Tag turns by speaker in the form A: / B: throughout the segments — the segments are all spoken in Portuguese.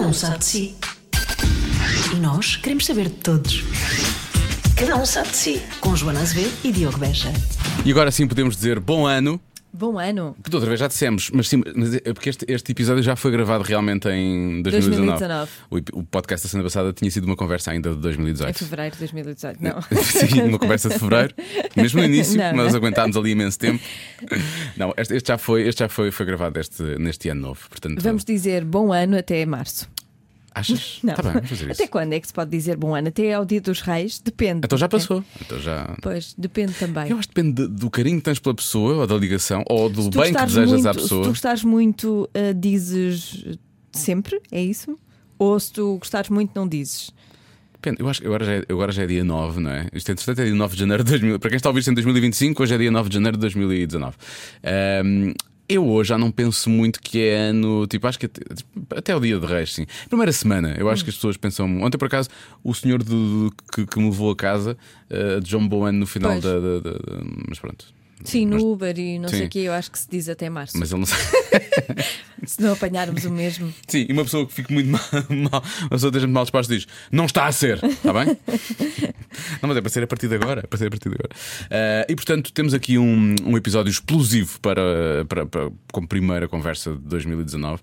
A: um sabe de si. E nós queremos saber de todos. Cada um sabe de si. Com Joana Azevedo e Diogo Beja.
B: E agora sim podemos dizer bom ano,
C: Bom ano,
B: porque da outra vez já dissemos, mas sim, mas é porque este, este episódio já foi gravado realmente em 2019.
C: 2019.
B: O, ep- o podcast da semana passada tinha sido uma conversa ainda de
C: é
B: 2018.
C: fevereiro de 2018, É não.
B: Sim, uma conversa de fevereiro, mesmo no início,
C: Não,
B: mas
C: não.
B: aguentámos ali imenso tempo. Não, este, este já foi, este já foi, foi gravado este, neste ano novo, portanto.
C: Vamos dizer bom ano até março.
B: Achas?
C: Não.
B: Tá bem, vamos fazer isso.
C: até quando é que se pode dizer bom ano? Até ao dia dos reis? Depende.
B: Então já passou. Então já.
C: Pois, depende também.
B: Eu acho que depende de- do carinho que tens pela pessoa, ou da ligação, ou do bem que
C: gostares
B: desejas
C: muito,
B: à
C: Se tu
B: pessoa.
C: gostares muito, ah, dizes sempre, é isso? Ou se tu gostares muito, não dizes.
B: Depende, eu acho que agora já, é, agora já é dia 9, não é? Isto entretanto é dia 9 de janeiro de 2000. Para quem está a ouvir isto em 2025, hoje é dia 9 de janeiro de 2019. Ahm, eu hoje já não penso muito que é ano, tipo, acho que até, até o dia de reis, sim. Primeira semana, eu acho que as pessoas pensam. Ontem, por acaso, o senhor do- que, que me levou a casa, ah, de João Boano, no final
C: Pois.
B: da, da- da- da- Mas pronto.
C: Sim, no
B: Mas-
C: Uber e não sei
B: Sim.
C: o quê, eu acho que se diz até março.
B: Mas ele não sabe.
C: Se não apanharmos o mesmo.
B: Sim, e uma pessoa que fica muito mal, mal uma pessoa que esteja muito mal disposta diz: Não está a ser, está bem? não, mas é para ser a partir de agora. É para ser a partir de agora. Ah, e portanto, temos aqui um, um episódio explosivo para, para, para- como primeira conversa de 2019.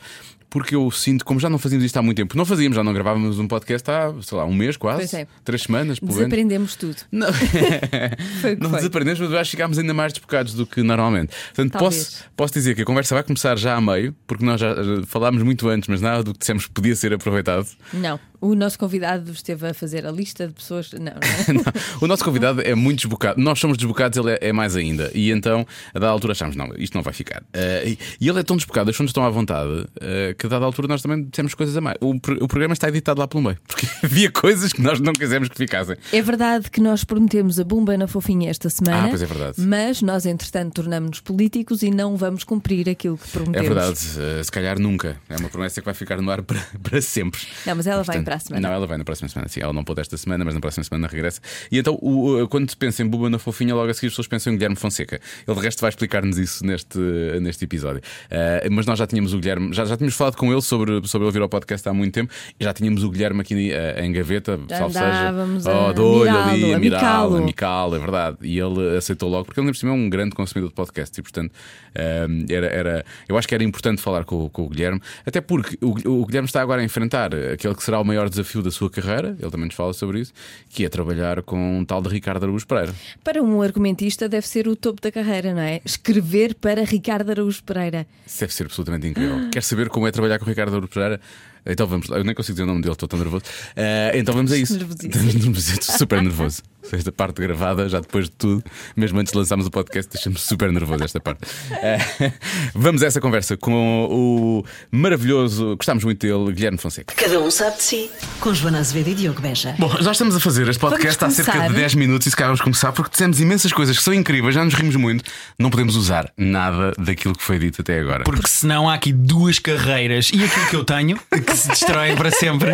B: Porque eu sinto, como já não fazíamos isto há muito tempo, não fazíamos, já não gravávamos um podcast há, sei lá, um mês
C: Pois
B: quase,
C: é.
B: três semanas, pelo menos.
C: Desaprendemos tudo.
B: Não,
C: Foi o que
B: não
C: foi.
B: desaprendemos, mas eu acho que ficámos ainda mais desbocados do que normalmente. Portanto,
C: Talvez.
B: posso, posso dizer que a conversa vai começar já a meio, porque nós já eh, falámos muito antes, mas nada do que dissemos podia ser aproveitado.
C: Não, o nosso convidado esteve a fazer a lista de pessoas. Não, não é?
B: Não, o nosso convidado é muito desbocado. Nós somos desbocados, ele é, é mais ainda. E então, a dada altura, achámos, não, isto não vai ficar. Eh, e, e ele é tão desbocado, as fontes estão à vontade, eh, que a dada altura nós também dissemos coisas a mais. O, pro- o programa está editado lá pelo meio, porque havia coisas que nós não quisemos que ficassem.
C: É verdade que nós prometemos a bomba na fofinha esta semana.
B: Ah, pois é verdade.
C: Mas nós, entretanto, tornamos-nos políticos e não vamos cumprir aquilo que
B: É
C: prometemos.
B: verdade, eh, se calhar nunca. É uma promessa que vai ficar no ar para, para sempre.
C: Não, mas ela
B: Portanto,
C: vem para a semana.
B: Não, é- ela vem na próxima semana, sim. Ela não pôde esta semana, mas na próxima semana regressa. E então, o- o- quando se pensa em Buba na Fofinha, logo a seguir as pessoas pensam em Guilherme Fonseca. Ele de resto vai explicar-nos isso neste, neste episódio. Eh, mas nós já tínhamos o Guilherme, já, já tínhamos falado com ele sobre, sobre ele vir ao podcast há muito tempo, e já tínhamos o Guilherme aqui eh, em gaveta,
C: Já
B: salvo
C: andávamos
B: seja.
C: a
B: Oh, de olho
C: mirá-lo,
B: ali,
C: a
B: a mirá-lo, a
C: bicá-lo.
B: Cal, é verdade. E ele aceitou logo, porque ele, ainda por cima, é um grande consumidor de podcast. E, portanto, ehm, era, era, eu acho que era importante falar com, o- com o Guilherme, até porque o, Gui- o Guilherme está agora a enfrentar aquele que será o maior desafio da sua carreira. Ele também nos fala sobre isso, que é trabalhar com um tal de Ricardo Araújo Pereira.
C: Para um argumentista, deve ser o topo da carreira, não é? Escrever para Ricardo Araújo Pereira.
B: Isso deve ser absolutamente incrível. Quer saber como é trabalhar com o Ricardo Araújo Pereira? Então vamos lá. Eu nem consigo dizer o nome dele, estou tão nervoso. Eh, então vamos a isso.
C: Nervosíssimo.
B: Estamos nervosíssimos, super nervoso. Esta parte gravada, já depois de tudo, mesmo antes de lançarmos o podcast, deixa-me super nervoso esta parte. Eh, vamos a essa conversa com o maravilhoso, gostámos muito dele, Guilherme Fonseca.
A: Cada um sabe de si. Com Joana Azevedo e Diogo Beja.
B: Bom, nós estamos a fazer este podcast há
C: Vamos começar.
B: cerca de 10 minutos e se calhar vamos começar porque dissemos imensas coisas que são incríveis, já nos rimos muito. Não podemos usar nada daquilo que foi dito até agora.
D: Porque senão há aqui duas carreiras e aquilo que eu tenho, que se destrói para sempre.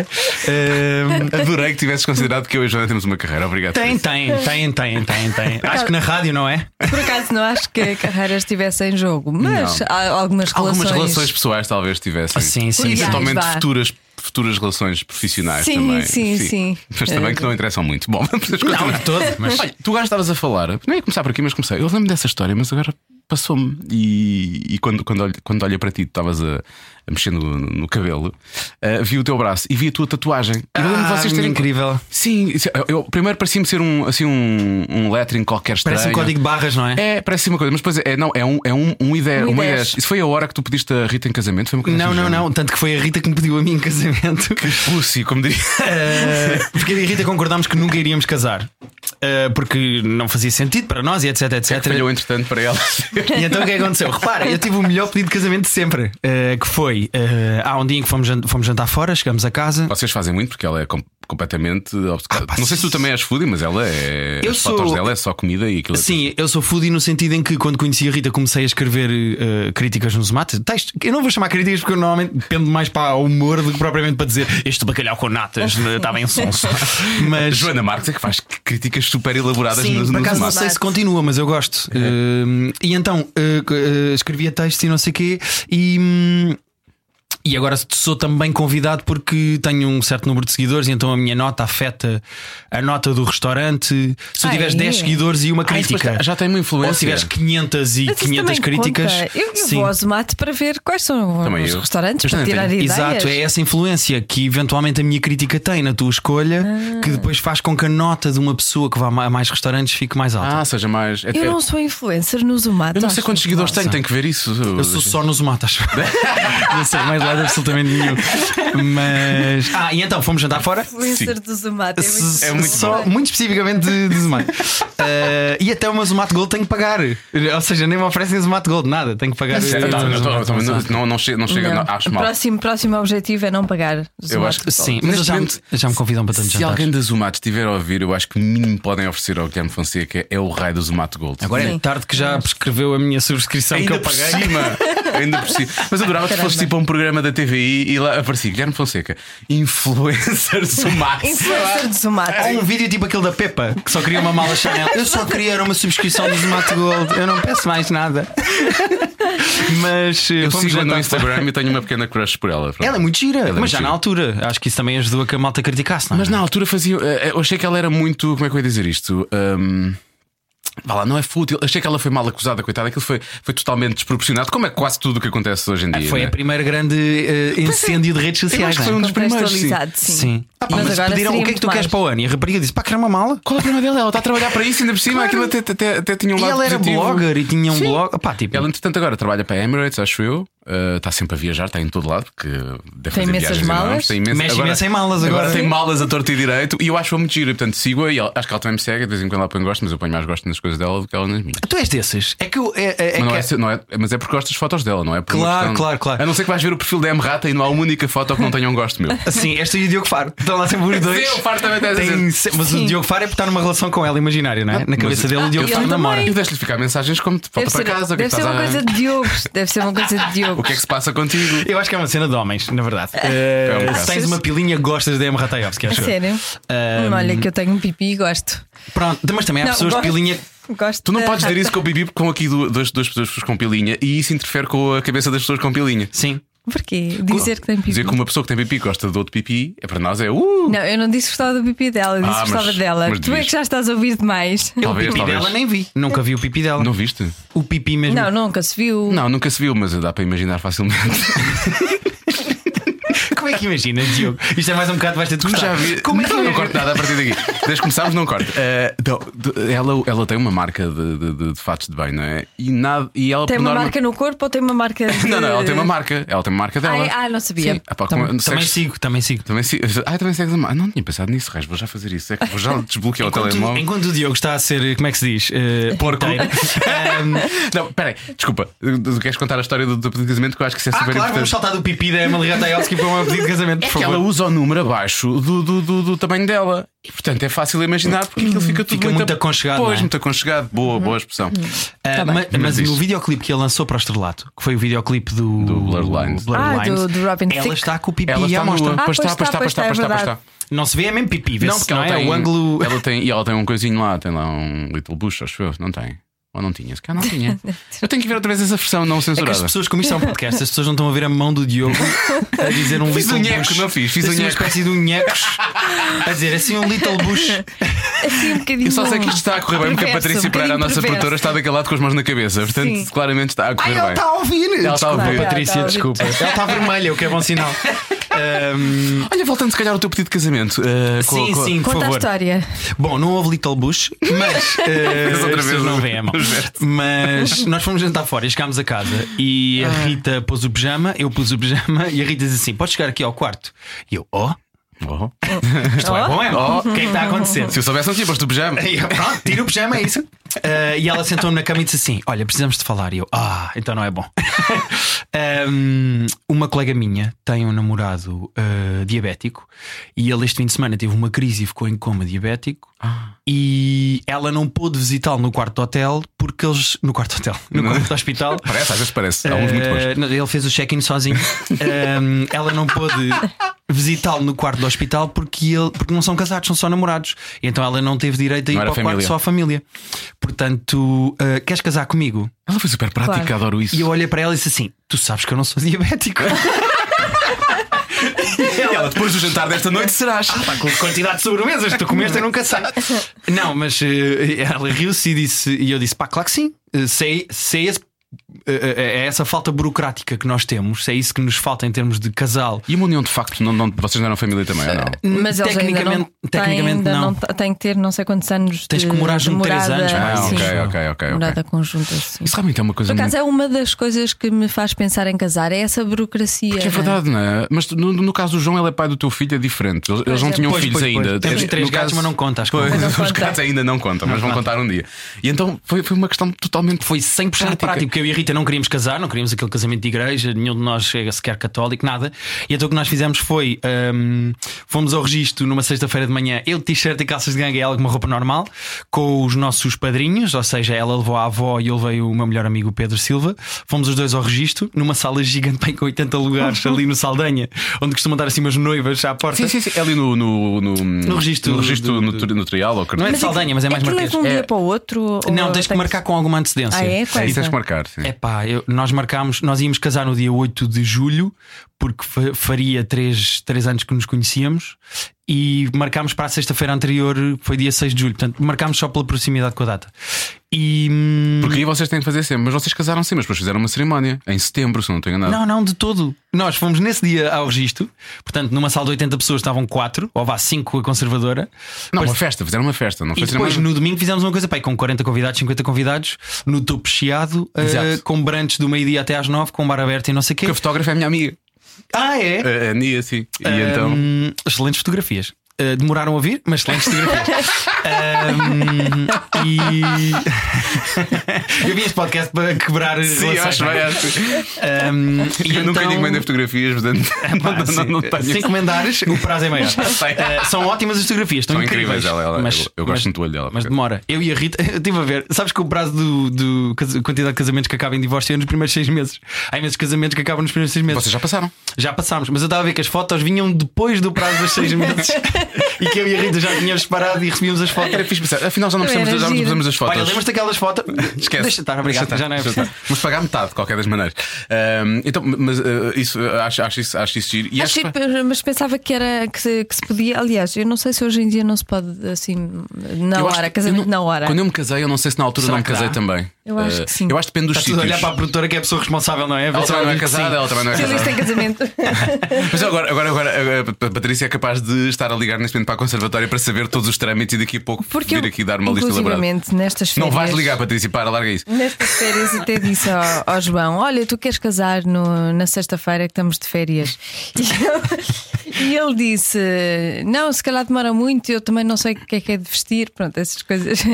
D: Ahm,
B: Adorei que tivesses considerado que eu e a Joana temos uma carreira. Obrigado. por
D: tem,
B: isso.
D: tem, tem, tem, tem, tem. Acho que na rádio, não é?
C: Por acaso, não acho que a carreira estivesse em jogo, mas
B: Não.
C: há algumas relações.
B: Algumas relações pessoais talvez tivessem.
D: Sim, sim, sim.
C: Legais,
B: Eventualmente
C: vá.
B: futuras, futuras relações profissionais
C: Sim,
B: também.
C: sim, sim.
B: Mas também
D: Eh,
B: que não interessam muito. Bom, vamos continuar.
D: Não, de todo, mas
B: Olha, tu agora estavas a falar, não ia começar por aqui, mas comecei. Eu lembro dessa história, mas agora passou-me. E, e quando, quando, olho, quando olho para ti, tu estavas a, a mexer no, no cabelo, ah, vi o teu braço e vi a tua tatuagem. E eu lembro de
D: Ah,
B: vocês
D: minha
B: terem.
D: incrível.
B: Sim, isso- eu, eu- primeiro parecia-me ser um, assim, um, um lettering qualquer estranho.
D: Parece um código de barras, não é?
B: É, parece uma coisa, mas depois é, não, é um, é um, um ideia,
C: Um
B: uma
C: ideias.
B: ideias. Isso foi a hora que tu pediste a Rita em casamento? Foi uma coisa assim
D: Não, não, não. Tanto que foi a Rita que me pediu a mim em casamento.
B: Pussy, como diria.
D: Ah, porque eu e a Rita concordámos que nunca iríamos casar. Ah, porque não fazia sentido para nós e etc, etc.
B: É Falhou entretanto para ela.
D: E então o que é que aconteceu? Repara, eu tive o melhor pedido de casamento de sempre. eh, que foi: eh, há um dia em que fomos, jan- fomos jantar fora, chegamos a casa.
B: Vocês fazem muito porque ela é com- completamente obcecada.
D: Ah, pá,
B: não sei se tu também és foodie, mas ela é.
D: Eu
B: as fotos
D: sou-
B: dela é só comida e aquilo.
D: Sim, eu sou foodie no sentido em que quando conheci a Rita comecei a escrever eh, críticas no Zomato. Texto, eu não vou chamar críticas porque eu normalmente dependo mais para o humor do que propriamente para dizer este bacalhau com natas né, estava em sonso. Mas
B: Joana Marques é que faz críticas super elaboradas
D: Sim,
B: no,
D: por
B: no
D: acaso não
B: Zomato.
D: sei se continua, mas eu gosto. Ehm, Hum, e então eh, eh, escrevia textos e não sei o quê, e. hum, E agora sou também convidado porque tenho um certo número de seguidores, e então a minha nota afeta a nota do restaurante. Se tu
C: Ah,
D: tiveres
C: é?
D: 10 seguidores e uma
B: Ah, isso
D: crítica,
B: já tem uma influência.
D: Ou se tiveres 500 e
C: Mas isso
D: 500
C: também
D: críticas,
C: conta. Eu, eu
D: sim.
C: vou ao Zomato para ver quais são
B: Também
C: os
B: eu.
C: restaurantes
B: Eu
C: para
B: também
C: tirar
B: tenho.
C: ideias.
D: Exato, é essa influência que eventualmente a minha crítica tem na tua escolha
C: Ah.
D: que depois faz com que a nota de uma pessoa que vá a mais restaurantes fique mais alta.
B: Ah, seja mais. é- é-
C: Eu não sou influencer no Zomato.
B: eu não sei
C: acho
B: quantos
C: que
B: seguidores
C: não.
B: tenho, tenho que ver isso.
D: Eu sou só nos matas. não sei mais lado absolutamente nenhum. Mas. Ah, e então fomos jantar fora?
C: Influencer do Zomato. É muito,
D: S- só, muito especificamente de, de Zumato. Eh, e até uma Zumato Gold tenho que pagar. Ou seja, nem me oferecem Zumato Gold, nada. Tenho que pagar.
B: Tá,
D: eh,
B: tá,
D: Zumato
B: não,
D: Gold.
B: não, não, não chega, não chega não, acho
C: O
B: mal.
C: próximo, próximo objetivo é não pagar. Zomato.
B: acho que-
D: Sim, mas eles já, me-
B: Neste
D: já me convidam para tanto
B: Se
D: jantar.
B: alguém da Zumato estiver a ouvir, eu acho que o mínimo que podem oferecer ao Guilherme Fonseca é o raio do Zumato Gold.
D: Agora é
C: Sim.
D: tarde que já prescreveu a minha subscrição que
B: Ainda
D: eu
B: por
D: paguei.
B: cima. Ainda por cima. Mas eu adorava que fosse tipo um programa da TVI e lá aparecia Guilherme Fonseca, influencer Zumato.
C: Influencer do Hum, Zomato.
D: Há um vídeo tipo aquele da Peppa que só queria uma mala Chanel. Eu só queria era uma subscrição do Zumato Gold. Eu não peço mais nada. Mas eh,
B: Eu
D: fomos
B: sigo no
D: jantar fora.
B: Instagram e tenho uma pequena crush por ela. pronto.
D: Ela é muito gira,
B: Ela é
D: mas
B: muito
D: já
B: gira.
D: na altura. Acho que isso também ajudou a que a malta criticasse, não é?
B: Mas na altura fazia. eh, Eu achei que ela era muito. Como é que eu ia dizer isto? Ahm, Vá lá, não é fútil. Achei que ela foi mal acusada, coitada. Aquilo foi, foi totalmente desproporcionado, como é quase tudo o que acontece hoje em dia.
D: Ah, Foi
B: né?
D: a primeira grande eh, incêndio de redes
B: Eu acho
D: sociais.
B: que foi
D: não
B: um
D: é?
B: dos primeiros. Sim.
C: Contextualizado, sim.
D: Sim. Ah, pá,
C: Mas
D: mas
C: agora
D: pediram o
C: seria
D: que é que tu
C: muito
D: queres
C: mais.
D: para o ano? E a rapariga disse: pá, quer uma mala?
B: Qual é o problema dela? Ela está a trabalhar para isso, ainda por cima. Aquilo até, até, até tinha um
D: E
B: lado
D: ela era
B: positivo.
D: blogger e tinha um
B: Sim.
D: blog. Pá, tipo,
B: Ela, entretanto, agora trabalha para a Emirates, acho eu. Ah, Está sempre a viajar, está em todo lado, porque deve
C: Tem
B: fazer
C: imensas
B: viagens
C: malas.
B: enormes, Tem imensa-
D: Mexe imenso em malas agora.
B: tem
D: Sim.
B: malas a torto e direito. E eu acho-a muito gira, portanto, sigo-a e ela- acho que ela também me segue. De vez em quando ela põe gosto, mas eu ponho mais gosto nas coisas dela do que ela nas minhas.
D: tu és desses. É que eu. É, é- é
B: Mas, não
D: que-
B: é, se- não é- mas é porque gosto das fotos dela, não é? Por uma
D: Claro,
B: questão-
D: claro, claro.
B: A não ser que vais ver o perfil da M-Rata e não há uma única foto que não tenha um gosto meu.
D: Sim, esta e o Diogo Faro. Estão lá sempre os dois.
B: Sim, o Faro também tem
D: Tem
B: essa-
D: se- Mas o Diogo Faro é por estar numa relação com ela imaginária, não é? Na cabeça
B: Mas-
D: dele, o
C: Ah,
D: Diogo
C: ele
D: Faro
C: também.
D: namora.
B: Eu deixo-lhe ficar mensagens como te falta
C: Deve
B: para
C: ser,
B: casa, o que é
C: deve
B: que
C: ser
B: estás
C: uma
B: a-
C: coisa de Diogos. Deve ser uma coisa de Diogos.
B: O que é que se passa contigo?
D: Eu acho que é uma cena de homens, na verdade.
C: É,
B: um
D: Eh,
B: bocado.
D: se tens uma pilinha, gostas de M. Ratayovski,
C: A
D: acho eu.
C: É sério?
D: Ah,
C: Hum, Olha, que eu tenho um pipi e gosto.
D: Pronto, mas também há
C: Não,
D: pessoas de
C: gosto-
D: pilinha.
C: Gosto
B: Tu não
C: da
B: podes dizer
C: rata.
B: isso com o Bibi porque com aqui du- duas, duas pessoas com pilinha e isso interfere com a cabeça das pessoas com pilinha.
D: Sim.
C: Porquê? Dizer que tem pipi.
B: Dizer que uma pessoa que tem pipi gosta do outro pipi é para nós é uh!
C: Não, eu não disse que gostava do pipi dela, eu disse
B: Ah,
C: que gostava
B: mas-
C: dela.
B: mas
C: tu é
B: devias.
C: que já estás a ouvir demais.
D: o
B: Talvez,
D: pipi
B: talvez.
D: dela nem vi. Nunca vi o pipi dela.
B: Não viste?
D: O pipi mesmo.
C: Não, nunca se viu.
B: Não, nunca se viu, mas dá para imaginar facilmente.
D: Como é que imaginas, Diogo? Isto é mais um bocado, vais ter de gostar.
B: Como é que não, não corto nada a partir daqui? Desde que começámos, não corto. Eh, então, de- ela, ela tem uma marca de, de, de- de fatos de bem, não é? E, nada, e ela
C: Tem
B: por
C: uma
B: norma-
C: marca no corpo ou tem uma marca. de- um
B: Não, não, ela tem uma marca. Ela tem uma marca dela.
C: Ah, ah, não sabia.
B: Sim. Ah, pá,
D: Também,
B: como-
D: também
B: sexo-
D: sigo, também sigo.
B: Também sim. Ah, também segues a marca. Não tinha pensado nisso, Reis. Vou já fazer isso. É que vou já desbloquear o
D: Enquanto,
B: telemóvel.
D: enquanto o Diogo está a ser, como é que se diz? Eh,
B: Porco.
D: inteiro. Ahm,
B: Não, peraí, desculpa. Tu queres contar a história do, do pedido de casamento que eu acho que isso é
D: ah,
B: super
D: claro, vamos
B: importante.
D: saltar do pipi da Emily Ratajowski para um pedido de casamento, por
B: É que ela
D: favor.
B: usa o número abaixo do, do, do, do tamanho dela. E portanto é fácil imaginar porque aquilo fica tudo
D: Fica muito aconchegado, não
B: Pois,
D: é?
B: muito aconchegado. Boa, boa expressão.
D: Ah,
C: Tá bem.
D: ma- mas
B: Mas
D: no
B: isto-
D: videoclipe que ele lançou para o Estrelato, que foi o videoclipe do,
B: Do Blurred Lines.
D: Blurred
C: Ah, do-
D: Lines,
C: do Robin
D: ela
C: Thicke.
D: está com o pipi
B: Ela
D: à
B: está
D: mostra.
B: nua.
C: Ah,
B: Pois está,
C: pois
B: pois está, pois
C: está,
B: está, pois está,
C: é
B: pois está.
C: verdade.
D: Não se vê, é mesmo pipi. Vê-se,
B: Não, porque ela
D: é
B: tem
D: o ângulo.
B: Ela tem, e ela tem um coisinho lá, tem lá um Little Bush, acho eu. Não tem. Ou não tinha? Se calhar não tinha. Eu tenho que ver outra vez essa versão não
D: É que
B: censurada.
D: as pessoas, como isto é um podcast, as pessoas não estão a ver a mão do Diogo a dizer um
B: Fiz
D: little
B: um nheco,
D: bush.
B: não fiz? Fiz um
D: assim, uma
B: nheco.
D: espécie de um nhecos a dizer assim um little bush.
C: Assim um bocadinho.
B: Eu só sei que isto está a correr bem porque a
C: Perverso,
B: Patrícia
C: um
B: Pereira, a nossa
C: bocadinho
B: produtora, está daquele lado com as mãos na cabeça. Portanto,
C: Sim.
B: claramente está a correr bem.
D: a ouvir.
B: Ela está a
D: Desculpa,
B: ouvir.
D: Patrícia,
C: Ela está a ouvir.
D: desculpa. Ela está vermelha, o que é bom sinal. Ahm,
B: Olha, voltando se calhar ao teu pedido de casamento. eh, com-
D: sim,
B: com-
D: sim, por
C: Conta a
D: favor.
C: história.
D: Bom, não houve Little Bush, mas eh,
B: Mas outra
D: as pessoas
B: vez é?
D: não
B: o-
D: vêem a mão.
B: o gesto.
D: Mas nós fomos jantar fora e chegámos a casa e a
B: Ah.
D: Rita pôs o pijama, eu pus o pijama e a Rita diz assim: Podes chegar aqui ao quarto? E eu, oh,
B: Oh.
D: isto é
C: Oh.
D: bom, é? Oh, o que é que está a acontecer?
B: Se eu soubesse, não tinha posto o pijama.
D: E eu, É, pronto, tira o pijama, é isso. Eh, e ela sentou-me na cama e disse assim: Olha, precisamos de falar. E eu, ah, então não é bom. Um, uma colega minha tem um namorado eh, diabético e ele este fim de semana teve uma crise e ficou em coma diabético. E ela não pôde visitá-lo no quarto de hotel porque eles. No quarto de hotel, no quarto do hospital.
B: Parece, às vezes parece. Há uns muito bons.
D: Eh, não, ele fez o check-in sozinho. Ehm, ela não pôde visitá-lo no quarto do hospital porque, ele, porque não são casados, são só namorados. E então ela não teve direito a ir
B: Não
D: para
B: era
D: o quarto
B: família.
D: só a família. Portanto, eh, queres casar comigo?
B: Ela foi super prática,
C: Claro.
B: adoro isso.
D: E eu olhei para ela e disse assim: Tu sabes que eu não sou diabético.
B: E ela, depois do jantar desta noite, serás.
D: Ah, Pá, com a quantidade de sobremesas que tu comeste, eu nunca sei. Não, mas eh, ela riu-se e, disse, e eu disse: pá, claro que sim. Eh, Se é, se é esse- eh, eh, é essa falta burocrática que nós temos, se é isso que nos falta em termos de casal.
B: E uma união de facto, não, não, vocês não eram família também, ou não?
C: Hum, Mas eles ainda não,
D: Tecnicamente- tecnicamente
C: ainda
D: não.
C: t- Tem que ter não sei quantos anos.
D: Tens
C: de,
D: que morar junto
C: de
D: três
C: morada,
D: anos,
B: Ah,
D: pá,
C: sim.
B: ok, ok, ok, ok.
C: Morada conjunta, sim.
B: Isso realmente é uma coisa
C: Por
B: muito.
C: acaso é uma das coisas que me faz pensar em casar, é essa burocracia.
B: Que é
C: não
D: né?
C: é?
B: verdade, não é? Mas no, no caso do João, ele é pai do teu filho, é diferente. Eles, eles não
C: é.
B: tinham
D: Pois,
B: filhos
D: pois, pois.
B: ainda. é,
D: Temos
B: No
D: três gatos,
B: caso-
D: mas não conta, acho que
B: Pois,
D: não
C: conta.
B: os gatos ainda não contam, mas vão contar um dia. E então foi, foi uma questão totalmente
D: Foi 100% prático,
B: prática.
D: porque eu e a Rita não queríamos casar, não queríamos aquele casamento de igreja, nenhum de nós é sequer católico, nada. E então o que nós fizemos foi: hum, fomos ao registro numa sexta-feira de manhã, eu de t-shirt e calças de gangue e ela com uma roupa normal, com os nossos padrinhos, ou seja, ela levou a avó e eu levei o meu melhor amigo o Pedro Silva. Fomos os dois ao registro, numa sala gigante, bem com 80 lugares, ali no Saldanha, onde costumam estar assim umas noivas à porta.
B: Sim, sim, sim. É ali no, no, no, no
D: registro
B: no, registro
D: do-
B: no,
D: do-
B: tri- no trial ou
D: Não é de Saldanha, mas é mais
C: Aquilo é
D: marquês.
C: de um dia
B: É.
C: para o outro? ou-
D: Não, tens que
C: tem
D: marcar com alguma
C: Oh,
D: antecedência.
C: Ah, é?
B: É
C: Quais
B: isso tens
C: são?
B: que marcar, sim.
D: É pá, eu- nós marcámos, nós íamos casar no dia 8 de julho, porque fa- faria 3, três anos que nos conhecíamos, e marcámos para a sexta-feira anterior, que foi dia 6 de julho, portanto marcámos só pela proximidade com a data. E. hum,
B: Porque aí vocês têm que fazer sempre. Mas vocês casaram sim, mas depois fizeram uma cerimónia em setembro, se não estou enganado.
D: Não, não, de todo. Nós fomos nesse dia ao registro, portanto, numa sala de 80 pessoas estavam 4, ou vá 5 a conservadora,
B: Não, uma festa, fizeram uma festa, não
D: E
B: foi
D: depois
B: cerimónia.
D: no domingo fizemos uma coisa pá, com 40 convidados, 50 convidados, no topo chiado, eh,
B: Exato.
D: com brantes do meio-dia até às 9, com bar aberto e não sei o quê.
B: Porque a fotógrafa é a minha amiga.
D: Ah, é?
B: A a Nia, sim. E então.
D: Hum, excelentes fotografias. Uh, demoraram a vir, mas excelentes fotografias.
B: Um,
D: Hum, e. eu vim este podcast para quebrar.
B: Sim, eu
D: relações,
B: acho
D: não
B: bem.
D: é?
B: acho.
D: Hum, e
B: Eu nunca
D: então- Ah,
B: lhe mandei fotografias, portanto.
D: Pá,
B: não, não,
D: sim,
B: não tenho.
D: Se encomendares, o prazo é maior. Uh, são ótimas as fotografias, estão
B: São
D: incríveis.
B: incríveis, ela- ela-
D: mas,
B: eu- eu gosto
D: mas-
B: muito do olho dela,
D: Mas
B: porque-
D: demora. Eu e a Rita, eu estive a ver, sabes que o prazo do, do cas- quantidade de casamentos que acabam em divórcio é nos primeiros seis meses. Há imensos casamentos que acabam nos primeiros seis meses.
B: Vocês já passaram.
D: Já passámos, mas eu estava a ver que as fotos vinham depois do prazo dos seis meses e que eu e a Rita já tínhamos parado e recebíamos as
B: Era
D: fotos.
B: fixe pensar. Afinal, já não
C: Era
B: precisamos, já não
C: giro.
B: precisamos das fotos.
D: Olha, lembras daquelas fotos?
B: Esquece.
D: Deixa estar, obrigado.
B: Deixa estar,
D: já não é
B: deixa
D: preciso.
B: estar. Vamos pagar metade, de qualquer das maneiras. Ahm, então, mas ah, isso, ah, acho, acho isso, acho isso giro. E
C: Acho
B: acho,
C: que- mas pensava que era que se, que se podia. Aliás, eu não sei se hoje em dia não se pode assim na
B: eu acho
C: hora,
B: que-
C: casamento
B: eu não-
C: na hora.
B: Quando eu me casei, eu não sei se na altura
D: Será
B: não me
D: que dá?
B: casei também.
C: Eu acho
B: Ah,
C: que sim.
B: Eu acho que depende dos
D: Estás Tá a
B: sítios.
D: olhar para a produtora que é a pessoa responsável, não é?
B: Ela também não é
D: Sim.
B: casada, ela também não é
C: Se existe
B: casada.
C: em casamento.
B: Mas agora, agora, agora a- a Patrícia é capaz de estar a ligar neste momento para a conservatória para saber todos os trâmites e daqui a pouco
C: Porque
B: vir
C: eu,
B: aqui dar uma lista elaborada.
C: inclusivamente, nestas férias.
B: Não vais ligar, Patrícia, para, larga isso.
C: Nestas férias até disse ao, ao João: Olha, tu queres casar no- na sexta-feira que estamos de férias? E, ele- e ele disse: Não, se calhar demora muito, eu também não sei o que é que é de vestir, pronto, essas coisas.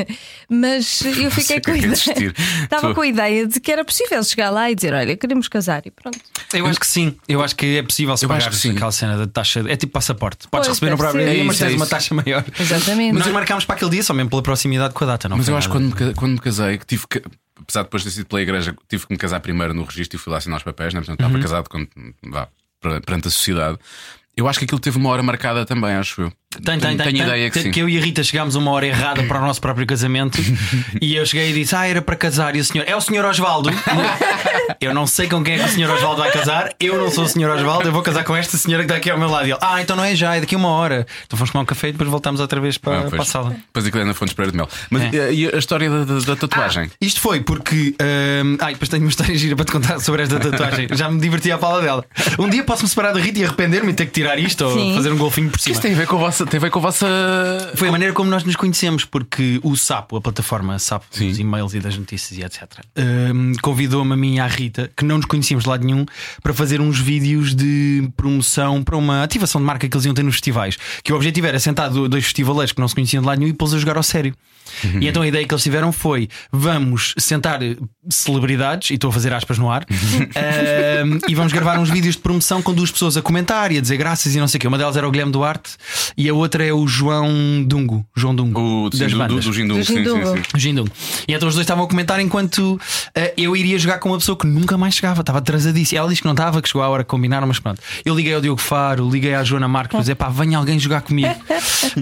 C: Mas eu
B: sei
C: fiquei
B: o que
C: com
B: é
C: a
B: que é de
C: ideia.
B: vestir.
C: Estava
B: Tu-
C: com a ideia de que era possível chegar lá e dizer: Olha, queremos casar e pronto.
D: Eu acho que sim, eu acho que é possível se
B: Eu acho
D: pagar
B: que sim.
D: aquela cena da taxa. É tipo passaporte.
C: Pois,
D: Podes receber no
C: deve
D: próprio
C: ser.
D: dia,
B: É
D: mas
B: isso, é
D: tens uma
B: isso.
D: taxa maior.
C: Exatamente.
D: Nós marcámos para aquele dia só mesmo pela proximidade com a data, não
B: Mas
D: foi
B: eu acho que
D: nada.
B: quando me, ca- quando me casei, que tive que. Apesar de depois ter sido pela igreja, tive que me casar primeiro no registro e fui lá assinar os papéis, né? portanto estava
C: Uhum.
B: casado quando, vá, per- perante a sociedade. Eu acho que aquilo teve uma hora marcada também, acho eu.
D: Tem, tem, tem,
B: tenho
D: tem.
B: ideia que
D: Tanto
B: sim.
D: eu e a Rita chegámos uma hora errada para o nosso próprio casamento e eu cheguei e disse: Ah, era para casar. E o senhor, é o senhor Osvaldo. eu não sei com quem é que o senhor Osvaldo vai casar. Eu não sou o senhor Osvaldo. Eu vou casar com esta senhora que está aqui ao meu lado. E ele, ah, então não é já, é daqui a uma hora. Então fomos tomar um café e depois voltámos outra vez para,
B: Ah,
D: para a sala.
B: Depois aquilo é na Fontes Pereira de Mel.
D: É.
B: Mas eh, e a história da, da- da tatuagem?
D: Isto foi porque. hum, ai, depois tenho uma história gira para te contar sobre esta tatuagem. Já me diverti à fala dela. Um dia posso-me separar da Rita e arrepender-me e ter que tirar isto ou
C: Sim.
D: fazer um golfinho por
B: Que
D: cima.
B: Isso tem a ver com a vossa. Tem a ver com a vossa...
D: Foi a maneira como nós nos conhecemos, porque o Sapo, a plataforma Sapo
B: Sim.
D: dos e-mails e das notícias e etc., hum, convidou-me a mim e à Rita, que não nos conhecíamos de lado nenhum, para fazer uns vídeos de promoção para uma ativação de marca que eles iam ter nos festivais. Que o objetivo era sentar do- dois festivaleiros que não se conheciam de lado nenhum e pô-los a jogar ao sério. E então a ideia que eles tiveram foi: vamos sentar eh, celebridades, e estou a fazer aspas no ar, hum, e vamos gravar uns vídeos de promoção com duas pessoas a comentar e a dizer graças e não sei o quê. Uma delas era o Guilherme Duarte e e a outra é o João Dungo. João Dungo.
B: O sim,
D: das
B: do, do,
D: bandas.
B: do Jindung,
C: Do
B: sim, sim,
C: Jindung.
B: sim.
D: O Jindum. E então os dois estavam a comentar enquanto eh, eu iria jogar com uma pessoa que nunca mais chegava, estava atrasadíssima. Ela disse que não estava, que chegou à hora que combinaram, mas pronto. Eu liguei ao Diogo Faro, liguei à Joana Marques para dizer pá, venha alguém jogar comigo.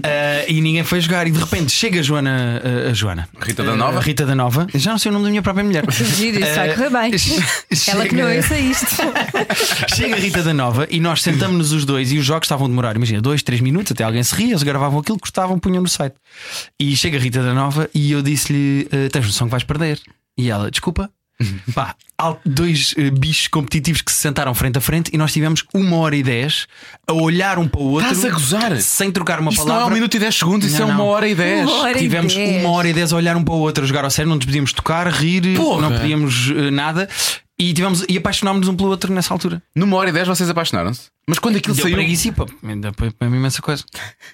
D: Eh, e ninguém foi jogar. E de repente chega a Joana. eh, a Joana.
B: Rita da
D: Eh,
B: Nova?
D: Rita da Nova. Já não sei o nome da minha própria mulher.
C: Giro, isso vai
D: Eh,
C: correr bem. Ela que não é
D: chega-
C: ouça isto.
D: Chega a Rita da Nova e nós sentamos-nos os dois e os jogos estavam a demorar, imagina, dois, três minutos, até alguém se ria, eles gravavam aquilo, cortavam, punham no site. E chega a Rita da Nova e eu disse-lhe: "Eh, Tens noção que vais perder? E ela, desculpa. Pá, há dois eh, bichos competitivos que se sentaram frente a frente e nós tivemos uma hora e dez a olhar um para o outro
B: Estás a gozar?
D: sem trocar uma
B: Isto não
D: palavra.
B: é um minuto e 10 segundos, isso
D: Não,
B: é uma
D: não.
B: hora e 10.
C: Uma hora e
D: Tivemos
C: dez.
D: uma hora e dez a olhar um para o outro, a jogar ao sério, não nos podíamos tocar, rir,
B: Porra.
D: não podíamos eh, nada. E, tivemos, e apaixonámos-nos um pelo outro nessa altura.
B: Numa hora e 10 vocês apaixonaram-se. Mas quando aquilo
D: Deu
B: saiu.
D: preguiça e pá, ainda foi uma imensa coisa.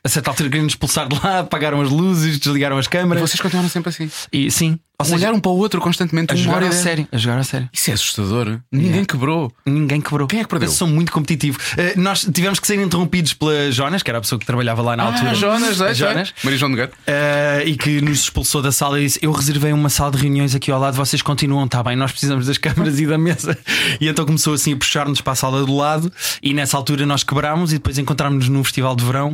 D: A certa altura queriam nos expulsar de lá, apagaram as luzes, desligaram as câmaras.
B: Vocês continuaram sempre assim.
D: E sim, ou seja,
B: Olharam para o outro constantemente,
D: a
B: uma
D: jogar
B: hora e
D: a
B: 10.
D: sério, a jogar a sério.
B: Isso é assustador. Ninguém quebrou.
D: Ninguém quebrou.
B: Quem é que perdeu?
D: Eu sou muito competitivo. Eh, nós tivemos que ser interrompidos pela Jonas, que era a pessoa que trabalhava lá na altura.
B: Ah, Jonas,
D: A
B: é,
D: Jonas.
B: Jonas. Maria João de Gato.
D: Eh, e que nos expulsou da sala e disse: Eu reservei uma sala de reuniões aqui ao lado, vocês continuam, está bem, nós precisamos das câmaras e da mesa. E então começou assim a puxar-nos para a sala do lado, e nessa altura nós quebrámos e depois encontrámos-nos num festival de verão.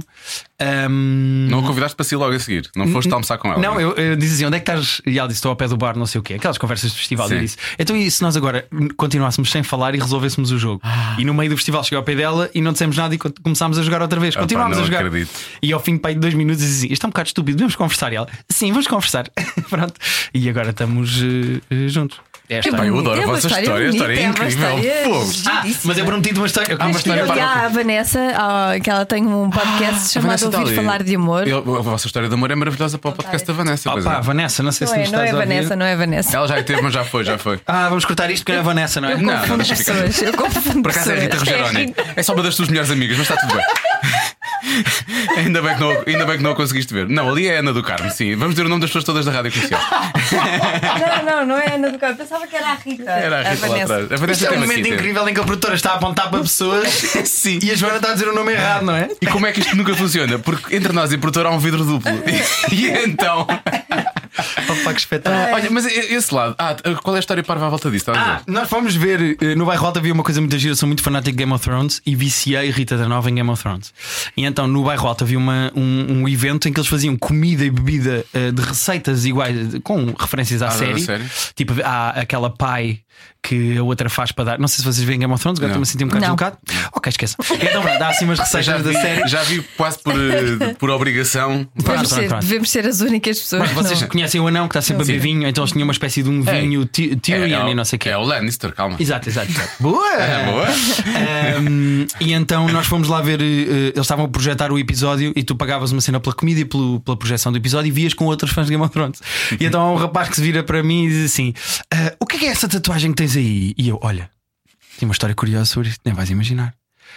D: Ahm,
B: Não a convidaste para si logo a seguir.
D: Hum,
B: Não foste almoçar com ela.
D: Não,
B: né?
D: eu, eu disse assim: onde é que estás? E ela disse: estou ao pé do bar, não sei o quê. Aquelas conversas de festival.
B: Sim.
D: Eu disse: então e se nós agora continuássemos sem falar e resolvêssemos o jogo? E no meio do festival cheguei ao pé dela e não dissemos nada e co- começámos a jogar outra vez.
B: Ah, pá,
D: Continuámos
B: não
D: a jogar.
B: acredito.
D: E ao fim de pai de dois minutos disse assim: isto é um bocado estúpido, vamos conversar. E ela: sim, vamos conversar. Pronto. E agora estamos eh, eh, juntos. É a
B: Pá,
D: história.
B: eu adoro
C: É
B: a
C: uma
B: vossa história.
C: história
B: A história é
C: bonita, é uma
B: incrível.
C: história
B: Fogo.
D: Ah, mas eu prometi-te uma história. Eu conto uma
C: Tens que
D: história para-
C: ligar à Vanessa, ah, que ela tem um podcast chamado
B: Vanessa está
C: Ouvir
B: ali.
C: Falar de Amor. Então
B: Eu- a vossa história de amor é maravilhosa para o podcast da Vanessa. pois é.
D: Opa, Vanessa, não sei
C: Não
D: se
C: é,
D: me
C: não
D: estás
C: é
D: a ouvir.
C: Vanessa, não é Vanessa.
B: Ela já aí teve, mas já foi, já foi.
D: Ah, vamos cortar isto porque não é Vanessa, não é?
B: Não, não deixa ficar.
C: Pessoas, eu confundo
B: Por acaso é Rita
C: pessoas.
B: Rogeroni. É só uma das tuas melhores amigas, mas está tudo bem. ainda, bem que não, ainda bem que não a conseguiste ver. Não, ali é a Ana do Carmo, sim. Vamos dizer o nome das pessoas todas da rádio comercial.
C: Não, não, não é a Ana do Carmo. Pensava que era a Rita.
B: Era a Rita lá atrás. A Vanessa
D: Este é um
B: tem uma
D: momento
B: quinta.
D: incrível em que a produtora está a apontar para pessoas
B: Sim.
D: e a Joana está a dizer o nome errado, não é?
B: E como é que isto nunca funciona? Porque entre nós e o produtor há um vidro duplo. E, e então.
D: Opa, que espetáculo.
B: Olha, mas e- esse lado. Ah, qual é a história parva à volta disso? Estás a
D: Ah,
B: dizer?
D: nós fomos ver eh, no bairro Alto havia uma coisa muito gira. Eu sou muito fanático de Game of Thrones e viciei Rita da Nova em Game of Thrones. E então no bairro Alto havia uma- um, um evento em que eles faziam comida e bebida eh, de receitas iguais, de- com referências à
B: Ah, da
D: série.
B: série?
D: Tipo, há aquela pie que a outra faz para dar. Não sei se vocês veem Game of Thrones, agora
B: Não.
D: estou-me a sentir um bocado
C: Não.
D: deslocado. Ok, esqueça. Então, pronto, há assim umas receitas
B: Já
D: da
B: vi,
D: série.
B: já vi quase por, eh, por obrigação.
D: Pronto,
C: Devemos
D: pronto,
C: ser,
D: pronto.
C: devemos ser as únicas pessoas.
D: Mas vocês
C: não.
D: conhecem o anão que está sempre a beber vinho, então eles tinham uma espécie de um vinho Ty- Tyrion
B: o-
D: e não sei o quê.
B: É o Lannister, calma.
D: Exato, exato. exato. Boa!
B: É boa.
D: Ahm, e então nós fomos lá ver, eh, eh, eles estavam a projetar o episódio e tu pagavas uma cena pela comida e pelo- pela projeção do episódio e vias com outros fãs de Game of Thrones. E então há um rapaz que se vira para mim e diz assim: "Ah, O que é, que é essa tatuagem que tens aí? E eu, olha, tem uma história curiosa sobre isto, nem vais imaginar.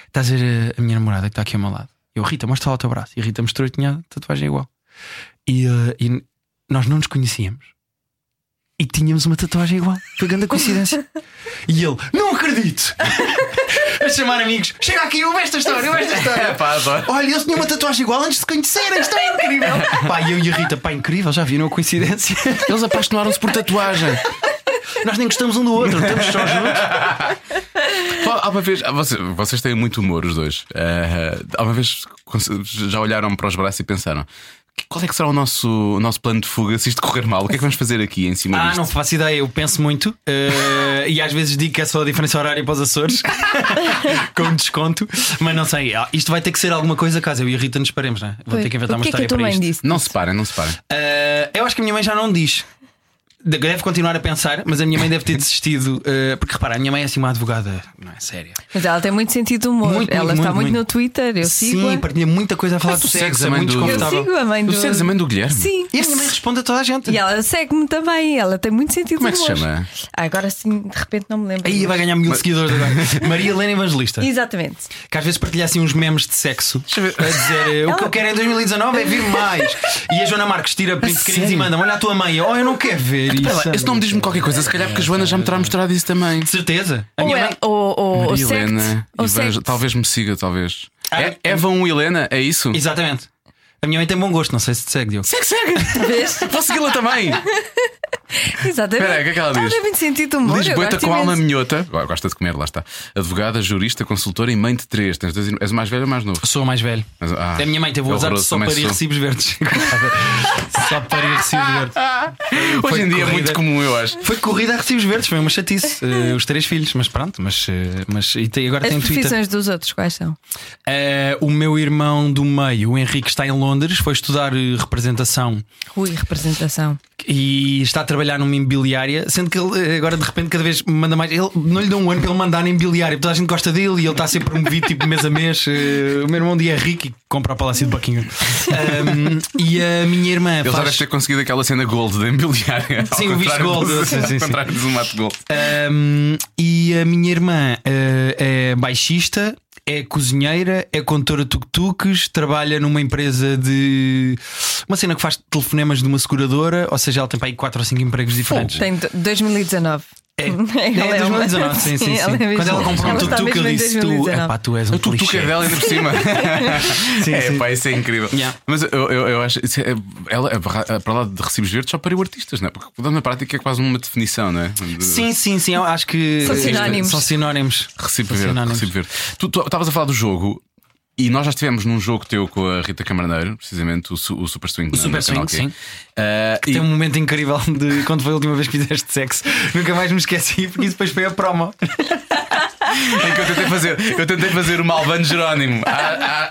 D: Estás a ver a, a minha namorada que está aqui ao meu lado. Eu, Rita, mostra lá o teu braço. E a Rita mostrou e tinha a tatuagem igual. E, eh, e n- nós não nos conhecíamos. E tínhamos uma tatuagem igual. Foi grande coincidência. E ele, não acredito! a chamar amigos, chega aqui, eu esta história, eu esta história.
B: É, Pá, adoro.
D: Olha, eles tinham uma tatuagem igual antes de se conhecerem, isto é incrível! Pá, e eu e a Rita, pá, incrível, já viram a coincidência?
B: Eles apaixonaram-se por tatuagem.
D: Nós nem gostamos um do outro, estamos só juntos.
B: Pá, Há uma vez, ah, vocês, vocês têm muito humor, os dois. Eh, há uma vez conse- já olharam para os braços e pensaram: "Que- qual é que será o nosso, o nosso plano de fuga se isto correr mal? O que é que vamos fazer aqui em cima
D: Ah,
B: disto?
D: não faço ideia, eu penso muito eh, e às vezes digo que é só a diferença horária para os Açores com desconto, mas não sei, ah, isto vai ter que ser alguma coisa caso eu e a Rita nos paremos, não é? Vou ter que inventar
C: o
D: uma
C: que é que
D: história
C: a tua
D: para
C: mãe
D: isto.
C: disse?
B: Não se parem, não se parem.
D: Eh, eu acho que a minha mãe já não diz. De- Deve continuar a pensar, mas a minha mãe deve ter desistido. eh, porque repara, a minha mãe é assim uma advogada, não é séria.
C: Mas ela tem muito sentido de humor.
D: Muito,
C: ela
D: muito,
C: está
D: muito,
C: muito, no
D: muito.
C: Twitter, eu
D: Sim,
C: sigo.
D: partilha muita coisa a falar
B: Ah, tu
D: do
B: segues
D: sexo,
B: a
D: é
B: mãe
D: muito
B: do-
C: Eu
D: desconfortável.
C: sigo a mãe do.
B: Tu segues a mãe do Guilherme?
C: Sim.
D: E a minha mãe responde a toda a gente.
C: E ela segue-me também, ela tem muito sentido
B: Como é
C: de
B: que se
C: humor.
B: chama?
C: Ah, agora sim, de repente não me lembro.
D: Aí vai ganhar mil seguidores agora. Maria Helena Evangelista.
C: Exatamente.
D: que às vezes partilha assim uns memes de sexo a dizer o que eu quero em 2019 é vir mais. E a Joana Marques tira print screens e
B: sério? é
D: manda: Olha a tua mãe, oh, eu não quero ver
B: Espera lá,
D: isso.
B: esse nome diz-me qualquer coisa, se calhar porque a Joana já me terá mostrado isso também.
D: De certeza. A
C: Ou,
D: minha
C: ela,
D: mãe.
C: ou, ou, ou
B: Helena,
C: sect, ou
B: Ivan-
C: sect.
B: talvez me siga, talvez.
D: Ah,
B: É- Eva 1 Helena, é isso?
D: Exatamente. A minha mãe tem bom gosto, não sei se te segue, Diogo.
B: Segue, segue! Posso segui-la também!
C: Exatamente.
B: Espera aí, o que é que ela diz?
C: deve sentido humor. eu
B: Lisboeta
C: gosto
B: com alma
C: imenso.
B: minhota. Ah, Gosta de comer, lá está. Advogada, jurista, consultora e mãe de três. Tens dois irmãos. És o mais velho ou mais novo?
D: Sou o mais velho.
B: Mas, ah,
D: a minha mãe teve o
B: é
D: azar de
B: horroroso,
D: só
B: também
D: parir
B: sou.
D: recibos verdes. só parir recibos verdes.
B: Hoje em dia é
D: corrida.
B: muito comum, eu acho.
D: Foi corrida a recibos verdes, foi uma chatice. Eh, os três filhos, mas pronto, mas, eh, mas e tem- agora
C: As
D: tem Twitter.
B: um-
C: profissões dos outros, quais são?
D: Eh, o meu irmão do meio, o Henrique, está em Londres, foi estudar eh, representação
C: Rui, representação.
D: e está a trabalhar numa imobiliária, sendo que ele eh, agora de repente cada vez manda mais. Ele não lhe dá um ano para ele mandar na imobiliária, toda a gente gosta dele e ele está a ser promovido tipo mês a mês. Eh, O meu irmão um dia é rico e compra a Palácio de Buckingham. Ahm, e a minha irmã
B: Ele já
D: faz.
B: deve ter conseguido aquela cena gold da imobiliária.
D: Sim,
B: Ao
D: o visto
B: contrário
D: gold,
B: do-
D: sim, sim,
B: ao
D: sim.
B: contrário do mato gold.
D: Ahm, um, e a minha irmã eh, é baixista, é cozinheira, é condutora de tuk-tuks, trabalha numa empresa de. Uma cena que faz telefonemas de uma seguradora, ou seja, ela tem para aí 4 ou 5 empregos diferentes.
C: Tem do- 2019.
D: É,
C: Ela
D: é,
C: uma-
D: 2019, sim, sim, sim.
C: ela é
D: Quando
C: mesmo-
D: ela comprou um
C: ela está
D: tuk-tuk,
C: mesmo
D: eu
C: em
D: disse: Tu,
C: 2019.
D: epá, tu és um
B: O tuk-tuk
D: clichê.
B: é dela ainda por cima.
D: Sim,
B: é,
D: sim.
B: pá, isso é incrível.
D: Yeah.
B: Mas eu, eu, eu acho. isso é- ela, a barra- a- para lá de recibos verdes, só pariu artistas, não é? Porque na prática é quase uma definição, não é? De-
D: Sim, sim, sim, eu acho que
C: São
D: eh,
C: sinónimos.
D: São sinónimos.
B: Recibo
D: São
B: verde,
D: sinónimos.
B: recibo verde. Tu tu estavas a falar do jogo e nós já estivemos num jogo teu com a Rita Camarneiro, precisamente o, su- o Super Swing. é? O
D: Super Swing, sim. Tem um
B: e...
D: momento incrível de quando foi a última vez que fizeste sexo. Nunca mais me esqueci, porque isso depois foi a promo.
B: é que eu tentei fazer, eu tentei fazer uma Albano Jerónimo. À,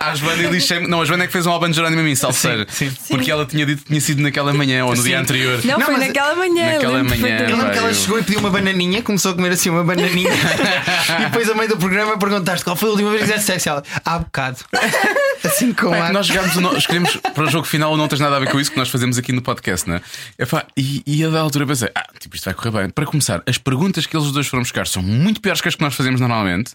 B: à, à Joana e lixei-me. Não, a Joana é que fez um Albano Jerónimo a mim, salseiro.
D: Sim, sim.
B: Porque ela tinha dito que tinha sido naquela manhã ou no dia anterior.
C: Não,
D: Não,
C: foi
D: mas-
C: naquela manhã.
B: Naquela
C: lembro
B: manhã,
D: Eu
C: perfeitamente.
D: lembro
B: É, Pá,
D: que ela
B: eu-
D: chegou e pediu uma bananinha, começou a comer assim uma bananinha e depois, a meio do programa, perguntaste qual foi a última vez que fizeste sexo. Ela, há bocado. Assim com
B: Pá, é
D: ar.
B: que nós jogámos, o no- escolhemos para o jogo final, o não tens nada a ver com isso que nós fazemos aqui no podcast, não é? Epá, e, e a da altura pensei, ah, tipo, isto vai correr bem. Para começar, as perguntas que eles dois foram buscar são muito piores que as que nós fazemos normalmente.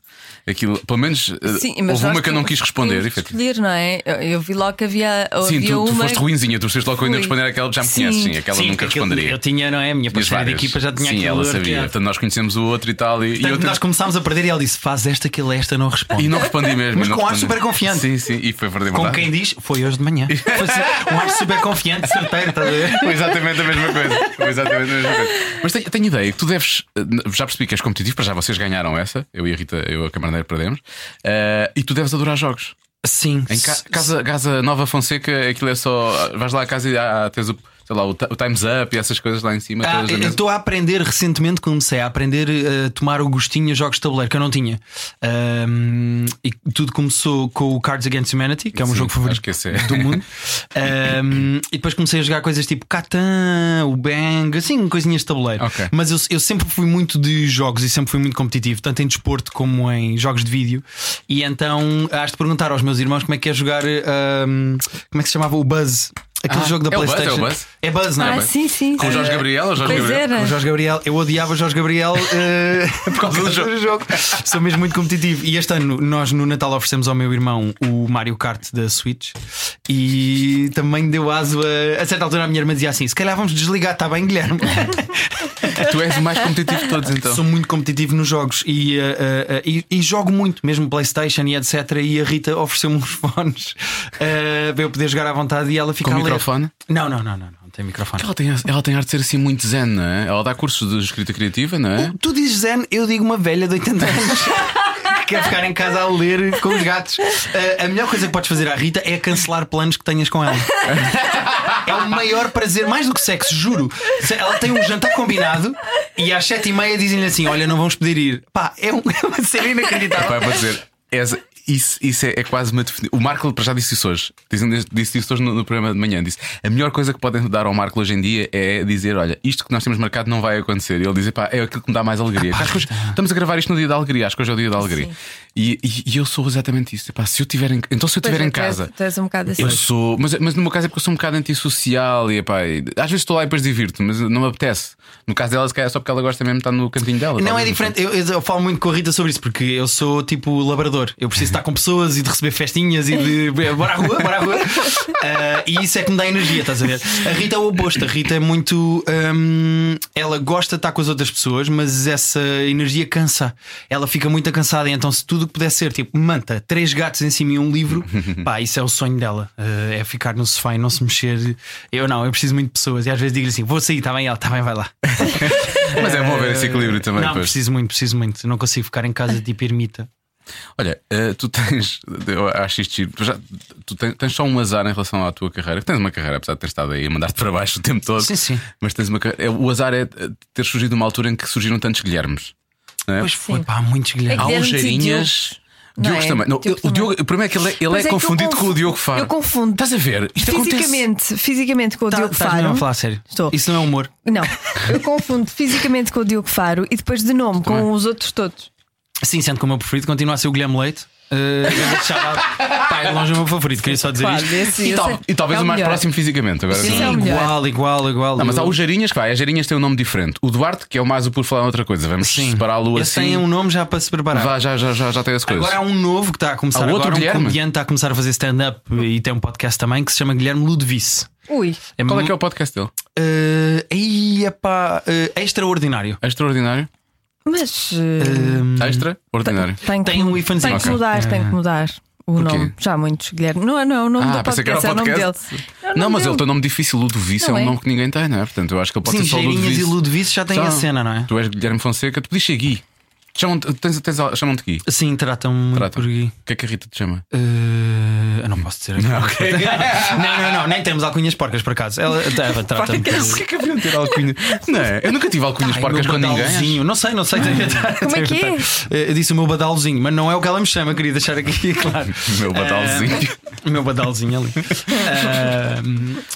B: Aquilo, pelo menos, eh,
C: Sim, mas
B: houve
C: nós
B: uma que eu não
C: tínhamos
B: quis responder,
C: que
B: efetivamente.
C: escolher, não é? Eu, eu vi logo que havia,
B: Sim,
C: havia
B: tu, tu
C: uma.
B: foste ruinzinha, tu foste logo ainda
C: Fui.
B: responder àquela que já me
C: Sim.
B: conheces, sim, aquela nunca
D: porque aquilo-
B: responderia.
D: Eu tinha, não é? A minha
B: Tinhas
D: parceira de
B: várias.
D: equipa já tinha
B: Sim,
D: aquele
B: ela
D: ar que
B: sabia.
D: era.
B: Portanto, nós conhecemos o outro e tal. E, e
D: Portanto,
B: eu
D: Nós começámos a perder e ela disse: faz esta que ele esta não responde.
B: e não respondi mesmo.
D: Mas
B: e não
D: com ar
B: respondi.
D: super confiante.
B: Sim, sim, e foi perder
D: Como
B: verdade.
D: quem diz, foi hoje de manhã. Foi assim, um ar super confiante, certeiro, estás a ver?
B: Foi exatamente a mesma coisa. Foi exatamente a mesma coisa. Mas tenho, tenho ideia que tu deves. eh, Já percebi que és competitivo, para já vocês ganharam essa. Eu e a Rita, eu e a Camarneira perdemos. Eh, e tu deves adorar jogos.
D: Sim.
B: Em ca- casa, casa Nova Fonseca, aquilo é só. Vais lá à casa e há, tens o, sei lá, o, ti- o Times Up e essas coisas lá em cima.
D: Ah,
B: todas na
D: eu
B: mesa.
D: estou a aprender recentemente, comecei a aprender eh, a tomar o gostinho a jogos de tabuleiro que eu não tinha. Ahm, e tudo começou com o Cards Against Humanity, que é um
B: Sim,
D: jogo
B: acho
D: favorito
B: que esse é.
D: do mundo. Ahm, e depois comecei a jogar coisas tipo Catan, o Bang, assim, coisinhas de tabuleiro.
B: Ok.
D: Mas eu, eu sempre fui muito de jogos e sempre fui muito competitivo, tanto em desporto como em jogos de vídeo. E então has de perguntar aos meus irmãos como é que é jogar. ahm, como é que se chamava o Buzz? Aquele
B: Ah,
D: jogo da
B: é o Buzz, é o
D: PlayStation.
B: Buzz?
D: É Buzz, não é?
C: Ah, sim, sim.
B: Com o
D: Eh,
B: Jorge Gabriel? O Jorge
C: Pois
B: Gabriel.
C: era.
D: O Jorge Gabriel, eu odiava o Jorge Gabriel eh, por causa do jogo. Sou mesmo muito competitivo. E este ano nós no Natal oferecemos ao meu irmão o Mario Kart da Switch e também deu aso a, a certa altura a minha irmã dizia assim: se calhar vamos desligar, está bem, Guilherme.
B: Tu és o mais competitivo de todos então.
D: é. Sou muito competitivo nos jogos e, eh, eh, eh, e- e jogo muito, mesmo Playstation e etc. E a Rita ofereceu-me uns fones eh, para eu poder jogar à vontade e ela fica
B: Com
D: a ler.
B: microfone?
D: Não, não, não, não, não, não tem microfone.
B: Ela tem, ela tem arte de ser assim muito zen, não é? Ela dá cursos de escrita criativa, não é?
D: Tu dizes Zen, eu digo uma velha de 80 anos que quer ficar em casa a ler com os gatos. Ah, a melhor coisa que podes fazer à Rita é cancelar planos que tenhas com ela. É o maior prazer, mais do que sexo, juro. Se- Ela tem um jantar combinado e às 7h30 dizem-lhe assim: Olha, não vamos poder ir. Pá, é, um- é uma cena inacreditável.
B: Vai para dizer. és- isso isso é, é quase uma defini- O Marco para já disse isso hoje. Dizem- Disse, isso hoje no, no programa de manhã. Disse: a melhor coisa que podem dar ao Marco hoje em dia é dizer: olha, isto que nós temos marcado não vai acontecer. E ele diz: pá, é aquilo que me dá mais alegria. Acho que hoje- estamos a gravar isto no dia da alegria. Acho que hoje é o dia da alegria. E, e- e eu sou exatamente isso. Epá, se eu tiver em- então, se eu
C: Pois
B: estiver
C: é,
B: em
C: tu és-
B: casa.
C: Tu és um bocado assim.
B: Eu sou, mas, mas no meu caso é porque eu sou um bocado antissocial e epá, e- às vezes estou lá e depois divirto-me, mas não me apetece. No caso dela, se calhar é só porque ela gosta mesmo de estar no cantinho dela.
D: Não
B: talvez,
D: é
B: sei.
D: diferente, eu, eu- eu falo muito com a Rita sobre isso, porque eu sou tipo labrador. Eu preciso estar com pessoas e de receber festinhas e de bora à rua, bora à rua. Ah, e isso é que me dá energia, estás a ver? A Rita é o oposto. A Rita é muito. hum, ela gosta de estar com as outras pessoas, mas essa energia cansa. Ela fica muito cansada. Então, se tudo que puder ser, tipo, manta, três gatos em cima e um livro, pá, isso é o sonho dela. Ah, é ficar no sofá e não se mexer. Eu não, eu preciso muito de pessoas. E às vezes digo-lhe assim: vou sair, está bem, ela, está bem, vai lá.
B: Mas é bom ver esse equilíbrio também.
D: Não,
B: pois.
D: preciso muito, preciso muito. Não consigo ficar em casa tipo ermita.
B: Olha, eh, tu tens. Eu acho isto giro. Tu, já- tu tens, tens só um azar em relação à tua carreira. Tens uma carreira, apesar de ter estado aí a mandar-te para baixo o tempo todo.
D: Sim, sim.
B: Mas tens uma carreira. O azar é eh, ter surgido uma altura em que surgiram tantos Guilhermes. não é?
D: Pois foi, pá, há muitos
C: É
D: Guilherme.
B: Há
C: Guilhermes
B: uns
C: e
B: Geirinhas.
C: Não
B: Diogo
C: é?
B: também. Não,
C: Diogo
B: o,
C: também.
B: Diogo, o problema é que ele é, ele é
C: Mas é que eu
B: confundido com o
C: confundo-
B: Diogo Faro.
C: eu confundo.
B: Estás a ver? Isto acontece. Tá,
C: fisicamente, fisicamente com o Diogo
D: Estás
C: Faro.
D: mesmo tá, a falar a sério.
C: Estou.
D: Isso não é humor.
C: Não, eu confundo fisicamente com o Diogo Faro e depois de nome com
B: Também.
C: os outros todos.
D: Sim, sendo que o meu preferido continua a ser o Guilherme Leite. Eh, eu vou deixar- pá, é longe o meu favorito, queria só dizer
C: Claro,
D: isto.
C: esse-
B: E,
C: esse
B: tal-
C: é-
B: e talvez
C: é
B: o mais
C: melhor.
B: próximo fisicamente. Agora
C: Sim,
B: não-
C: esse é o melhor.
D: Igual, igual, igual.
B: Não, mas há
D: Eu-
B: os Jarinhas que vai. As Jarinhas têm um nome diferente. O Duarte, que é o mais o por falar em outra coisa. Vamos
D: Sim.
B: separá-lo
D: Esse
B: assim.
D: tem um nome já para se preparar.
B: Vá, já, já, já, já tem essa coisa.
D: Agora há um novo que está a começar
B: Há outro
D: agora,
B: Guilherme?
D: um comediante está a começar a fazer stand-up e tem um podcast também que se chama Guilherme Ludovice.
C: Ui,
B: Qual é que é o podcast dele?
D: Eh, aí, epá, eh, é extraordinário.
B: Extraordinário?
C: mas eh,
D: Hum.
B: Extra? Ordinário?
C: tem que,
D: Tem um iPhonezinho.
C: tem
B: Ok.
C: que
B: Eh,
C: mudar, tem que mudar o
B: Porquê?
C: nome. Já há muitos, Guilherme. Não, é- não é o nome
B: Ah,
C: do
B: pensei que era o
C: podcast, é o nome dele.
B: podcast.
C: É
B: Não,
C: o nome
B: mas ele
C: dele.
B: tem o nome difícil. Ludovice
C: Não
B: é um
C: é?
B: nome que ninguém tem, não é? Portanto, eu acho que ele pode
D: Sim,
B: ser só
D: Geirinhas
B: Ludovice.
D: e Ludovice já têm
B: Já.
D: a cena, não é?
B: Tu és Guilherme Fonseca, tu podias ser Gui. Chamam- tens- tens- Chamam-te Gui.
D: Sim, tratam-me muito
B: Trata.
D: por Gui.
B: O que é que a Rita te chama?
D: Eh, eu não posso dizer aqui. não, não, não, nem temos alcunhas porcas por acaso. Ela ela trata-me. por-
B: Porquê que haviam de ter alcunha? Não é? Eu nunca tive alcunhas
D: Ai,
B: porcas
D: meu
B: com ninguém.
D: badalzinho. Não sei, não sei. Como
C: é que é?
D: Eh, Eu disse o meu badalzinho, mas não é o que ela me chama, queria deixar aqui claro. Eh,
B: Meu badalzinho.
D: O meu badalzinho ali. Ah,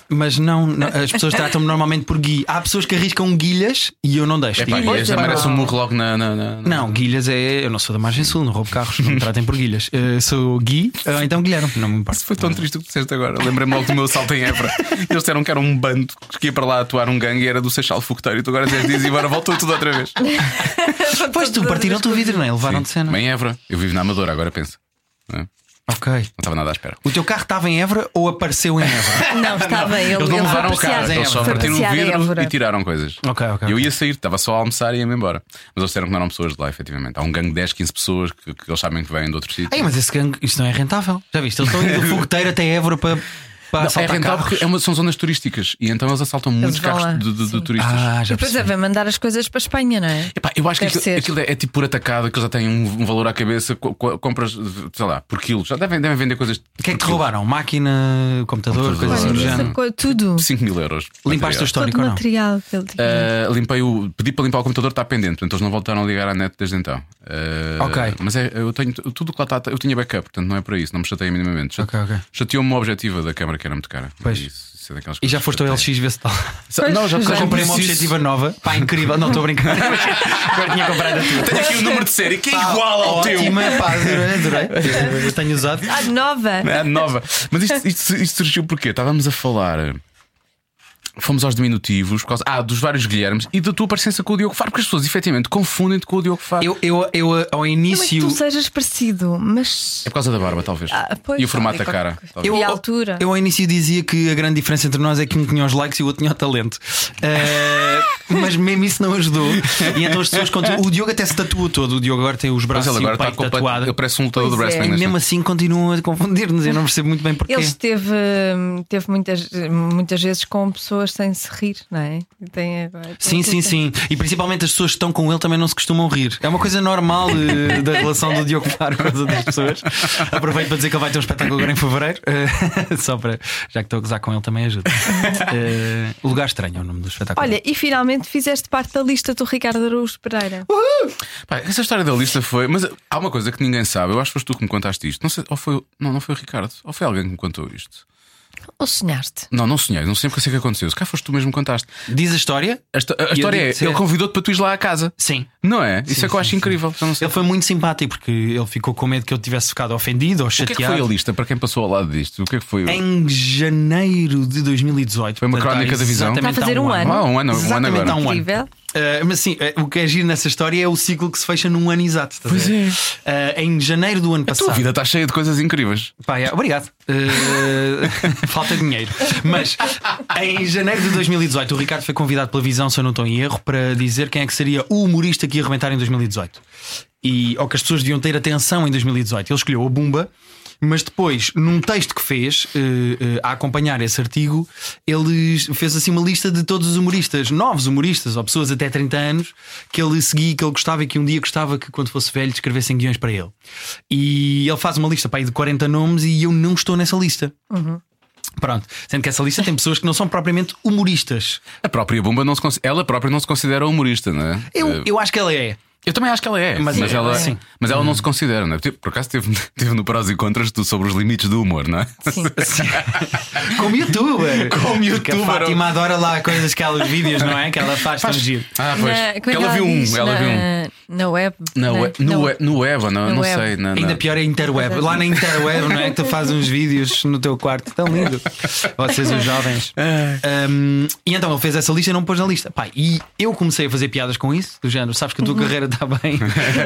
D: mas não, não, as pessoas tratam-me normalmente por Gui. Há pessoas que arriscam guilhas e eu não deixo.
B: Epá,
C: Guilherme.
B: e já merece um murro logo na. na, na- na-
D: Não, guilhas é. Eu não sou da margem sul, não roubo carros, não me tratem por guilhas. Eh, sou Gui, ou então Guilherme, não me importa.
B: Isso foi tão triste o que disseste agora. Lembrei-me logo do meu salto em Évora. Eles disseram que era um bando que ia para lá atuar um gangue e era do Seixal Fogoteiro. E tu agora dizes, e agora voltou tudo outra vez.
D: Pois tu partiram-te o vidro, não é? Levaram-te cena.
B: Bem, Évora. Eu vivo na Amadora, agora pensa. Não é? Não
D: Ok.
B: estava nada à espera.
D: O teu carro estava em Évora ou apareceu em Évora?
C: Não, está bem. Ele,
B: Eles
C: ele
B: tá- não
C: foi é
B: levaram o
C: passear
B: carro,
C: em
B: eles só
C: Évora.
B: partiram o
C: Passear em
B: vidro
C: Évora.
B: e tiraram coisas.
D: Ok, ok,
B: Eu
D: ok.
B: ia sair, estava só a almoçar e ia-me embora. Mas eles disseram que não eram pessoas de lá, efetivamente. Há um gangue de 10, 15 pessoas que, que eles sabem que vêm de outros sítios.
D: Ei, mas esse gangue, isto não é rentável. Já viste? Eles estão indo do fogoteiro até Évora para, para
B: Não, é
D: assaltar
B: rentável
D: carros.
B: porque é uma- são zonas turísticas e então eles assaltam muitos
C: vão lá,
B: carros de, de- de
C: sim.
B: turistas.
D: Ah, já
C: Depois é,
D: percebi.
C: vai mandar as coisas para a Espanha, não é?
B: Epá, eu acho que
C: Deve
B: aquilo,
C: ser.
B: aquilo é, é tipo por atacado, aquilo já tem um, um valor à cabeça. co- co- compras, sei lá, por quilo. Já devem, devem vender coisas.
D: O que é que te roubaram? Máquina, computador, coisa assim do
B: Computador,
D: género.
C: Co- Tudo.
B: 5 mil euros.
D: Limpaste
B: Material.
D: o histórico
C: Todo o
D: ou não?
C: material que ele tinha.
B: Uh, limpei o. Pedi para limpar o computador, está pendente, portanto eles não voltaram a ligar à net desde então. Uh,
D: Ok.
B: Mas é, eu tenho tudo que lá está, eu tinha backup, portanto não é para isso, não me chatei minimamente. Chate-
D: Ok, ok.
B: Chateou-me uma objetiva da câmara que era muito cara.
D: Pois.
B: E isso- isso é daquelas
D: E
B: coisas
D: já
B: que
D: foste ao LX
B: chateia.
D: ver se tal.
B: Sa- Não, já,
C: Pois,
B: já
C: já.
D: Comprei uma
B: preciso.
D: objetiva nova. Pá, incrível. Não, estou a brincar. Agora tinha comprado a tua. Tá
B: Tenho aqui o número de série que é igual ao teu.
D: Ótima, pá, adorei, adorei. Eu Tenho usado.
C: Ah, nova!
B: É, nova. Mas isto, isto- isto surgiu porque estávamos a falar. Fomos aos diminutivos, por causa- ah, dos vários Guilhermes e da tua parecença com o Diogo Faro, porque as pessoas efetivamente confundem-te com o Diogo Faro.
D: Eu, eu, eu eh, ao
C: Não é que
D: início.
C: tu sejas parecido, mas.
B: É por causa da barba, talvez.
C: Ah, pois,
B: e o formato da
C: sabe,
B: cara.
C: qualquer
B: talvez.
C: coisa. E a altura?
D: Eu ao início dizia que a grande diferença entre nós é que um tinha os likes e o outro tinha o talento. Eh, mas mesmo isso não ajudou. E então as pessoas. continuam- O Diogo até se tatuou todo. O Diogo agora tem os
B: Mas
D: braços
B: ele
D: e
B: agora
D: o
B: está
D: peito tatuado.
B: completo. Ele parece um lutador de
C: Pois é.
B: wrestling.
D: E
B: neste
D: mesmo assim continuam a confundir-nos. Eu não percebo muito bem porquê.
C: Ele esteve, hum, teve muitas, muitas vezes com pessoas sem se rir, não é? Tem agora-
D: Sim, sim, sim. E principalmente as pessoas que estão com ele também não se costumam rir. É uma coisa normal eh, da relação do Diogo Faro com as outras pessoas. Aproveito para dizer que ele vai ter um espetáculo agora em fevereiro. Eh, só para. Já que estou a gozar com ele também ajuda. Eh, O Lugar Estranho é o nome do espetáculo.
C: Olha, e finalmente fizeste parte da lista do Ricardo Araújo Pereira.
B: Pá, essa história da lista foi. Mas há uma coisa que ninguém sabe. Eu acho que foste tu que me contaste isto. Não sei, ou foi. Não, não foi o Ricardo. Ou foi alguém que me contou isto.
C: Ou sonhaste?
B: Não, não sonhei. Não sei porque sei o que aconteceu. Se cá foste tu mesmo que contaste.
D: diz a história.
B: A, histó- a história é:
D: digo-te-
B: ele convidou-te para tu ires lá à casa.
D: Sim.
B: Não é? Isso é que eu
D: sim,
B: acho
D: sim.
B: incrível. Já não sei.
D: Ele foi muito simpático porque ele ficou com medo que eu tivesse ficado ofendido ou
B: O que é que foi a
D: chateado.
B: lista para quem passou ao lado disto? O que é que foi?
D: Em janeiro de 2018.
B: Foi uma
D: portanto, há
B: crónica da visão?
D: exatamente
C: Está a fazer
D: há
C: um ano.
B: Ah, um ano, um ano
D: Exatamente
B: agora.
D: há um ano.
C: Incrível.
D: Ah, mas sim, eh, o que é giro nessa história é o ciclo que se fecha num ano exato. estás a
B: Pois
D: ver? Ah, em janeiro do ano
B: A tua
D: passado.
B: vida está cheia de coisas incríveis.
D: Pá, é, obrigado. Eh, falta dinheiro. Mas em janeiro de 2018, o Ricardo foi convidado pela Visão, se eu não estou em erro, para dizer quem é que seria o humorista que ia arrebentar em 2018. E, ou que as pessoas deviam ter atenção em 2018. Ele escolheu a Bumba. Mas depois, num texto que fez, eh, eh, a acompanhar esse artigo, ele fez assim uma lista de todos os humoristas, novos humoristas, ou pessoas até 30 anos, que ele seguia, que ele gostava e que um dia gostava que, quando fosse velho, escrevessem guiões para ele. E ele faz uma lista para aí de 40 nomes e eu não estou nessa lista. Pronto, sendo que essa lista tem pessoas que não são propriamente humoristas.
B: A própria Bumba não se con- ela própria não se considera humorista, não é?
D: Eu,
B: Eh,
D: eu acho que ela é.
B: eu também acho que ela é, mas,
D: Mas- Sim,
B: ela,
D: sim. Hum.
B: mas ela não se considera, não é? Tipo, Por acaso teve, teve no prós e contras tu sobre os limites do humor, não é?
C: Sim.
D: Como youtuber.
B: Como
D: Porque a
B: youtuber.
D: Fátima adora lá coisas que ela, vídeos, não é? Que ela faz tão giro.
B: Ah, pois.
C: Na- como é que
B: ela viu um,
C: diz?
B: ela
C: na,
B: viu um.
C: Na web.
B: Na
C: né?
B: we- no, we- no web, ou não,
C: No
B: não
C: web.
B: sei. Na, na-
D: Ainda pior é a interweb. Lá na interweb, não é? Que tu fazes uns vídeos no teu quarto. Tão lindo. Vocês, os jovens.
B: Ah.
D: Um, e então ele fez essa lista e não me pôs na lista. Pá, e eu comecei a fazer piadas com isso. Do género, sabes que a tua carreira está bem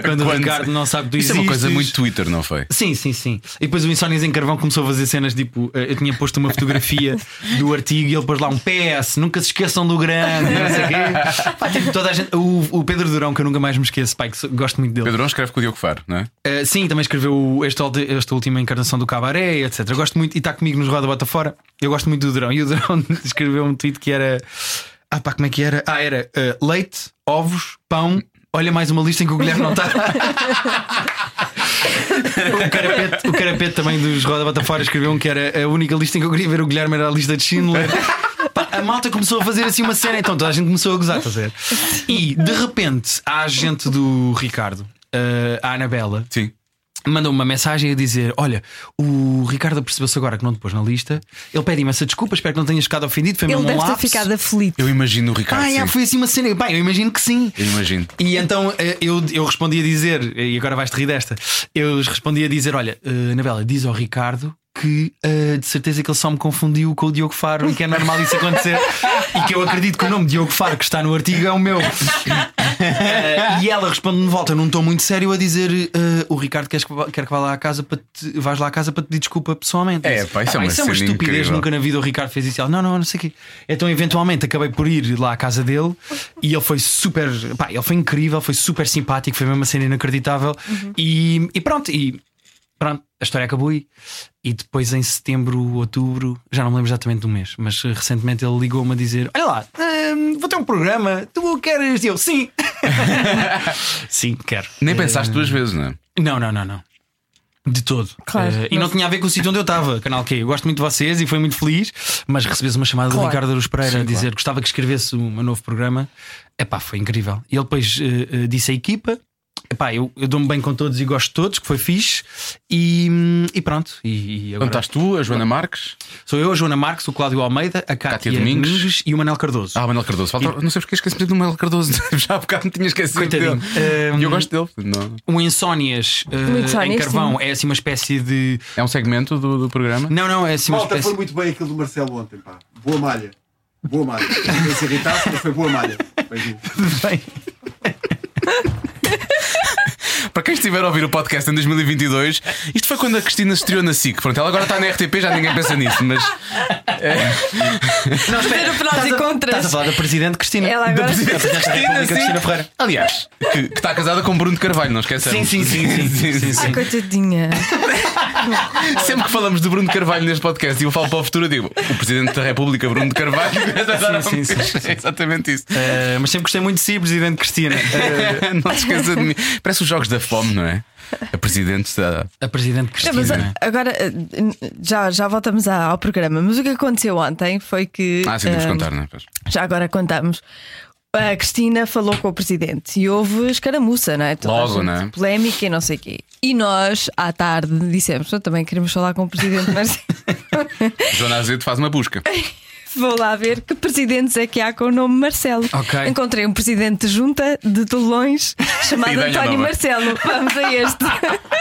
D: quando o Ricardo não sabe que tu
B: Uhum. Isso é uma coisa
D: existes.
B: muito Twitter, não foi?
D: Sim, sim, sim. E depois o Insónias em Carvão começou a fazer cenas tipo: eh, eu tinha posto uma fotografia do artigo e ele pôs lá um PS, nunca se esqueçam do grande, não sei o quê. Pá, tipo, toda a gente, o, o Pedro Durão, que eu nunca mais me esqueço, pá, que so- gosto muito dele.
B: Pedrão escreve com o Diogo Faro, não é?
D: Eh, sim, também escreveu o- este, ulti- esta última encarnação do Cabaré, etc. Eu gosto muito, e está comigo nos Roda Bota Fora. Eu gosto muito do Durão. E o Durão escreveu um tweet que era: ah, pá, como é que era? Ah, era eh, leite, ovos, pão. Olha mais uma lista em que o Guilherme não está. O carapete, o carapete também dos Roda Bota Fora escreveu um que era a única lista em que eu queria ver o Guilherme era a lista de Schindler. Pá, A malta começou a fazer assim uma cena, então toda a gente começou a gozar, estás a ver? E de repente a agente do Ricardo, eh, a Anabela,
B: Sim.
D: mandou uma mensagem a dizer: Olha, o Ricardo percebeu-se agora que não te pôs na lista, ele pede imensa desculpa, espero que não tenhas ficado ofendido. Foi mesmo
C: Ele
D: um
C: deve ter
D: lapso.
C: ficado aflito.
B: Eu imagino o Ricardo.
D: Ah, é,
B: sim.
D: foi assim uma cena. Bem, eu imagino que sim.
B: Eu imagino.
D: E então eh, eu, eu respondi a dizer, e agora vais-te rir desta, eu respondi a dizer: olha, eh, Anabela, diz ao Ricardo que eh, de certeza que ele só me confundiu com o Diogo Faro e que é normal isso acontecer e que eu acredito que o nome Diogo Faro que está no artigo é o meu. Eh, e ela responde-me de volta num tom muito sério a dizer: eh, o Ricardo quer que, vá- quer que vá lá à casa para te, vais lá à casa para te pedir desculpa pessoalmente.
B: É, pá, isso é uma
D: isso é uma
B: cena
D: estupidez
B: incrível.
D: nunca na vida o Ricardo fez isso. E Ela, não, não, não sei o quê. Então, eventualmente, acabei por ir lá à casa dele e ele foi super. Pá, ele foi incrível, foi super simpático, foi mesmo uma cena inacreditável. E, e pronto, e pronto, a história acabou aí. E depois, em setembro, outubro, já não me lembro exatamente do mês, mas eh, recentemente ele ligou-me a dizer: Olha lá, hum, vou ter um programa, tu queres? E eu, sim. sim, quero.
B: Nem pensaste duas vezes, não é?
D: Não, não, não, não. De todo.
C: Claro,
D: Eh, e
C: mas-
D: não tinha a ver com o sítio onde eu estava, Canal Q. Eu gosto muito de vocês e foi muito feliz, mas recebes uma chamada
C: Claro.
D: do Ricardo Aruz Pereira a dizer que gostava que escrevesse um, um novo programa. Epá, foi incrível. E ele depois eh, eh, disse à equipa: epá, eu, eu dou-me bem com todos e gosto de todos, que foi fixe. E, hum, e pronto. E, e agora
B: Quanto estás tu, a Joana Marques?
D: sou eu, a Joana Marques, o Cláudio Almeida, a Cátia,
B: Domingues.
D: Domingues. e o Manel Cardoso.
B: Ah, o Manuel Cardoso. Falta... Não sei porque esqueci-me do Manuel Cardoso. Já há bocado me tinha esquecido
D: Coitadinho.
B: dele.
D: Hum.
B: E eu gosto dele. Não.
D: O Insónias, eh,
C: O Um Insónias,
D: em Carvão é assim uma espécie de.
B: É um segmento do, do programa.
D: Não, não, é assim uma
E: Malta,
D: espécie.
E: foi muito bem aquilo do Marcelo ontem, pá. Boa malha. Boa malha. Não se irritasse, mas foi boa malha. Beijinho.
D: Bem.
B: Para quem estiver a ouvir o podcast em 2022, isto foi quando a Cristina se estreou na SIC. Pronto, ela agora está na RTP, já ninguém pensa nisso, mas.
D: Não,
C: Fazer o prós e contras.
D: Estás a falar da Presidente Cristina.
C: Ela
D: Da
C: agora-
D: Presidente da
B: sim.
D: República, Cristina Ferreira.
B: Aliás, que, que está casada com Bruno de Carvalho, não esqueçamos.
D: Sim, sim, sim, sim, sim, sim.
C: Ai, coitadinha.
B: Sempre que falamos de Bruno de Carvalho neste podcast e eu falo para o futuro, eu digo o Presidente da República, Bruno de Carvalho.
D: Sim, sim, sim, sim.
B: É exatamente isso.
D: Eh, mas sempre gostei muito de si, Presidente Cristina. Eh,
B: não se esqueça de mim. Parece os Jogos da Fome, não é? A Presidente da.
D: a Presidente
C: É, mas
D: Cristina.
C: agora eh, já, já voltamos a- ao programa, mas o que aconteceu ontem foi que
B: Ah, sim, temos
C: eh,
B: que contar, não é? Pois.
C: já agora contamos. A Cristina falou com o presidente e houve escaramuça, não é? Toda a
B: Logo,
C: gente
B: não é?
C: Polémica e não sei o quê. E nós, à tarde, dissemos: "Eu também queremos falar com o presidente, mas
B: Joana Azevedo faz uma busca.
C: Vou lá ver que presidentes é que há com o nome Marcelo.
D: Ok.
C: Encontrei um presidente de junta de Tolões
B: E
C: chamado
B: dei-lhe
C: António
B: nova.
C: Marcelo. Vamos a este.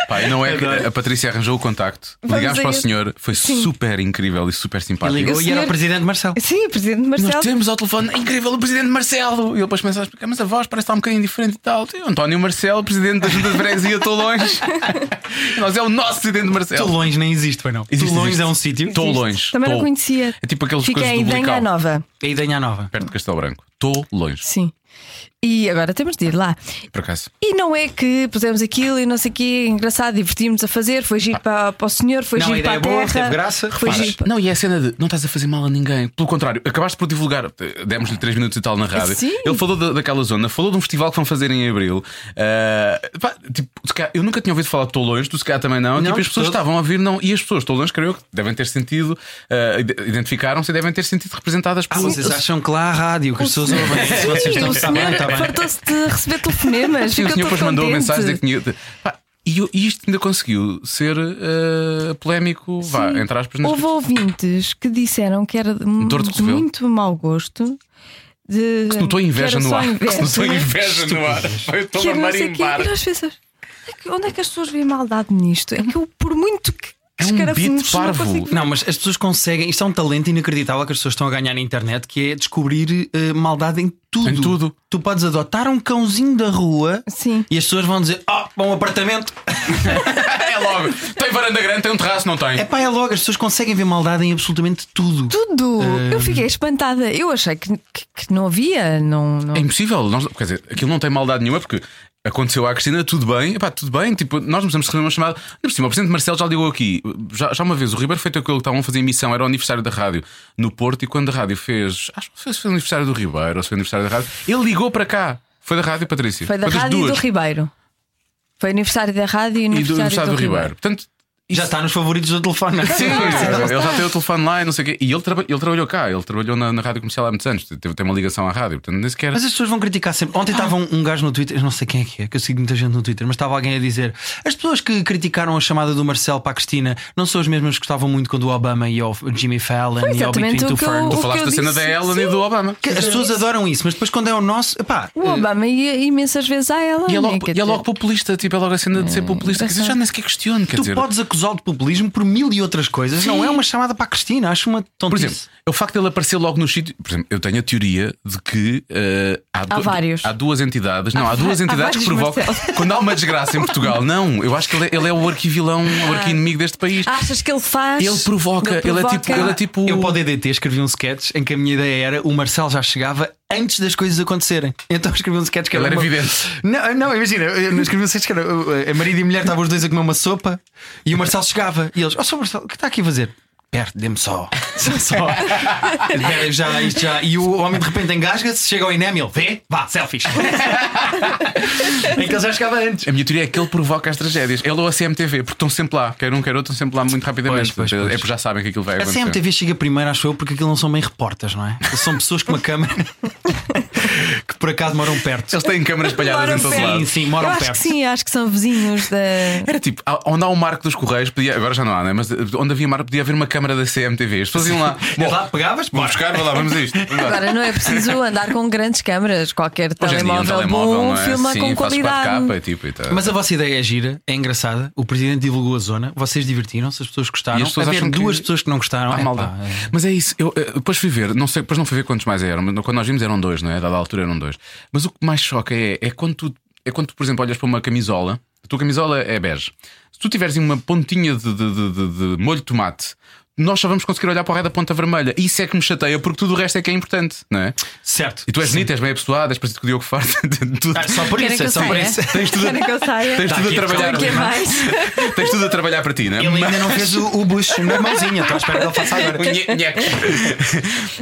B: Pá, e não é que a Patrícia arranjou o contacto.
C: Vamos
B: Ligámos
C: a
B: para o
C: isso.
B: senhor, foi super incrível e super simpático.
D: Ligou e era
C: senhor-
D: o presidente Marcelo.
C: Sim, presidente
B: Nós
C: Marcelo.
B: temos ao telefone, é incrível, o presidente Marcelo. E ele depois começa a explicar, mas a voz parece estar um bocadinho diferente e tal. E o António Marcelo, presidente da Junta de Freguesia, estou longe. Nós é o nosso presidente Marcelo.
D: Tolões nem existe, pois não.
B: Existe,
D: Tolões
B: existe.
D: é um sítio.
B: Estou longe.
C: Também não
B: Tô.
C: conhecia.
B: É tipo aqueles
C: Fiquei
B: coisas
C: em
B: do
C: Danha
B: Blical,
C: Nova.
D: É ideia nova.
B: perto de Castelo Branco. Estou longe,
C: Sim. E agora temos de ir lá.
B: por acaso.
C: E não é que pusemos aquilo e não sei o quê, engraçado, divertimos a fazer, foi giro para, para o senhor, foi
D: Não, a
C: giro para
D: ideia
C: a
D: é boa,
C: terra.
D: teve graça.
C: Foi
D: Repara,
C: giro para...
B: Não, e é a cena de não estás a fazer mal a ninguém. Pelo contrário, acabaste por divulgar. eh, Demos-lhe 3 minutos e tal na rádio.
C: Sim.
B: Ele falou da- daquela zona, falou de um festival que vão fazer em abril. Ah, pá, tipo, se calhar- eu nunca tinha ouvido falar de Tolões, tu se calhar também não.
D: Não,
B: tipo, as pessoas
D: todo.
B: estavam a ouvir, não. E as pessoas, Tolões, creio eu, que devem ter sentido, ah, ide- identificaram-se e devem ter sentido representadas
D: Ah,
B: pelo-
D: vocês acham que lá há rádio, que as pessoas ouvem. Se
C: Sim,
D: vocês
B: tá
D: estão
C: o
D: está bem,
C: senhor
D: está bem.
C: fartou-se de receber telefonemas.
B: Sim, o senhor
C: ficou todo
B: depois mandou a
C: contente.
B: mensagem de que tinha. Pá, e eu- e isto ainda conseguiu ser ah, polémico, vá,
C: Sim.
B: entre aspas, nas
C: Houve ouvintes que disseram que era de,
B: Dor de
C: de
B: cotovelo.
C: muito mau gosto. De,
B: Se notou inveja no ar. Se notou inveja no ar. Eu
C: Que
B: estou a
C: era não sei o quê.
B: marimbar.
C: E nós pensamos, onde é que- onde é que as pessoas veem maldade nisto? É que eu, por muito que.
B: É um
C: escarafunchos,
B: beat
C: não
B: parvo.
C: consigo-
D: Não, mas as pessoas conseguem. Isto é um talento inacreditável que as pessoas estão a ganhar na internet, que é descobrir eh, maldade em tudo.
B: Em tudo.
D: Tu podes adotar um cãozinho da rua
C: Sim.
D: e as pessoas vão dizer: Oh, bom apartamento.
B: É logo. Tem varanda grande, tem um terraço, não
D: É
B: tem.
D: pá, é logo. As pessoas conseguem ver maldade em absolutamente tudo.
C: Tudo!
B: Hum.
C: Eu fiquei espantada. Eu achei que, que- que não havia. Não, não-
B: É impossível. Nós, quer dizer, aquilo não tem maldade nenhuma porque. Aconteceu à Cristina, tudo bem, epá, tudo bem. Tipo, nós não precisamos receber uma chamada. Ainda por cima, o Presidente Marcelo já ligou aqui. Já, já uma vez, o Ribeiro foi ter com ele que estavam a fazer emissão, era o aniversário da rádio no Porto. E quando a rádio fez, acho que foi, foi o aniversário do Ribeiro ou se foi o aniversário da rádio, ele ligou para cá. Foi da rádio, Patrícia?
C: Foi da
B: das
C: Rádio e do
B: duas.
C: Ribeiro. Foi aniversário da Rádio e
B: E do
C: aniversário,
B: aniversário do,
C: Ribeiro.
B: Ribeiro. Portanto,
D: Já está nos favoritos do telefone. é?
B: Sim, ele já tem o telefone lá e não sei o quê. E ele, traba- ele trabalhou cá, ele trabalhou na, na rádio comercial há muitos anos, teve, tem uma ligação à rádio, portanto nem sequer.
D: Mas as pessoas vão criticar sempre. Ontem estava um, um gajo no Twitter, eu não sei quem é que é, que eu sigo muita gente no Twitter, mas estava alguém a dizer: as pessoas que criticaram a chamada do Marcelo para a Cristina não são as mesmas que gostavam muito quando o Obama e o Jimmy Fallon
C: Foi
D: e o Between
C: exatamente
D: Two
C: o que eu-
B: tu
D: Ferns.
C: o-
B: falaste
C: que
B: da cena da
C: disse,
B: Ellen e
C: sim.
B: do Obama.
D: Que As pessoas adoram isso, mas depois quando é o nosso, pá,
C: O Obama ia imensas vezes à ela.
B: E é, logo,
C: né? Quer
B: e é logo
C: dizer, é
B: populista, tipo, é logo a cena de ser populista. Quer dizer, já nem sequer questiono, quer
D: tu
B: dizer.
D: podes acusá-lo de populismo por mil e outras coisas. Não é uma chamada para a Cristina, acho uma
B: Por
D: tontice.
B: exemplo, é o facto de ele aparecer logo no sítio. Por exemplo, eu tenho a teoria de que eh, há, du-
C: vários.
B: há duas entidades. Não, há, duas
C: há
B: entidades que
C: vários
B: provocam.
C: Marcelo.
B: Quando há uma desgraça em Portugal, não. Eu acho que ele é, ele é o arquivilão,
C: Ah.
B: o arqui-inimigo deste país.
C: Achas que ele faz?
B: ele, provoca, ele é tipo. Ele é tipo
D: Ah, Eu para o DDT escrevi um sketch em que a minha ideia era o Marcelo já chegava antes das coisas acontecerem. Então escrevi um sketch que
B: Ele
D: era.
B: era
D: uma-
B: evidente.
D: Não, não, imagina, eu não escrevi um sketch que era. uh, A marido e a mulher estavam os dois a comer uma sopa e o Marcelo chegava e eles, ó, só Marcelo, o que está aqui a fazer? Perto, dê-me só. Só, só. Dê- já, isto já. E o homem de repente engasga-se, chega ao Inem e ele vê, vá, selfies. em que ele já chegava antes.
B: A minha teoria é que ele provoca as tragédias. Ele ou a CMTV, porque estão sempre lá. Quer um, quer outro, estão sempre lá muito rapidamente.
D: Pois, pois, pois.
B: É porque já sabem que aquilo vai
D: A
B: acontecer.
D: CMTV chega primeiro, acho eu, porque aquilo não são bem repórteres, não é? São pessoas com uma câmera que por acaso moram perto.
B: Eles têm câmaras espalhadas em todo
C: Moram
B: lado.
D: Sim, sim,
C: Eu
D: moram
C: acho
D: perto.
C: que sim, acho que são vizinhos da.
B: Era tipo, há- onde há o marco dos Correios, podia- agora já não há, né? mas eh, onde havia marco podia haver uma câmara da CMTV. As pessoas iam lá.
D: Mas
B: Bom,
D: lá
B: vamos
D: pegavas, bora.
B: buscar, vai lá, vamos a isto. Vamos lá.
C: Agora não é preciso andar com grandes câmaras. Qualquer
B: Hoje em dia,
C: telemóvel,
B: um telemóvel,
C: bom
B: não é?
C: filma
B: sim,
C: com
B: fazes
C: qualidade.
B: 4K, tipo, e tal.
D: Mas a vossa ideia é gira, é engraçada. O presidente divulgou a zona, vocês divertiram-se, as pessoas gostaram.
B: E as pessoas
D: Haver
B: acham que-
D: duas pessoas que não gostaram.
B: Ah,
D: epá,
B: maldade. Mas é isso, eu eh, depois fui ver, não sei, depois não fui ver quantos mais eram, mas quando nós vimos eram dois, não é? A dada altura eram dois. Mas o que mais choca é, é quando tu, é quando tu, por exemplo, olhas para uma camisola, a tua camisola é bege. Se tu tiveres uma pontinha de, de- de- de- de molho de tomate, nós só vamos conseguir olhar para o raio da ponta vermelha. Isso é que me chateia, porque tudo o resto é que é importante, não é?
D: Certo.
B: E tu és bonita, és bem apessoado, és parecido com o Diogo Farta, tudo.
D: Ah, só por
C: Querem
D: isso,
C: que
D: é
C: eu
D: só por
C: saia?
D: isso.
B: Tens tudo,
C: Querem que eu saia?
B: tens um
D: Tá
B: tudo a
D: aqui,
B: trabalhar.
C: Aqui
D: aqui
C: é mais.
B: Tens tudo a trabalhar para ti, não é?
D: Ele ainda não fez o, o bucho na mãozinha, estou à espera que ele faça agora.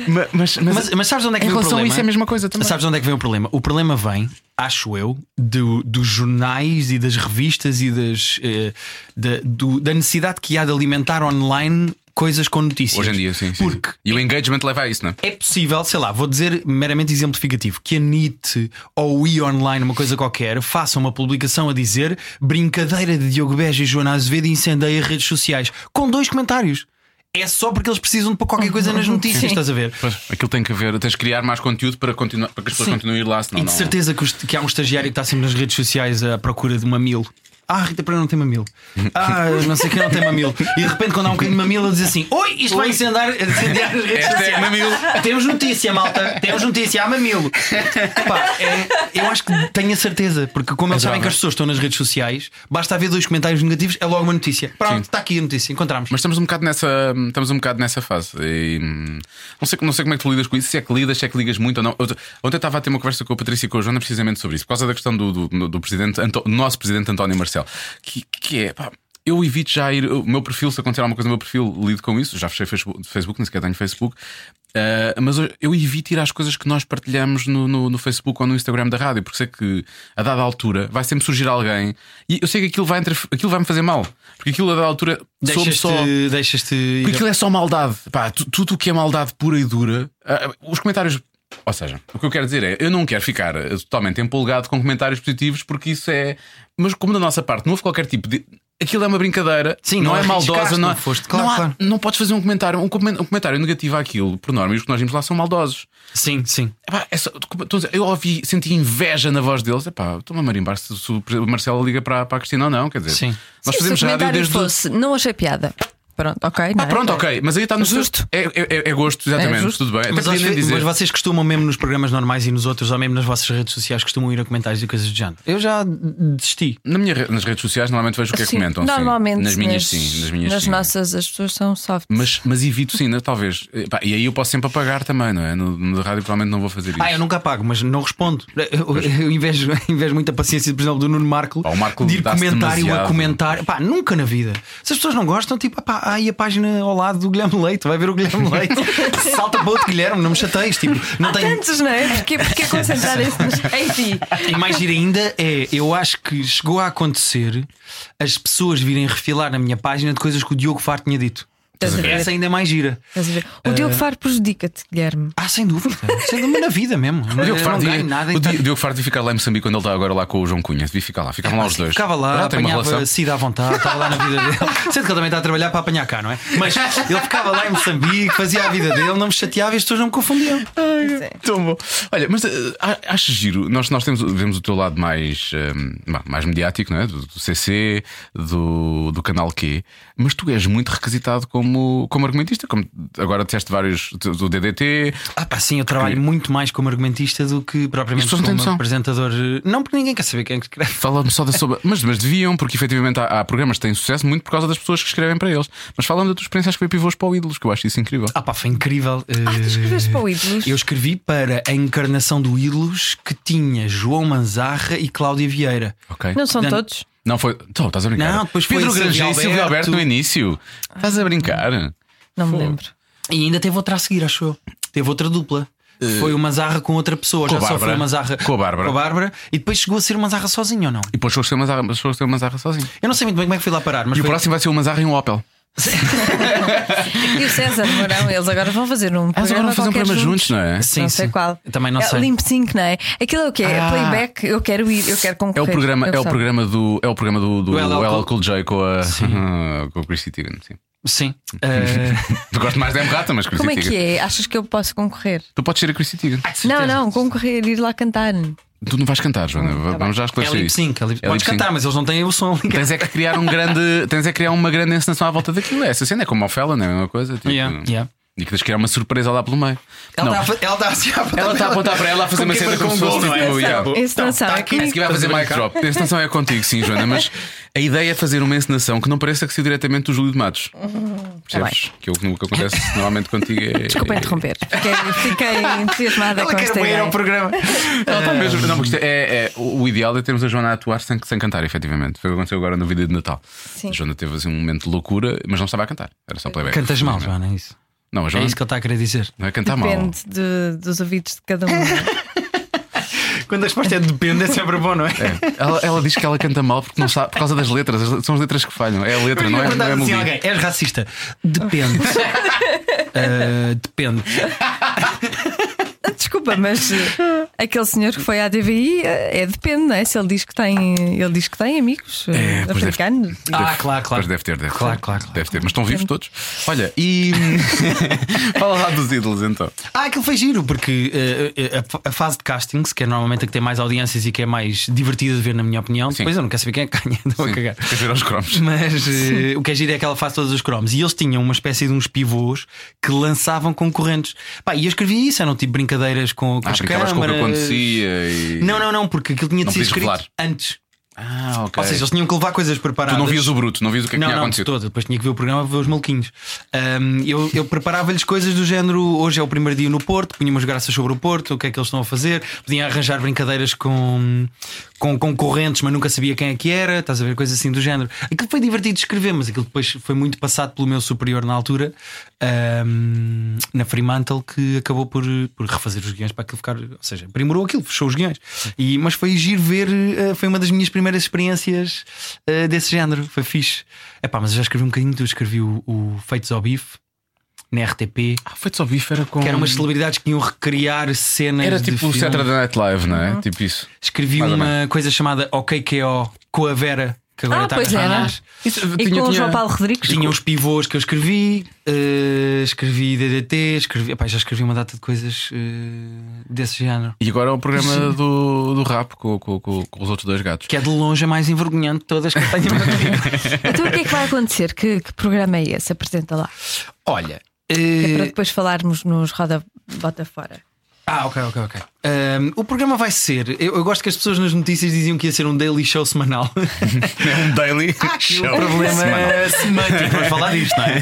B: Ma- mas, mas,
D: Mas, mas sabes onde é que
B: Em
D: vem o
B: relação a
D: problema?
B: isso é a mesma coisa também.
D: Sabes onde é que vem o problema? O problema vem, acho eu, do- dos jornais e das revistas e das, eh, da, do- da necessidade que há de alimentar online coisas com notícias.
B: Hoje em dia, sim. sim.
D: Porque
B: E o engagement leva a isso, não é?
D: é possível, sei lá, vou dizer meramente exemplificativo, que a NIT ou o e-online, uma coisa qualquer, faça uma publicação a dizer brincadeira de Diogo Beja e Joana Azevedo incendeia redes sociais, com dois comentários. é só porque eles precisam de pôr qualquer coisa nas notícias, estás a ver?
B: Pois, aquilo tem que haver, tens de criar mais conteúdo para, continuar, para que as pessoas
D: Sim.
B: continuem a ir lá. Senão
D: e de
B: não-
D: certeza que, os- que há um estagiário que está sempre nas redes sociais à procura de mamilo. Ah, a Rita Pereira não tem mamilo. Ah, não sei quem não tem mamilo. E de repente, quando há um bocadinho de mamilo, ele diz assim: Oi, isto vai incendiar, incendiar as redes
B: Esta é
D: sociais.
B: mamilo.
D: Temos notícia, malta. Temos notícia, há mamilo. Pá, é- eu acho que tenho a certeza, porque como
B: É
D: eles sabem que as pessoas estão nas redes sociais, basta haver dois comentários negativos, é logo uma notícia. Pronto, está aqui a notícia, encontramos.
B: Mas estamos um bocado nessa, estamos um bocado nessa fase. E, hum, não, sei, não sei como é que tu lidas com isso, se é que lidas, se é que ligas muito ou não. Ontem ontem eu estava a ter uma conversa com a Patrícia e com a Joana precisamente sobre isso, por causa da questão do, do, do presidente, Anto- nosso presidente António Marcelo, que, que é. pá, eu evito já ir. O meu perfil, se acontecer alguma coisa no meu perfil, lido com isso. Já fechei Facebook, Facebook nem sequer tenho Facebook. Ah, mas eu- eu evito ir às coisas que nós partilhamos no, no- no Facebook ou no Instagram da rádio, porque sei que a dada altura vai sempre surgir alguém e eu sei que aquilo vai, interfe- aquilo vai me fazer mal, porque aquilo a dada altura soube
D: Deixas-te.
B: só.
D: deixas-te ir
B: Porque aquilo é só maldade. Pá, tu- tudo o que é maldade pura e dura. ah, os comentários. Ou seja, o que eu quero dizer é, eu não quero ficar ah, totalmente empolgado com comentários positivos, porque isso é. Mas como da nossa parte não houve qualquer tipo de. Aquilo é uma brincadeira,
D: Sim,
B: não,
D: não
B: é
D: arriscaste,
B: maldosa, não,
D: não foste, claro,
B: não, há-
D: claro.
B: não podes fazer um comentário, um comen- um comentário negativo àquilo, por norma, e os que nós vimos lá são maldosos.
D: Sim, sim.
B: Epá, é só- como- estou a dizer, eu ouvi, senti inveja na voz deles. Epá, estou-me a marimbar se, se o Marcelo liga para, para a Cristina ou não. Quer dizer,
D: Sim.
B: nós
C: Se o
B: fazemos
C: seu
B: rádio
C: comentário
B: desde. o-
C: fosse, não achei piada. Pronto, ok.
B: Ah,
C: não é?
B: pronto, ok, mas aí está no
C: Justo.
B: É, é- é gosto, exatamente,
C: É justo.
B: tudo bem. Até
D: Mas, às
B: podia nem
D: ve-
B: dizer.
D: mas vocês costumam mesmo nos programas normais e nos outros, ou mesmo nas vossas redes sociais, costumam ir a comentários e coisas do género. Eu já desisti.
B: Na minha re- nas redes sociais normalmente vejo o que é que
C: Sim,
B: comentam. sim.
C: Normalmente.
B: Nas minhas,
C: nas-
B: sim. Nas minhas,
C: nas
B: sim.
C: nossas, as pessoas são soft.
B: Mas, mas evito sim, né, talvez. Epá, E aí eu posso sempre apagar também, não é? No, no rádio provavelmente não vou fazer isso.
D: Ah, eu nunca apago, mas não respondo. Eu, eu invejo, invejo muita paciência, por exemplo, do Nuno Marco,
B: Pá, o Marco
D: de ir
B: dá-se
D: comentário
B: demasiado.
D: a comentário. Pá, nunca na vida. Se as pessoas não gostam, tipo, ah, pá, há aí a página ao lado do Guilherme Leite, vai ver o Guilherme Leite. Salta para outro Guilherme, não me chateias. Tipo, não tem.
C: Tantos, não é? Porquê, porquê concentrarem-se nos- em ti?
D: E mais giro ainda é, eu acho que chegou a acontecer as pessoas virem refilar na minha página de coisas que o Diogo Faro tinha dito.
C: Estás a ver?
D: Essa ainda é mais gira.
C: Estás a ver? O
B: Eh,
C: Diogo Faro prejudica-te, Guilherme.
D: Ah, sem dúvida. sem dúvida na vida mesmo.
B: O
D: Eu
B: Diogo Faro
D: não
B: devia-
D: ganho nada. então,
B: o
D: e
B: Di- o
D: tanto.
B: Diogo Faro devia ficar lá em Moçambique quando ele está agora lá com o João Cunha. Devia ficar lá, ficavam lá os dois.
D: Ficava lá,
B: Ah, tem uma
D: apanhava
B: relação.
D: a SIDA à vontade, estava lá na vida dele. Sendo que ele também está a trabalhar para apanhar cá, não é? Mas ele ficava lá em Moçambique, fazia a vida dele, não me chateava e as pessoas não me confundiam.
B: Tão bom. Olha, mas eh, a- acho giro, nós, nós temos, vemos o teu lado mais, eh, bah, mais mediático, não é? Do, do CC, do, do canal Q, mas tu és muito requisitado como, como argumentista, como agora disseste vários do do DDT.
D: Ah, pá, sim, eu trabalho muito mais como argumentista do que propriamente
B: As pessoas não têm
D: como
B: noção.
D: apresentador. eh, Não, porque ninguém quer saber quem é que escreve.
B: Fala-me só da sobre. Mas, mas deviam, porque efetivamente há, há programas que têm sucesso muito por causa das pessoas que escrevem para eles. Mas fala-me da tua experiência a escrever pivôs para o ídolos, que eu acho isso incrível.
D: Ah, pá, foi incrível.
C: Ah, tu escreveste
D: Eh,
C: para o Ídolos.
D: Eu escrevi para a encarnação do Ilus que tinha João Manzarra e Cláudia Vieira.
B: Ok.
C: Não são
D: Dan-
C: todos?
B: Não foi. Então, estás a brincar.
D: Não, depois foi
B: Pedro
D: Silvio
B: Grangé e Silvio
D: Alberto.
B: Alberto no início. Estás a brincar.
C: Não me
B: Fogo.
C: lembro.
D: E ainda teve outra a seguir, acho eu. Teve outra dupla. Foi o Manzarra Eh, com outra pessoa,
B: com a
D: já só foi
B: Bárbara.
D: o Manzarra
B: Com a Bárbara.
D: e depois chegou a ser o Manzarra sozinho ou não?
B: E depois chegou a ser o Manzarra- mas chegou a ser o Manzarra sozinho.
D: Eu não sei muito bem como é que fui lá parar, mas
B: E o
D: foi-
B: próximo vai ser o Manzarra em um Opel.
C: E o César Mourão, eles agora vão fazer um programa.
B: Eles agora vão fazer um
C: qualquer
B: programa juntos, não é?
D: Sim,
C: não sei
D: sim.
C: qual.
D: Eu também não
C: é,
D: sei.
C: Limp Sync, não é? Aquilo é o quê? É
D: Ah.
C: playback, eu quero ir, eu quero
B: É
C: concorrer.
B: o programa,
C: Eu
B: é o
C: gostava.
B: programa do, é o programa do, do
D: Do LL
B: LL
D: Cool
B: Cool J com a com o Chrissy Teigen, sim.
D: Sim. Eh,
B: Gosto mais da Emrata, mas Chrissy
C: Como é que
B: Teigen.
C: é? Achas que eu posso concorrer?
B: Tu podes ser a Chrissy Teigen.
D: ai, de certeza.
C: Não, não, concorrer, ir lá cantar.
B: Tu não vais cantar, Joana. Va- Vamos já
D: É
B: esclarecer
D: lip
B: isso.
D: sync. é lip-
B: É
D: Podes
B: lip sync.
D: cantar, mas eles não têm o som.
B: Tens é que criar um grande. Tens é que criar uma grande encenação à volta daquilo. Essa cena é como a Fela, não é a mesma coisa? Tipo,
D: Yeah, yeah.
B: E que tens de criar uma surpresa lá pelo meio. Não,
D: Ela está a se
B: Ela está a apontar para ela a fazer uma cena como se fosse
D: é?
B: tipo, yeah.
C: Esse não sabe.
B: Parece que vai fazer mic drop. A encenação é contigo, sim, Joana, mas a ideia é fazer uma encenação que não pareça que seja diretamente do Júlio de Matos. Percebes? que é o que nunca acontece normalmente contigo. É,
C: Desculpa interromper. Fiquei, fiquei entusiasmada
D: Ela
C: com
D: quer
C: esta
D: ir
C: ideia.
D: ao programa.
B: Ela está mesmo. Não, porque isto é, é- o o ideal é termos a Joana a atuar sem, sem cantar, efetivamente. Foi o que aconteceu agora no vídeo de Natal. A Joana teve assim um momento de loucura, mas não estava a cantar. Era só playback.
D: Cantas mal, Joana, é isso.
B: Não, a
D: É
B: Joana
D: isso que ele está a querer dizer.
B: não é cantar mal.
C: Depende de- dos ouvidos de cada um.
D: Quando a resposta é depende, é sempre bom, não é?
B: Ela, ela diz que ela canta mal porque não sabe, por causa das letras. As- São as letras que falham. É a letra, não é, não é a
D: Perguntar assim a
B: melodia.
D: alguém, és racista? Eh, Depende. Ah, depende.
C: Desculpa desculpa, mas eh, aquele senhor que foi à TVI é depende, não é? Se ele diz que tem, ele diz que tem amigos eh,
B: pois deve-
C: africanos.
D: É, Ah, claro, claro.
B: Mas deve ter, deve
D: Claro,
B: ter.
D: claro, claro.
B: Deve ter, mas estão vivos todos. Olha, e. Fala lá dos ídolos então.
D: Ah, aquilo foi giro, porque eh, eh, a fa- a, fase de castings, que é normalmente a que tem mais audiências e que é mais divertida de ver, na minha opinião, depois eu não quero saber quem é que ganha, estou a
B: Sim,
D: cagar.
B: Quer ver aos cromos.
D: Mas eh, o que é giro é que ela faz todas as cromos. E eles tinham uma espécie de uns pivôs que lançavam concorrentes. Pá, e eu escrevi isso, eram tipo brincadeiras com, com
B: Ah,
D: as
B: brincavas com o que
D: câmaras.
B: acontecia e.
D: Não, não, não, porque aquilo tinha de
B: Não
D: ser
B: podias
D: escrito
B: revelar.
D: antes.
B: Ah, ok.
D: Ou seja, eles tinham que levar coisas preparadas.
B: tu não vias o bruto, não vias o que é que
D: Não,
B: tinha
D: não, de
B: acontecido.
D: todo. Depois tinha que ver o programa para ver os maluquinhos. Ahm, eu eu preparava-lhes coisas do género: hoje é o primeiro dia no Porto, punha umas graças sobre o Porto, o que é que eles estão a fazer. Podiam arranjar brincadeiras com, com concorrentes, mas nunca sabia quem é que era. Estás a ver coisas assim do género. Aquilo foi divertido de escrever, mas aquilo depois foi muito passado pelo meu superior na altura, ahm, na Fremantle, que acabou por, por refazer os guiões para aquilo ficar. Ou seja, aprimorou aquilo, fechou os guiões. E, mas foi giro ver, eh, foi uma das minhas primeiras experiências eh, desse género, foi fixe. Epá, mas eu já escrevi um bocadinho, tu escrevi o, o Feitos ao Bife na RTP,
B: Ah, foi só bife, era com.
D: que eram umas celebridades que iam recriar cenas.
B: Hum. Era
D: de
B: tipo o
D: filme.
B: Saturday Night Live, não é? Tipo isso.
D: Escrevi
B: Mais ou
D: uma coisa chamada OKKO com a Vera, que agora
C: Ah,
D: está
C: pois
D: nas
C: era.
D: rádios.
C: E com o João Paulo Rodrigues.
D: Tinha um- os pivôs que eu escrevi, eh, escrevi DDT, escrevi, epá, já escrevi uma data de coisas eh, desse género.
B: E agora é o programa do, do rap com, com, com, com os outros dois gatos.
D: Que é de longe a mais envergonhante de todas que eu tenho.
C: Então o que é que vai acontecer? Que, que programa é esse? Apresenta lá.
D: Olha.
C: É
D: eh,
C: para depois falarmos nos Roda Bota Fora.
D: Ah, ok, ok, ok. Ahm, o programa vai ser. Eu, eu gosto que as pessoas nas notícias diziam que ia ser um daily show semanal.
B: É um daily
D: O problema é semântico. Vamos falar disto, não é?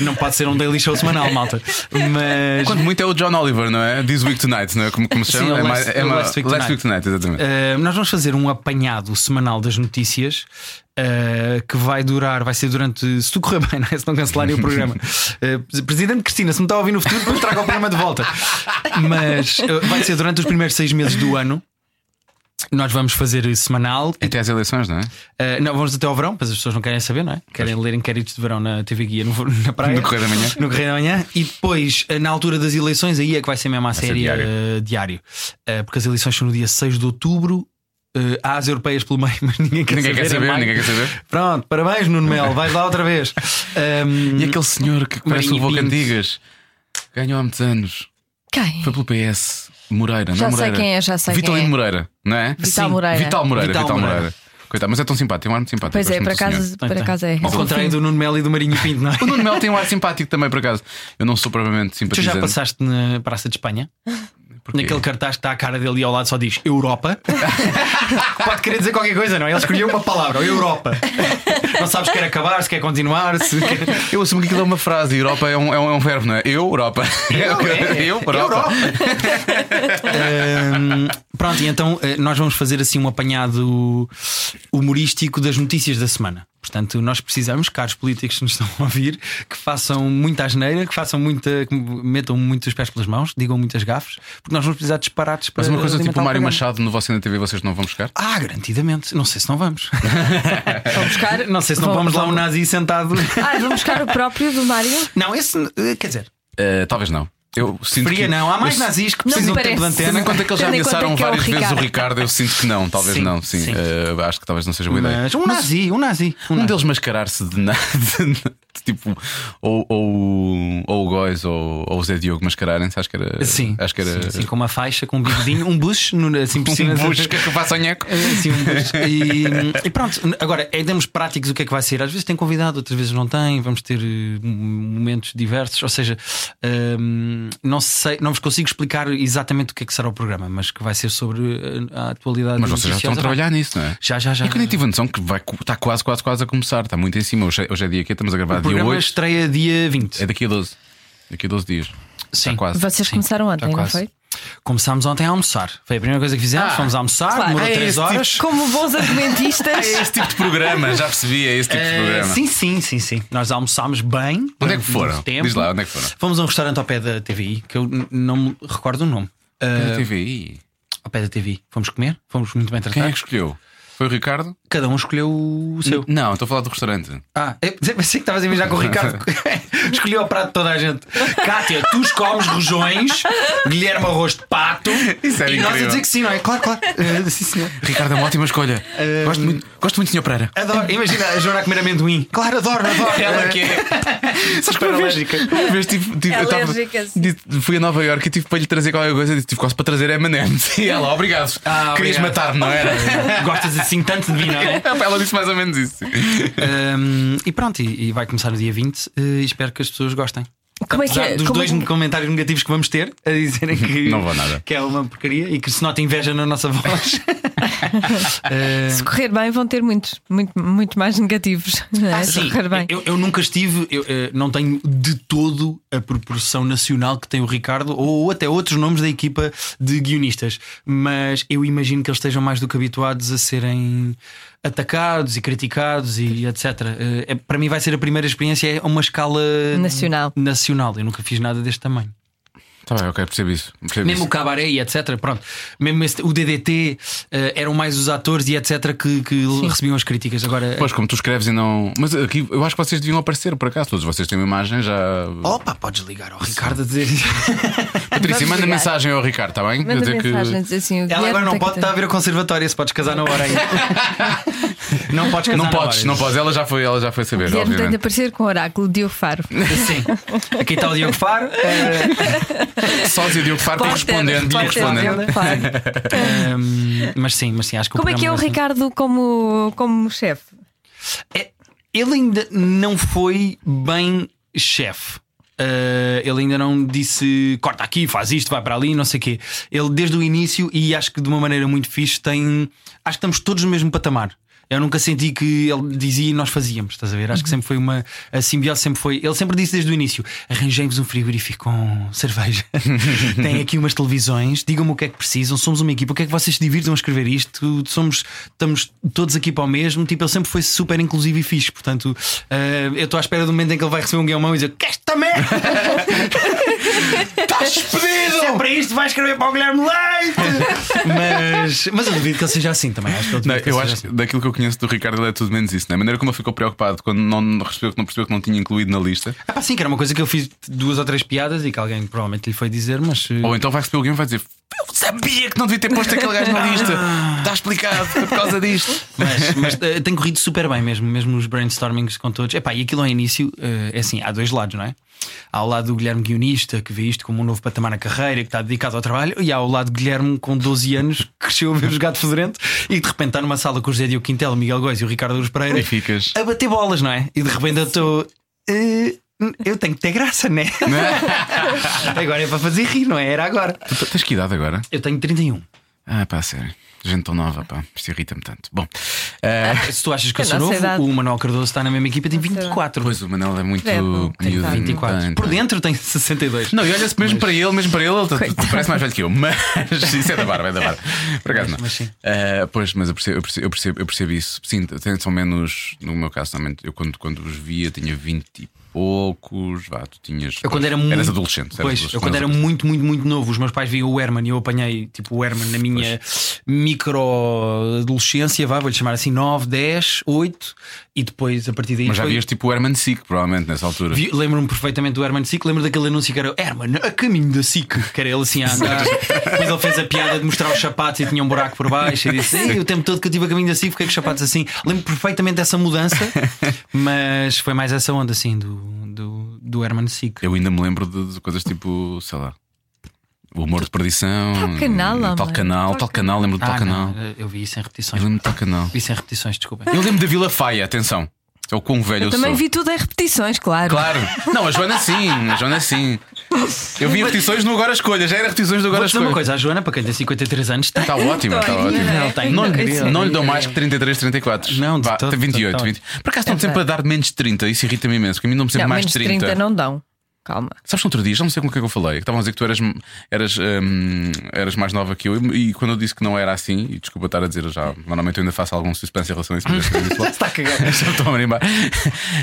D: Não pode ser um daily show semanal, malta. Mas.
B: Quanto muito é o John Oliver, não é? This Week Tonight, não é? Como, como se chama?
D: Sim, é o
B: é
D: Last-
B: mais-
D: é o
B: mais-
D: Last Week
B: Last Week Tonight, exatamente.
D: Uh, nós vamos fazer um apanhado semanal das notícias uh, que vai durar, vai ser durante, se tu correr bem, não é? se não cancelarem o programa. Uh, Presidente Cristina, se me está a ouvir no futuro, depois traga o programa de volta. Mas uh, vai ser durante os primeiros seis meses do ano. Nós vamos fazer semanal.
B: Até às eleições, não é?
D: Uh, não, vamos até ao verão, mas as pessoas não querem saber, não é? Querem ler inquéritos de verão na TV Guia no, na praia.
B: No Correio da Manhã.
D: No Correio da Manhã. E depois, uh, na altura das eleições, aí é que vai ser mesmo a
B: ser
D: série
B: diário.
D: uh, diário. Uh, porque as eleições são no dia 6 de outubro. Uh, há as europeias pelo meio, mas ninguém quer
B: Ninguém
D: saber.
B: quer
D: é
B: saber,
D: maio.
B: ninguém quer saber.
D: Pronto, parabéns, Nuno Melo. Vais lá outra vez. Um,
B: E aquele senhor que parece o
D: Marinho
B: Vô
D: Pinto.
B: Candigas ganhou há muitos anos.
C: Quem?
B: Foi pelo PS. Moreira,
C: Já
B: não
C: sei
B: Moreira.
C: quem é, já sei
B: Vitalino
C: quem é.
B: Moreira, não é?
C: Vital
D: Sim,
C: Moreira.
B: Vital Moreira,
D: Vital
B: Vital, Moreira.
D: Moreira.
B: Coitado, mas é tão simpático, tem um ar muito simpático.
C: Pois é,
B: gosto muito
C: por
B: do senhor.
C: acaso, por acaso é.
D: Então, Ao contrário do Nuno Melo e do Marinho Pinto, não é?
B: O Nuno Melo tem um ar simpático também, por acaso. Eu não sou provavelmente
D: Tu já
B: simpatizante.
D: passaste na Praça de Espanha?
B: Porquê?
D: Naquele cartaz que está a cara dele e ao lado só diz Europa. Pode querer dizer qualquer coisa, não? é? Ele escolheu uma palavra, Europa. Não sabes se quer acabar, se quer continuar, se quer.
B: Eu assumo que aquilo é uma frase. Europa é um, é um, é um verbo, não é? Eu, Europa. Eu, Europa.
D: Ahm, pronto, e então eh, nós vamos fazer assim um apanhado humorístico das notícias da semana. Portanto, nós precisamos, caros políticos que nos estão a ouvir, que façam muita asneira, que façam muita. que metam muitos pés pelas mãos, digam muitas gafes, porque nós vamos precisar de disparates para.
B: Mas uma coisa tipo
D: alimentar
B: o
D: o
B: Mário
D: programa.
B: Machado no Vosso na TV, vocês não vão buscar?
D: Ah, garantidamente. Não sei se não vamos.
C: Vão buscar,
D: Não sei se não
C: vão-
D: vamos lá
C: vão-
D: um nazi sentado.
C: Ah, vamos buscar o próprio do Mário?
D: Não, esse. eh, Quer dizer,
B: Eh, talvez não. Eu sinto
D: fria
B: que...
D: não. Há mais
B: eu
D: nazis que
C: Não
D: precisam
C: me
D: de tempo de
C: parece.
B: Tendo em
D: antena.
B: conta que eles já
C: Tendo em conta
B: ameaçaram
C: que é o
B: várias vezes o
C: Ricardo.
B: Ricardo, eu sinto que não, talvez
D: Sim,
B: não, sim.
D: sim.
B: Eh, acho que talvez não seja boa ideia.
D: Mas um nazi, um nazi. Um
B: Um
D: nazi.
B: deles mascarar-se de nada, tipo, ou, ou, ou o Góis ou, ou o Zé Diogo mascararem-se, acho que era.
D: Sim,
B: acho que era.
D: sim, sim, com uma faixa, com um bigodinho, um bush, no- assim por cima.
B: Um bucho que é que eu faço ao nheco.
D: É, Sim, um bush. E, e pronto, agora, em termos práticos, o que é que vai ser? Às vezes tem convidado, outras vezes não tem, vamos ter eh, momentos diversos, ou seja, hum, não sei, não vos consigo explicar exatamente o que é que será o programa, mas que vai ser sobre eh, a atualidade.
B: Mas vocês já estão a
D: noticiosa.
B: trabalhar nisso, não é?
D: Já, já, já.
B: É que eu nem tive a noção que vai, co- está quase, quase, quase a começar, está muito em cima. Hoje, é- hoje é dia que estamos a gravar dia
D: O programa é
B: 8,
D: estreia dia 20.
B: é daqui a 12. Daqui a 12 dias. Está
D: Sim.
B: quase.
C: Vocês
D: Sim,
C: começaram
D: já
C: ontem, não
D: quase.
C: foi?
D: Começámos ontem a almoçar. Foi a primeira coisa que fizemos.
B: Ah,
D: Fomos almoçar,
C: claro.
D: demorou
C: É
D: 3
B: esse tipo
D: horas.
C: Como bons
B: É
C: argumentistas.
B: esse tipo de programa, já percebi, é esse tipo de
D: Eh,
B: programa.
D: sim, sim, sim, sim. Nós almoçámos bem.
B: Onde é
D: durante
B: que foram?
D: muito Tempo.
B: Diz lá, onde é que foram?
D: Fomos a um restaurante ao pé da TVI, que eu n- não me recordo o nome. Eh,
B: Na TVI.
D: ao pé da TVI. Fomos comer, fomos muito bem
B: Quem é Hum.
D: tratados.
B: que escolheu? Foi o Ricardo?
D: Cada um escolheu o seu. é,
B: Não, estou a falar do restaurante.
D: Ah, eu pensei que estavas a viajar com o Ricardo. Escolhi o prato de toda a gente. Cátia, tu escolhes rojões, Guilherme arroz de pato.
B: Isso era
D: e nós a
B: incrível.
D: dizer que sim, não é? Claro, claro. Eh, sim, senhor.
B: Ricardo é uma ótima escolha. Gosto muito, gosto muito, Sr. Pereira.
D: Adoro. Imagina a Joana a comer amendoim. Claro, adoro, adoro.
B: Ela que é.
D: Sabes que uma vez-
B: Uma vez tive, tive, eu tava-
C: Alérgica, assim.
B: disse- fui a Nova Iorque e tive para lhe trazer qualquer coisa e disse, tive quase para trazer M&M's. E ela, obrigado.
D: Ah,
B: Querias
D: obrigado.
B: matar-me, não era?
D: Gostas assim tanto de mim, não é?
B: ela disse mais ou menos isso.
D: Hum, e pronto, e, e vai começar no dia 20 eh, e espero que as pessoas gostem.
C: Como é que
D: Apesar
C: é?
D: dos
C: Como é
D: dois
C: que-
D: comentários negativos que vamos ter a dizerem que,
B: Não vou nada.
D: que é uma porcaria e que se nota inveja na nossa voz. Eh,
C: Se correr bem, vão ter muitos, muito, muito mais negativos. não
B: Ah,
C: é? Se
D: Sim,
C: correr bem.
D: eu, eu nunca estive, eu, eh, não tenho de todo a proporção nacional que tem o Ricardo ou até outros nomes da equipa de guionistas, mas eu imagino que eles estejam mais do que habituados a serem atacados e criticados e etc. Eh, é- para mim, vai ser a primeira experiência é a uma escala
C: Nacional.
D: nacional. Eu nunca fiz nada deste tamanho.
B: Tá bem, ok, percebo isso. Percebo
D: Mesmo o
B: isso.
D: cabaré e etc. Pronto. Mesmo esse- o DDT eh, eram mais os atores e etc. que, que recebiam as críticas. Agora,
B: Pois, como tu escreves e não. Mas aqui eu acho que vocês deviam aparecer, por acaso. Todos vocês têm uma imagem já.
C: Oh,
D: opa, podes ligar ao Ricardo a dizer.
B: Patrícia,
C: vamos
B: manda
C: ligar.
B: mensagem ao Ricardo, está bem?
C: Manda
B: Dizer que-
C: mensagem, diz assim, o
D: Ela
C: Guilherme
D: agora não
C: tem que
D: pode
C: ter-
D: estar a ver o conservatório, se podes casar na hora ainda. não podes casar
B: Não
D: na
B: podes,
D: hora.
B: não podes. Ela já foi, ela já foi saber,
C: Guilherme tem de
B: obviamente.
C: aparecer com o oráculo de Ofaro.
D: Sim. Aqui está o Diogo Faro. eh,
B: Sósia de Ocupar correspondente. correspondente.
D: ehm, mas sim, mas sim, acho que
C: Como é que é o
D: programa
C: Ricardo como, como chefe?
D: vai ser- É, Ele ainda não foi bem chefe. Eh, ele ainda não disse corta aqui, faz isto, vai para ali, não sei o quê. Ele desde o início, e acho que de uma maneira muito fixe, tem. Acho que estamos todos no mesmo patamar. Eu nunca senti que ele dizia e nós fazíamos, estás a ver? Acho
C: Uhum.
D: que sempre foi uma. A simbiose sempre foi. Ele sempre disse desde o início: arranjei-vos um frigorífico com cerveja. Tem aqui umas televisões, digam-me o que é que precisam, somos uma equipa, o que é que vocês se divirtam a escrever isto? Somos, estamos todos aqui para o mesmo. Tipo, ele sempre foi super inclusivo e fixe. Portanto, eh, eu estou à espera do momento em que ele vai receber um guião mão e dizer: que esta merda! Estás despedido! Se é para isto, vais escrever para o Guilherme Leite! mas, mas eu duvido que ele seja assim também. Acho que ele
B: Não,
D: duvido que ele
B: eu
D: seja
B: acho
D: assim.
B: que daquilo que eu conheço do Ricardo ele é tudo menos isso, né? A maneira como ele ficou preocupado quando não percebeu que não percebeu que não tinha incluído na lista.
D: Ah, pá, sim, que era uma coisa que eu fiz duas ou três piadas e que alguém provavelmente lhe foi dizer, mas. eh,
B: Ou então vai receber alguém e vai dizer: Eu sabia que não devia ter posto aquele gajo na lista. Está explicado foi por causa disto.
D: Mas, mas eh, tem corrido super bem mesmo, mesmo os brainstormings com todos. Epá, e aquilo ao início eh, é assim: há dois lados, não é? Há o lado do Guilherme guionista, que vê isto como um novo patamar na carreira, que está dedicado ao trabalho, e há o lado do Guilherme com 12 anos, que cresceu a ver os gatos fedorento, e que de repente está numa sala com o José Diogo Quintela, o Miguel Góis e o Ricardo Luz Pereira
B: E ficas.
D: a bater bolas, não é? E de repente eu estou. eh, eu tenho que ter graça, né? agora é para fazer rir, não é? Era agora.
B: Tu t- tens que idade agora?
D: Eu tenho 31.
B: Ah, pá, sério. Gente tão nova, pá. Isto irrita-me tanto. Bom, eh,
D: Se tu achas que eu
C: É
D: sou
C: nossa
D: novo,
C: idade.
D: o Manuel Cardoso está na mesma equipa, tem 24.
B: pois o Manel é muito
C: Credo,
B: miúdo.
D: Ah,
C: coitado.
D: 24.
B: Tem-
D: Por
B: tem-
D: dentro tem 62.
B: Não, e olha-se mesmo para ele, mesmo para ele, ele t- t- parece mais velho que eu, mas isso é da barba, é da barba. Por acaso não.
D: Mas sim.
B: Eh, pois, mas eu percebo, eu, percebo, eu, percebo, eu percebo isso. Sim, tem- são menos, no meu caso, também, eu quando, quando os vi, eu tinha 20 e poucos, vá, tu tinhas.
D: Eu quando era muito.
B: Eras adolescente, eras
D: Pois,
B: adolescente,
D: eu quando era muito, muito, muito novo, os meus pais viam o Herman e eu apanhei tipo o Herman na minha micro adolescência, vá, vou-lhe chamar assim 9, 10, 8, e depois a partir daí.
B: Mas já
D: foi-
B: vias tipo o Herman Sick, provavelmente, nessa altura.
D: Vi- Lembro-me perfeitamente do Herman SIC. Lembro daquele anúncio que era Herman, a caminho da SIC, que era ele assim a andar. Depois ele fez a piada de mostrar os sapatos e tinha um buraco por baixo. E disse: Ei, o tempo todo que eu tive a caminho da SIC, fiquei com os sapatos assim. Lembro perfeitamente dessa mudança, mas foi mais essa onda assim do, do, do Herman SIC.
B: Eu ainda me lembro de, de coisas tipo, sei lá, o amor de perdição.
C: Tal canal,
B: eh, tal
C: amor.
B: canal,
C: Tal
B: tal canal, lembro de tal
D: Ah,
B: canal.
D: não, eu vi isso em
B: Eu
D: repetições.
B: lembro de tal canal.
D: Vi isso em repetições, desculpa.
B: Eu lembro da Vila Faia, atenção. É o quão velho eu,
C: Também
B: sou.
C: vi tudo em repetições, claro.
B: Claro. Não, a Joana sim, a Joana sim. Eu vi repetições no Agora Escolha, já era repetições do Agora
D: Vou dizer uma Tá Então,
B: Escolha.
D: coisa, a Joana, para quem tem 53 anos, está.
B: Está ótimo, está
C: Tadinha,
B: ótimo.
D: Não, tem-
B: Não, lhe-
D: Isso é-
B: não lhe dou mais que 33, 34.
D: Não, de
B: Vá,
D: todo,
B: tem 28,
D: de todo.
B: 20. Por acaso estão sempre a dar menos de 30, isso irrita-me imenso, porque a mim não me sempre
C: Não,
B: mais
C: menos
B: de
C: 30.
B: 30.
C: não dão. Calma.
B: Sabes que no outro dia, já não sei com o que é que eu falei, que estavam a dizer que tu eras, eras, hum, eras mais nova que eu, e, e quando eu disse que não era assim, e desculpa estar a dizer já, normalmente eu ainda faço algum suspense em relação a isso, mas eu é disse logo.
D: Está a cagar.
B: Só estou a marimbar.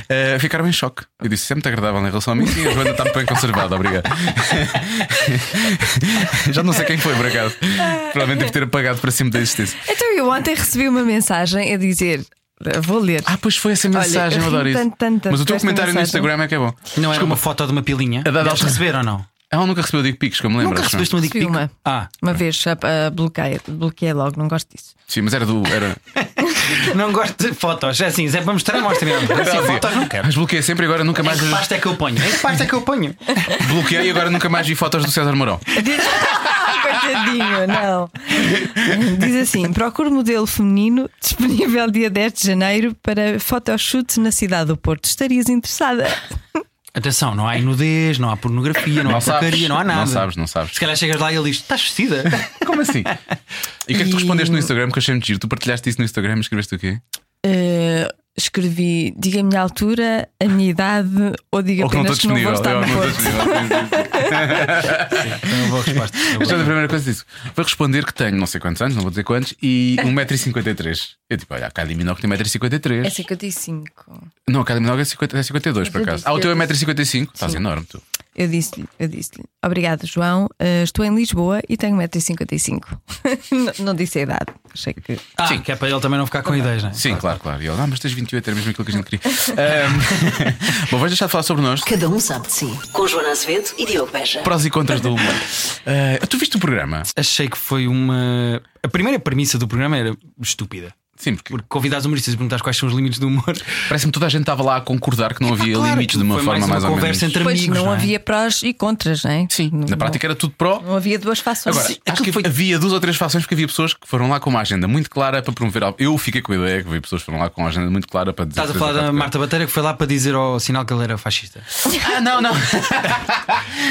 B: Eh, ficaram em choque. Eu disse, sempre agradável em relação a mim. Sim, a Joana está muito bem conservada, obrigado. Já não sei quem foi, por acaso. Provavelmente deve ter apagado para cima da existência.
C: Então eu ontem recebi uma mensagem a dizer. Vou ler.
B: Ah, pois foi essa mensagem, eu adoro
C: ri
B: isso.
C: tanto, tanto
B: Mas o
C: com
B: teu
C: esta
B: comentário no
C: mensagem.
B: Instagram é que é bom.
D: Não era uma foto de uma pilinha.
B: dada
D: Deves
B: altura-
D: receber ou não?
B: Ela nunca recebeu dick pics, que eu me lembro.
D: Nunca
B: acho,
D: recebeste uma dick
C: Recebi
D: pic?
C: uma.
D: Ah,
C: Uma vez a, bloqueei, bloqueei logo, não gosto disso.
B: não. Sim, mas era do. Era...
D: não gosto de fotos. É assim, se é para mostrar, mostra mesmo.
B: Era
D: Assim,
B: assim,
D: fotos não quero.
B: Mas bloqueei sempre e agora nunca mais.
D: Em que pasta é que eu ponho? Em que pasta é que eu ponho?
B: Bloqueei e agora nunca mais vi fotos do César Mourão.
C: Coitadinho, não. Diz assim: procuro modelo feminino disponível dia 10 de janeiro para photoshoot na cidade do Porto. Estarias interessada?
D: Atenção, não há nudez, não há pornografia, não, há porcaria, não há nada.
B: Não sabes, não sabes.
D: Se calhar chegas lá e ele diz: estás vestida?
B: Como assim? E o que é que tu
C: E-
B: respondeste no Instagram? Que eu achei muito giro. Tu partilhaste isso no Instagram e escreveste o quê?
C: Eh, escrevi: diga a minha altura, a minha idade ou diga
B: Ou que não estou
C: apenas que não
B: disponível.
C: vou
B: é Eu
C: estar
B: não
C: no
B: estou
C: Porto.
B: disponível. Sim, sim.
D: Foi uma boa resposta. Foi uma boa
B: Esta é a primeira coisa disso. Vou responder que tenho não sei quantos anos, não vou dizer quantos, e 1,53m. Eu tipo, olha, a Cádia Minogue tem 1,53m.
C: É 55.
B: Não, a Cádia Minogue é, 50, é 52, por
C: Eu
B: acaso.
C: disse,
B: Ah, o
C: eu
B: teu é
C: disse.
B: 1,55m. Estás
C: Sim.
B: enorme, tu.
C: Eu disse-lhe, eu disse-lhe. Obrigado, João. Eh, estou em Lisboa e tenho 1,55m. não, não disse a idade. Achei que.
D: Ah, Sim, que é para ele também não ficar com ideias, não é?
B: Sim, claro, claro. E ele, ah, mas tens 28, era mesmo aquilo que a gente queria. Ahm, Bom, vais deixar de falar sobre nós.
A: Cada um sabe de si. Com Joana Azevedo e Diogo Beja.
B: Prós e contras do humor. Ah, tu viste o programa?
D: Achei que foi uma. A primeira premissa do programa era estúpida.
B: Sim, porque
D: Porque convidados humoristas e perguntares quais são os limites do humor. Ah,
B: parece-me que toda a gente estava lá a concordar que não havia
D: Claro,
B: limites de uma
D: foi
B: forma mais,
D: mais uma
B: ou menos.
D: conversa entre
C: Pois
D: amigos.
C: não,
D: é?
C: havia prós e contras, não é?
B: Sim,
C: Não-
B: na prática era tudo pró.
C: Não havia duas fações.
B: Agora, acho que
D: foi-
B: havia duas ou três fações porque havia pessoas que foram lá com uma agenda muito clara para promover algo. Eu fiquei com a ideia que havia pessoas que foram lá com uma agenda muito clara para dizer.
D: Estás a
B: três
D: falar
B: ou quatro
D: da Marta Bateira que foi lá para dizer ao sinal que ele era fascista. Ah, não, não.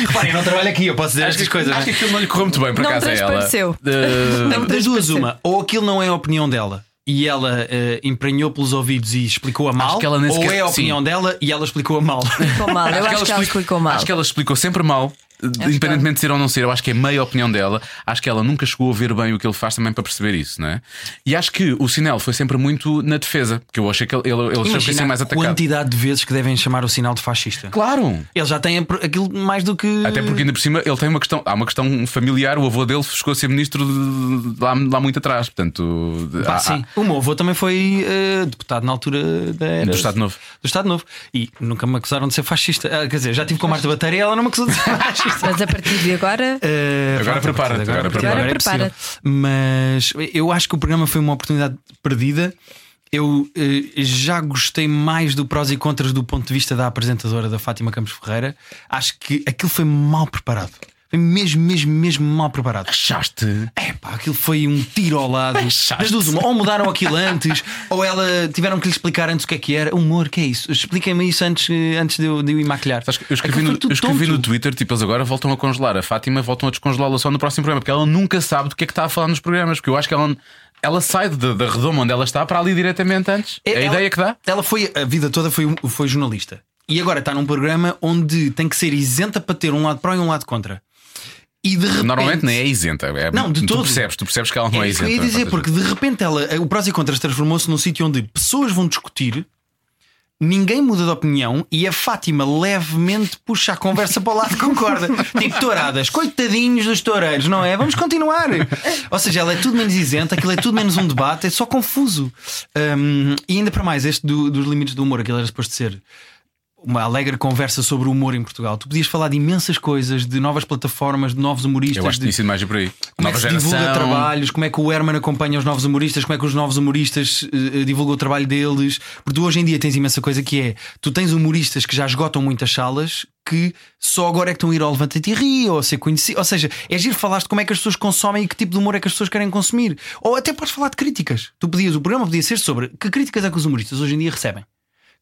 D: Reparem, eu não trabalho aqui, eu posso dizer
B: coisas. Acho
D: estas
B: que,
D: coisas.
B: acho
D: não
B: que
D: é?
B: aquilo não lhe correu muito bem, por
C: Não
B: acaso, a ela.
C: transpareceu.
B: De-
C: Não,
D: Das
C: tens
D: duas,
C: que
D: uma. Ou aquilo não é a opinião dela e ela eh, emprenhou pelos ouvidos e explicou a mal.
B: que ela nem
D: ou
B: sequer-
D: é a
B: sim.
D: opinião dela e ela explicou a mal.
C: Explicou mal. Eu acho, que ela
B: explica-
C: explicou mal.
B: Acho que ela explicou sempre mal. Independentemente de ser ou não ser, eu acho que é meia opinião dela. Acho que ela nunca chegou a ver bem o que ele faz também para perceber isso, não é? E acho que o sinal foi sempre muito na defesa, que eu achei que ele, ele, ele achou que ia ser mais
D: a
B: atacado.
D: quantidade de vezes que devem chamar o sinal de fascista.
B: Claro!
D: Ele já tem aquilo mais do que.
B: Até porque ainda por cima ele tem uma questão, há uma questão familiar, o avô dele chegou a ser ministro de- de lá, lá muito atrás, portanto, de-
D: Pá,
B: há-
D: Ah, sim. O meu avô também foi eh, deputado na altura da
B: há-
D: era-
B: ah. do Estado Novo.
D: do Estado Novo. E nunca me acusaram de ser fascista. Ah, quer dizer, já estive com a Marta Bateira e ela não me acusou de ser fascista.
C: Mas a partir de agora.
D: Eh,
B: Agora
D: pronto, a
B: prepara-te,
D: partir de
B: agora
D: a partir de
C: prepara-te.
D: é possível. Mas eu acho que o programa foi uma oportunidade perdida. Eu eh, já gostei mais do prós e contras do ponto de vista da apresentadora da Fátima Campos Ferreira. Acho que aquilo foi mal preparado. Foi mesmo, mesmo, mesmo mal preparado.
B: Achaste?
D: É pá, aquilo foi um tiro ao lado.
B: Achaste?
D: Das duas, uma. Ou mudaram aquilo antes, ou ela tiveram que lhe explicar antes o que é que era. Humor, que é isso? Expliquem-me isso antes, eh, antes de, eu, de eu ir maquilhar.
B: Sabes que Eu escrevi, no,
D: Aquilo foi tudo
B: eu escrevi
D: tonto.
B: no Twitter, tipo, eles agora voltam a congelar a Fátima, voltam a descongelá-la só no próximo programa, porque ela nunca sabe do que é que está a falar nos programas, porque eu acho que ela, ela sai da, da redoma onde ela está para ali diretamente antes. É a
D: Ela-
B: ideia que dá.
D: Ela foi, a vida toda foi, um, foi jornalista. E agora está num programa onde tem que ser isenta para ter um lado pró e um lado contra. E de repente.
B: Normalmente nem é isenta. é-
D: Não, de
B: tu
D: todo.
B: percebes, tu percebes que ela não
D: É
B: é,
D: isso que
B: isenta.
D: eu ia dizer,
B: Portanto,
D: porque de repente ela, o prós e contras transformou-se num sítio onde pessoas vão discutir, ninguém muda de opinião e a Fátima levemente puxa a conversa para o lado que concorda. tipo touradas, coitadinhos dos toureiros, não é? Vamos continuar. Ou seja, ela é tudo menos isenta, aquilo é tudo menos um debate, é só confuso. Hum, e ainda para mais, este do- dos limites do humor, aquilo era suposto ser uma alegre conversa sobre o humor em Portugal. Tu podias falar de imensas coisas, de novas plataformas, de novos humoristas.
B: Eu acho que
D: de-
B: tinha sido mais por aí.
D: como é que se divulga trabalhos, como é que o Herman acompanha os novos humoristas, como é que os novos humoristas eh, eh, divulgam o trabalho deles, porque tu hoje em dia tens imensa coisa que é tu tens humoristas que já esgotam muitas salas que só agora é que estão a ir ao Levanta-te e Ri ou a ser conhecido. Ou seja, é giro falar de como é que as pessoas consomem e que tipo de humor é que as pessoas querem consumir. Ou até podes falar de críticas. Tu podias, o programa podia ser sobre que críticas é que os humoristas hoje em dia recebem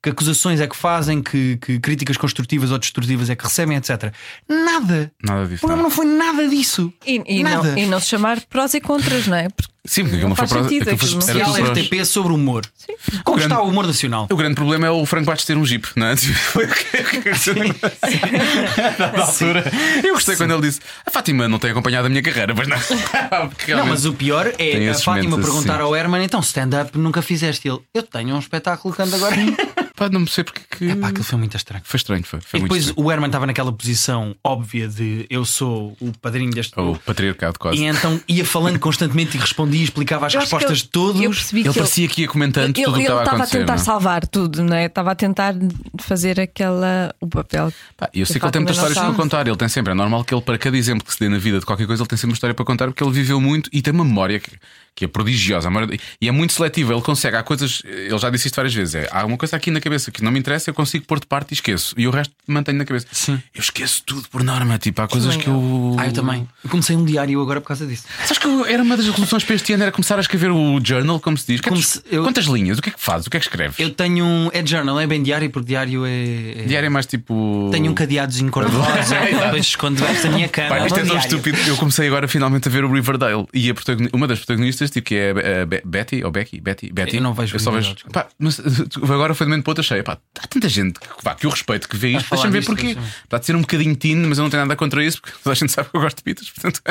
D: que acusações é que fazem, que, que críticas construtivas ou destrutivas é que recebem, etc. Nada.
B: Nada
D: O
B: disso.
D: programa
B: não.
D: é não foi nada disso.
C: E, e
D: nada.
C: não, e não se chamar prós e contras, não é? Porque
B: Sim, porque é aquilo não foi
C: faz
B: para-
C: sentido,
B: aquilo foi-
C: aquilo não-
B: era
D: Especial
B: tudo para-
D: RTP sobre humor. Como
B: grande-
D: está o humor nacional?
B: O grande problema é o Franco Bastos ter um jeep, não é? Tipo, Foi o que aconteceu na altura. Eu gostei quando ele disse: A Fátima não tem acompanhado a minha carreira, mas não. Porque
D: Não,
B: realmente-
D: mas o pior
B: Tem
D: é a
B: esses
D: Fátima
B: momentos
D: perguntar
B: assim.
D: ao Herman: então stand-up nunca fizeste? Ele, eu tenho um espetáculo que ando agora.
B: Pá, não sei porque que.
D: Pá, aquilo foi muito estranho.
B: Foi estranho, foi. foi
D: E
B: muito
D: depois
B: estranho.
D: o Herman estava naquela posição óbvia de eu sou o padrinho deste.
B: O patriarcado Oh, quase.
D: E então ia falando constantemente e respondia ali e explicava as
C: Eu acho que
D: respostas
C: eu-
D: de todos.
C: eu percebi
B: Ele
C: que
B: parecia que ia comentando
C: ele,
B: tudo o que
C: ele
B: estava a
C: estava a
B: acontecer.
C: tentar
B: não é?
C: salvar tudo, não é? Estava a tentar fazer aquela o papel.
B: Pá, eu sei que ele
C: Fátima
B: tem muitas
C: não
B: histórias para
C: sabe.
B: contar. Ele tem sempre. É normal que ele, para cada exemplo que se dê na vida de qualquer coisa, ele tem sempre uma história para contar porque ele viveu muito e tem uma memória que, que é prodigiosa. A memória- e é muito seletiva. Ele consegue. Há coisas. Ele já disse isto várias vezes. É, há uma coisa aqui na cabeça que não me interessa, eu consigo pôr de parte e esqueço. E o resto mantenho na cabeça. Sim. Eu esqueço tudo por norma. Tipo, há coisas que eu.
D: Ah, eu também. Eu comecei um diário agora por causa disso.
B: Sabes que eu- era uma das resoluções para este ano era começar a escrever o journal, como se diz.
D: Como
B: Quantas-
D: se eu-
B: Quantas linhas? O que é que fazes? O que é que escreves?
D: Eu tenho um. É journal, é bem diário, porque diário é. é-
B: Diário é mais tipo.
D: Tenho um cadeadozinho cor-de-rosa, depois escondo debaixo da minha cama.
B: Pá, isto
D: é
B: é tão
D: diário.
B: estúpido. Eu comecei agora finalmente a ver o Riverdale e a protagoni- uma das protagonistas, tipo, que é a Be- Betty ou Becky? Betty? Betty.
D: Eu não vejo
B: só vejo.
D: Riverdale,
B: Pá, mas tu- agora foi de momento para outra cheia. Pá, há tanta gente que, pá, que eu respeito que vê isto.
D: falar
B: Deixa-me ver
D: disto,
B: porquê.
D: deixa-me.
B: Está de ser um bocadinho teen, mas eu não tenho nada contra isso porque toda a gente sabe que eu gosto de pitas. Portanto,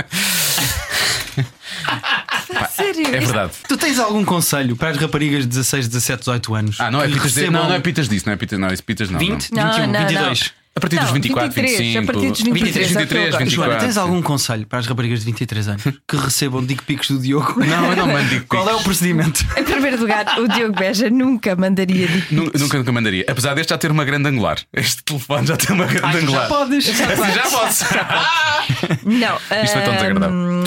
C: Ah, Sério?
B: é verdade.
D: Tu tens algum conselho para as raparigas de 16, 17, 18 anos?
B: Ah, não é
D: que
B: pitas disso.
D: recebam
B: Não, não é pitas disso. Não é pitas, não. Isso pitas não.
D: 20,
C: Não,
D: 21,
C: não,
D: 22.
B: não. A partir dos
C: Não,
B: 24,
C: 23,
B: 25.
C: a partir dos 23,
B: 23,
C: é o que eu gosto.
D: Joana,
B: 24.
D: tens algum conselho para as raparigas de 23 anos que recebam dick pics do Diogo?
B: Não, eu não mando dick
D: Qual é o
B: pics.
D: procedimento?
C: Em primeiro lugar, o Diogo Beja nunca mandaria dick
B: Nu- Nunca, nunca mandaria. Apesar deste já ter uma grande angular. Este telefone já tem uma grande angular.
D: podes.
B: Essa já posso.
C: Não.
B: Isto é tão desagradável.
C: hum,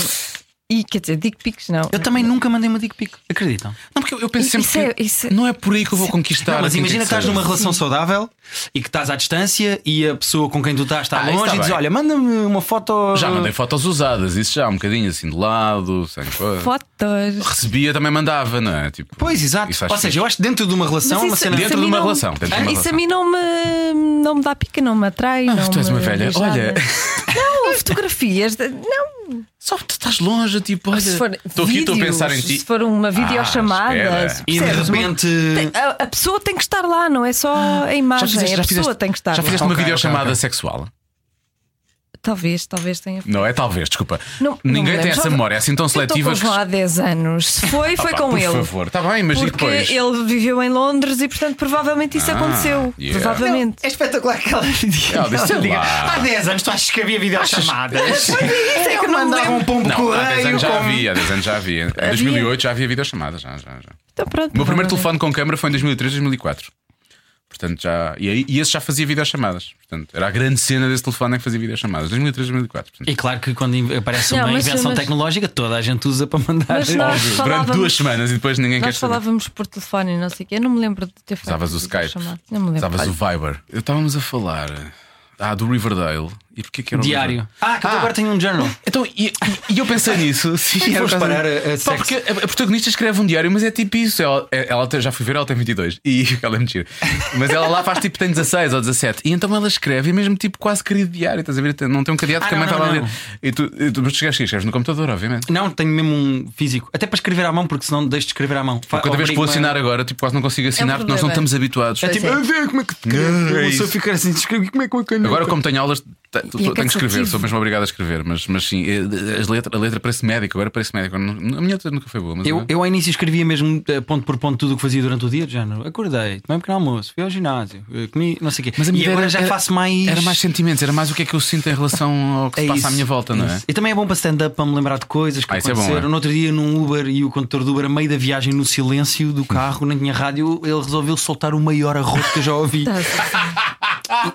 C: E quer dizer, dick pics não.
D: Eu também nunca mandei uma dick pic. Acreditam?
B: Não, porque eu, eu penso sempre
C: Isso é-
B: que
C: isso é-
B: não é por aí que eu vou conquistar.
D: Não, mas
B: quem
D: imagina que
B: quer
D: estás
B: seja.
D: numa relação saudável e que estás à distância e a pessoa com quem tu estás está
B: Ah, isso
D: longe
B: está
D: e diz:
B: bem.
D: Olha, manda-me uma foto.
B: Já mandei fotos usadas, isso já, um bocadinho assim de lado, sem coisa.
C: Fotos.
B: Recebia, também mandava, não é? Tipo,
D: Pois, exato.
B: isso acho
D: Ou
B: que-
D: seja, eu acho que dentro de uma relação, é
C: Mas
D: uma
C: isso- é
D: cena.
C: isso
B: Dentro
C: a
B: de
C: mim
B: Então é uma
C: não-
B: relação, dentro de uma
C: Ah, Isso
B: relação.
C: a mim não me, não me dá pica, não me atrai.
B: Ah,
C: não
B: tu és uma
C: me
B: velha.
C: diz nada.
B: Olha.
C: Não, fotografias. de- Não,
B: Só que tu estás longe, tipo, olha.
C: se for.
B: Estou aqui, estou a
C: vídeos,
B: pensar em ti. Ah,
C: Se for uma videochamada.
B: espera.
C: se
D: E de
C: percebes, uma-
D: repente.
C: tem- a, a pessoa tem que estar lá, não é só a imagem. é
B: fizeste-
C: a
B: Ah, já
C: pessoa
B: fizeste-
C: tem que estar
B: Já
C: lá.
B: fizeste uma
D: Ok,
B: videochamada
D: ok, ok.
B: sexual?
C: Talvez, talvez tenha.
B: Não é? Talvez, desculpa.
C: Não- não me
B: Ninguém
C: lembro.
B: tem essa
C: Já-
B: memória, é assim tão
C: Eu estou com
B: seletiva
C: o João há 10 anos. Se foi, foi
B: Ah, pá,
C: com
B: por
C: ele.
B: favor, está bem, mas e
C: Porque
B: depois?
C: ele viveu em Londres e, portanto, provavelmente isso
B: Ah,
C: aconteceu.
B: yeah.
C: Provavelmente.
D: É espetacular que ela diga.
B: Ela disse, sei lá.
D: Há 10 anos tu achas que havia videochamadas?
C: é que eu não
D: Eu
C: me
D: mandava um pombo
B: Não, há 10
D: correio.
B: anos já
D: com-
B: havia, há 10 anos já havia. Em 2008 já havia videochamada, já, já, já. O meu
C: Então, pronto,
B: primeiro
C: provavelmente.
B: telefone com câmera foi em 2003, 2004. Portanto, já. E, aí- e esse já fazia videochamadas. Portanto, era a grande cena desse telefone é que fazia videochamadas. 2003, 2004. Portanto,
D: E claro que quando in- aparece
C: Não,
D: uma
C: mas-
D: invenção
C: mas-
D: tecnológica, toda a gente usa para mandar.
C: Mas nós
D: Óbvio.
C: falávamos-
B: é durante duas semanas e depois ninguém quer
C: Nós
B: saber.
C: falávamos por telefone, e não sei o quê. Eu não me lembro de ter feito.
B: Usavas o
C: essa
B: Skype.
C: chamada. Não me lembro.
B: Usavas o
C: Olha,
B: Viber. Eu estávamos a falar. Ah, do Riverdale. E porquê que era o
D: Diário.
B: Riverdale?
D: Ah, que eu agora tenho um journal.
B: Então, e, e eu pensei nisso. Sim,
D: Foste
B: por causa-
D: parar a- a
B: Pá,
D: sexo.
B: porque a, a protagonista escreve um diário, mas é tipo isso. Ela, ela tem- já fui ver, ela tem 22. E ela é mentira. Mas ela lá faz tipo, tem 16 ou 17. E então ela escreve, e mesmo tipo quase querido diário. Estás a ver? Não tem um cadeado
D: Ah,
B: que a mãe
D: não,
B: está lá a
D: não,
B: ler.
D: não.
B: E tu, e tu mas tu chegas aqui, escreves no computador, obviamente.
D: Não, tenho mesmo um físico. Até para escrever à mão, porque senão deixo de escrever à mão. Fa-
B: Cada vez que
D: obrigo-me
B: vou
D: a-
B: assinar agora, tipo, quase não consigo assinar porque nós não
C: problema.
B: estamos habituados.
D: um É tipo,
C: Pois é.
D: a ver como é que te
B: Não, é
D: escrevo. Se eu
B: isso.
D: ficar assim, escrevi como é que eu caneta.
B: Agora, como tenho aulas, te-
C: é
B: tenho que escrever,
C: cansativo.
B: sou mesmo obrigado a escrever, mas, mas sim, eh, as letra, a letra parece médica, agora parece médica. Não- A minha letra nunca foi boa, mas
D: Eu,
B: agora-
D: eu ao início escrevia mesmo eh, ponto por ponto tudo o que fazia durante o dia, de género. Acordei, tomei um pequeno almoço, fui ao ginásio, eh, comi, não sei o quê.
B: Mas a minha
D: e
B: ideia
D: agora
B: era-
D: já
B: era-
D: faço mais.
B: Era mais sentimentos, era mais o que é que eu sinto em relação ao que se
D: É
B: passa
D: isso,
B: à minha volta,
D: é
B: não é?
D: isso. E também é bom para stand-up para me lembrar de coisas que
B: Ah, isso é bom,
D: aconteceram.
B: é?
D: No outro dia, num Uber e o condutor do Uber, a meio da viagem, no silêncio
B: Hum.
D: do carro, na minha rádio, ele resolveu soltar o maior arroto que eu já ouvi.
C: Tá.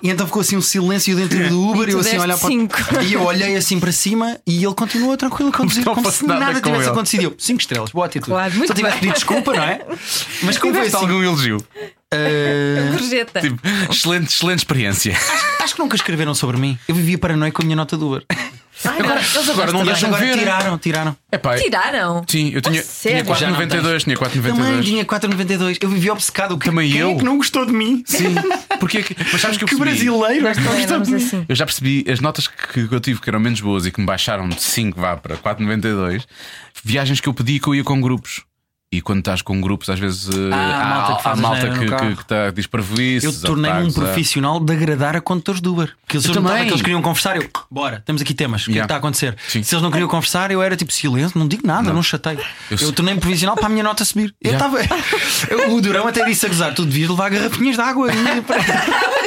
D: E então ficou assim um silêncio dentro do
C: E
D: Uber e
C: tu
D: eu assim
C: deste
D: a olhar para
C: cinco.
D: E eu olhei assim para cima e ele continuou tranquilo a conduzir
B: Não
D: como
B: fosse
D: se
B: nada
D: nada
B: com
D: tivesse
B: ele.
D: acontecido. Eu, cinco estrelas, boa atitude.
C: Claro, muito
D: Só tivesse
C: bem.
D: pedido desculpa, não é? Mas como foi
B: Tiveste
D: assim?
B: algum elogio?
D: eh,
C: Gorjeta.
B: Tipo, excelente, excelente experiência.
D: acho que nunca escreveram sobre mim. Eu vivia paranoico com a minha nota do Uber.
C: Ai, não.
B: eles agora não
D: Mas
B: deixam
D: agora
B: ver.
D: tiraram, tiraram.
B: É pá,
C: Tiraram.
B: sim, eu tinha,
C: A sério?
B: tinha 4,92, tinha
D: Também
B: 4,92.
D: tinha 4,92. Eu vivia obcecado. O que-
B: Também
D: quem
B: eu.
D: é que não gostou de mim?
B: Sim, porque é que. Mas sabes que eu
D: Que
B: percebi?
D: brasileiro é que não
C: Nós
D: gostou
C: éramos
D: de mim?
C: assim.
B: Eu já percebi as notas que que eu tive que eram menos boas e que me baixaram de 5 vá para 4,92. Viagens que eu pedi que eu ia com grupos. E quando estás com grupos, às vezes eh,
D: Ah, a malta que
B: há, há
D: faz
B: malta
D: asneira
B: que,
D: no
B: que,
D: carro.
B: que tá, diz parvoíces,
D: Eu
B: ou
D: tornei-me um
B: tacos, ah.
D: profissional de agradar a condutores do Uber. Porque se
B: Eu
D: eu notava
B: também.
D: que eles queriam conversar, eu, bora, temos aqui temas, o que é que
B: Yeah.
D: está a acontecer?
B: Sim.
D: Se eles não queriam conversar, eu era tipo silêncio, não digo nada, não, chatei. Eu,
B: sei.
D: tornei-me profissional para a minha nota subir.
B: Yeah.
D: Eu estava. eu- o Durão até disse a gozar, tu devias levar garrafinhas de água.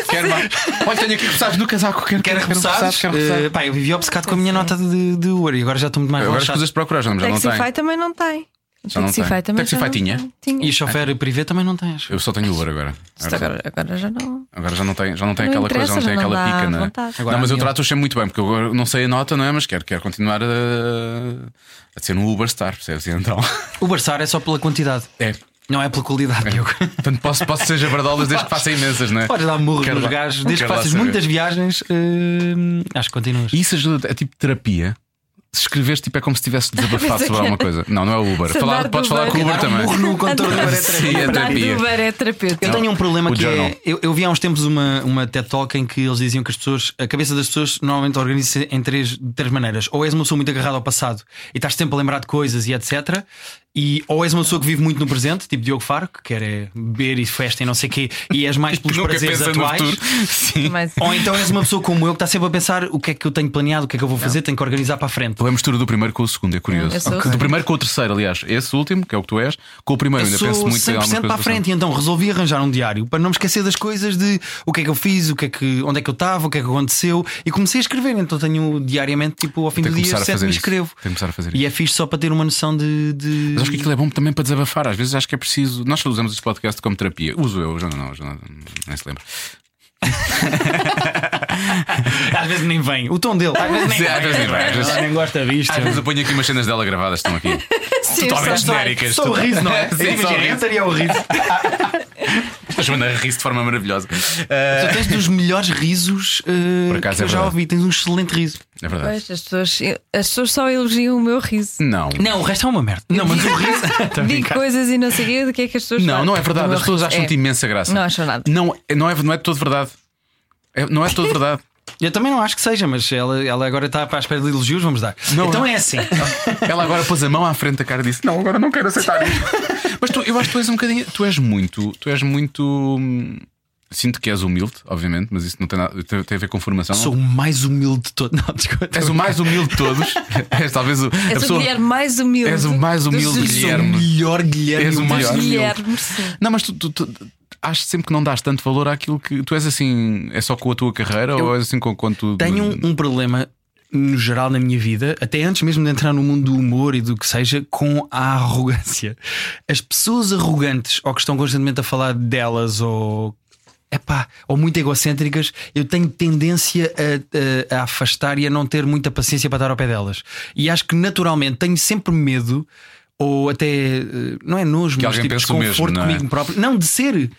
B: Quero mais. Olha, tenho aqui repassados no casaco. Quero,
D: Quero regressar.
B: quero repassares.
D: Eh, Pá, eu vivi obcecado com a minha nota de, de Uber e agora já estou muito mais
B: Agora as
D: relaxado.
B: coisas de procurar já, já não tem.
C: Taxify também não tem.
B: Já não tem.
C: Taxify também
B: Taxify
C: já não
B: tinha?
C: tem. Tinha.
D: E o chofer privê também não tens.
B: Eu só tenho Uber agora.
C: Isto Agora, agora já não.
B: Agora já não tem, já não tem
C: Não
B: aquela coisa,
C: interessa,
B: já não tem
C: já não
B: aquela
C: dá
B: pica, não é?
C: vontade.
B: Não,
D: Agora
B: mas
D: a
B: eu
D: minha-
B: trato-os sempre muito bem, porque eu agora não sei a nota, não é? Mas quero, quero continuar a, a ser um Uberstar, percebes? E Então,
D: O Barçar é só pela quantidade,
B: é.
D: não é pela qualidade, Diogo.
B: Portanto, posso, posso ser jabardolas desde que faça imensas, não é?
D: Podes dar murro
B: Quero
D: nos
B: lá-
D: gajos, desde que
B: quero lá
D: faças
B: saber.
D: muitas viagens, hum, acho que continuas.
B: Isso ajuda, é tipo terapia. Se escreveres, tipo, é como se tivesse desabafado
C: Pensei
B: sobre
C: que
B: alguma coisa. Não, não é o Uber.
C: Andar
B: Falar-
C: do
B: podes falar
C: Uber.
B: com o Uber
D: Dar um
B: também.
D: murro no condutor do Uber é
B: Sim, é
C: Andar de
B: terapia. Então,
C: Uber é
D: Eu
C: terapêutico.
D: tenho um problema
B: O
D: que
B: journal.
D: é. Eu, eu vi há uns tempos uma, uma TED Talk em que eles diziam que as pessoas, a cabeça das pessoas normalmente organiza-se em três, de três maneiras. Ou és uma pessoa muito agarrada ao passado e estás sempre a lembrar de coisas e etc. E, ou és uma pessoa que vive muito no presente, tipo Diogo Faro, que quer é beber e festa e não sei o quê, e és mais pelos
B: Nunca
D: prazeres
B: pensa no
D: atuais.
B: futuro. Sim.
C: Mas-
D: Ou então és uma pessoa como eu que está sempre a pensar o que é que eu tenho planeado, o que é que eu vou fazer, tenho que organizar para a frente.
B: Pela mistura do primeiro com o segundo, é curioso.
C: Eu sou
B: Ok.
C: assim.
B: Do primeiro com o terceiro, aliás. Esse último, que é o que tu és, com o primeiro,
D: eu
B: ainda
D: sou
B: penso muito em
D: 100%
B: algumas
D: para a
B: coisas do
D: frente, e então resolvi arranjar um diário para não me esquecer das coisas de o que é que eu fiz, o que é que, onde é que eu estava, o que é que aconteceu e comecei a escrever. Então tenho diariamente, tipo, ao fim
B: Tenho
D: do
B: que
D: dia,
B: começar a
D: sempre
B: fazer
D: me
B: isso.
D: escrevo.
B: Tenho que começar a fazer
D: E é fixe só para ter uma noção de. de-
B: Mas acho que aquilo é bom também para desabafar. Às vezes acho que é preciso. Nós só usamos este podcast como terapia. Uso eu, já não, já não nem se lembra.
D: Às vezes nem vem. O tom dele. Às vezes nem
B: Sim, às vezes nem vem, às vezes-
D: Ela nem gosta disto.
B: Às vezes eu ponho aqui umas cenas dela gravadas, estão aqui.
C: Sim,
B: Totalmente
C: só-
B: genéricas.
D: Só o riso, não é?
B: Sim,
D: Eu
B: só o
D: imagino, eu
B: riso.
D: estaria ao riso.
B: A Joana ri de forma maravilhosa.
D: Tu tens dos melhores risos eh,
B: Por acaso
D: que
B: é
D: eu já
B: verdade.
D: ouvi. Tens um excelente riso.
B: É verdade.
C: Pois, as pessoas, as pessoas só elogiam o meu riso.
B: Não.
D: Não, o resto é uma merda. Não, mas o riso.
C: Digo coisas e não sei o quê, do que é que as pessoas
B: Não,
C: falam.
B: não é verdade.
C: Do
B: As pessoas
C: meu
B: acham-te
C: riso. É.
B: imensa graça.
C: Não acham nada.
B: Não, não é, não é de todo verdade. É- não é de todo verdade.
D: Eu também não acho que seja, mas ela, ela agora está para a espera de elogios, vamos dar.
B: Não,
D: então
B: não.
D: é assim.
B: Ela agora pôs a mão à frente da cara e disse: Não, agora não quero aceitar isto. Mas tu, eu acho que tu és um bocadinho. Tu és muito. Tu és muito. hum, Sinto que és humilde, obviamente, mas isso não tem, nada, tem, tem a ver com formação. não
D: Sou o mais humilde de todo. Não, desculpa.
B: És o mais humilde de todos. és talvez o, a
C: És o
B: pessoa-
C: Guilherme mais humilde.
B: És o mais
C: dos
B: humilde
C: seres
D: Sou o
B: Guilherme.
D: melhor Guilherme.
B: És o
D: do
B: mais
D: mundo.
C: humanos.
B: humilde.
C: Guilherme, sim.
B: Não, mas tu, tu- tu- acho sempre que não dás tanto valor àquilo que. Tu és assim. É só com a tua carreira ou és assim com quanto.
D: Tenho um, um problema no geral na minha vida, até antes mesmo de entrar no mundo do humor e do que seja, com a arrogância. As pessoas arrogantes ou que estão constantemente a falar delas ou. Epá, ou muito egocêntricas, eu tenho tendência a, a- a afastar e a não ter muita paciência para estar ao pé delas. E acho que naturalmente tenho sempre medo, ou até eh, não é nojo, mas
B: alguém
D: tipo
B: pense o mesmo,
D: desconforto
B: não é?
D: comigo próprio. Não, de ser.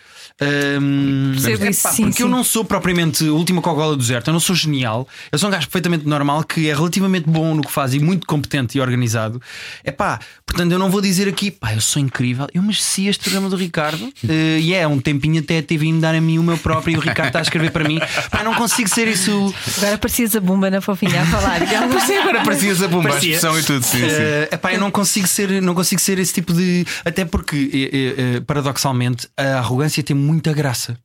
D: Ahm,
C: Percebo
D: Epá,
C: isso, sim,
D: porque eu
C: sim.
D: não sou propriamente a última cogola do deserto, eu não sou genial, eu sou um gajo perfeitamente normal que é relativamente bom no que faz e muito competente e organizado. É pá, portanto eu não vou dizer aqui, pá, eu sou incrível, eu mereci este programa do Ricardo eh, e é um tempinho até tive de me dar a mim o meu próprio e o Ricardo está a escrever para mim, pá, não consigo ser isso.
C: Agora parecias a Bumba na fofinha a falar. Já não
D: é,
C: sei agora
B: Parecias a bomba, a
D: Parecia.
B: expressão e tudo, sim, sim.
D: Eh, epá, eu não consigo ser, não consigo ser esse tipo de. Até porque, eh, eh, eh, paradoxalmente, a arrogância tem muita graça.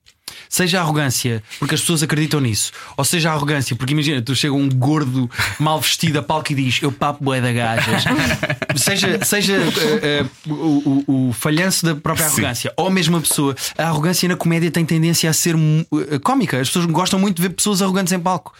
D: Seja a arrogância porque as pessoas acreditam nisso, ou seja a arrogância porque imagina, tu chega um gordo mal vestido a palco e diz eu papo bué da gajas, seja, seja eh, eh, o, o- o falhanço da própria arrogância, ou mesmo a pessoa. A arrogância na comédia tem tendência a ser mu- eh, cómica, as pessoas gostam muito de ver pessoas arrogantes em palco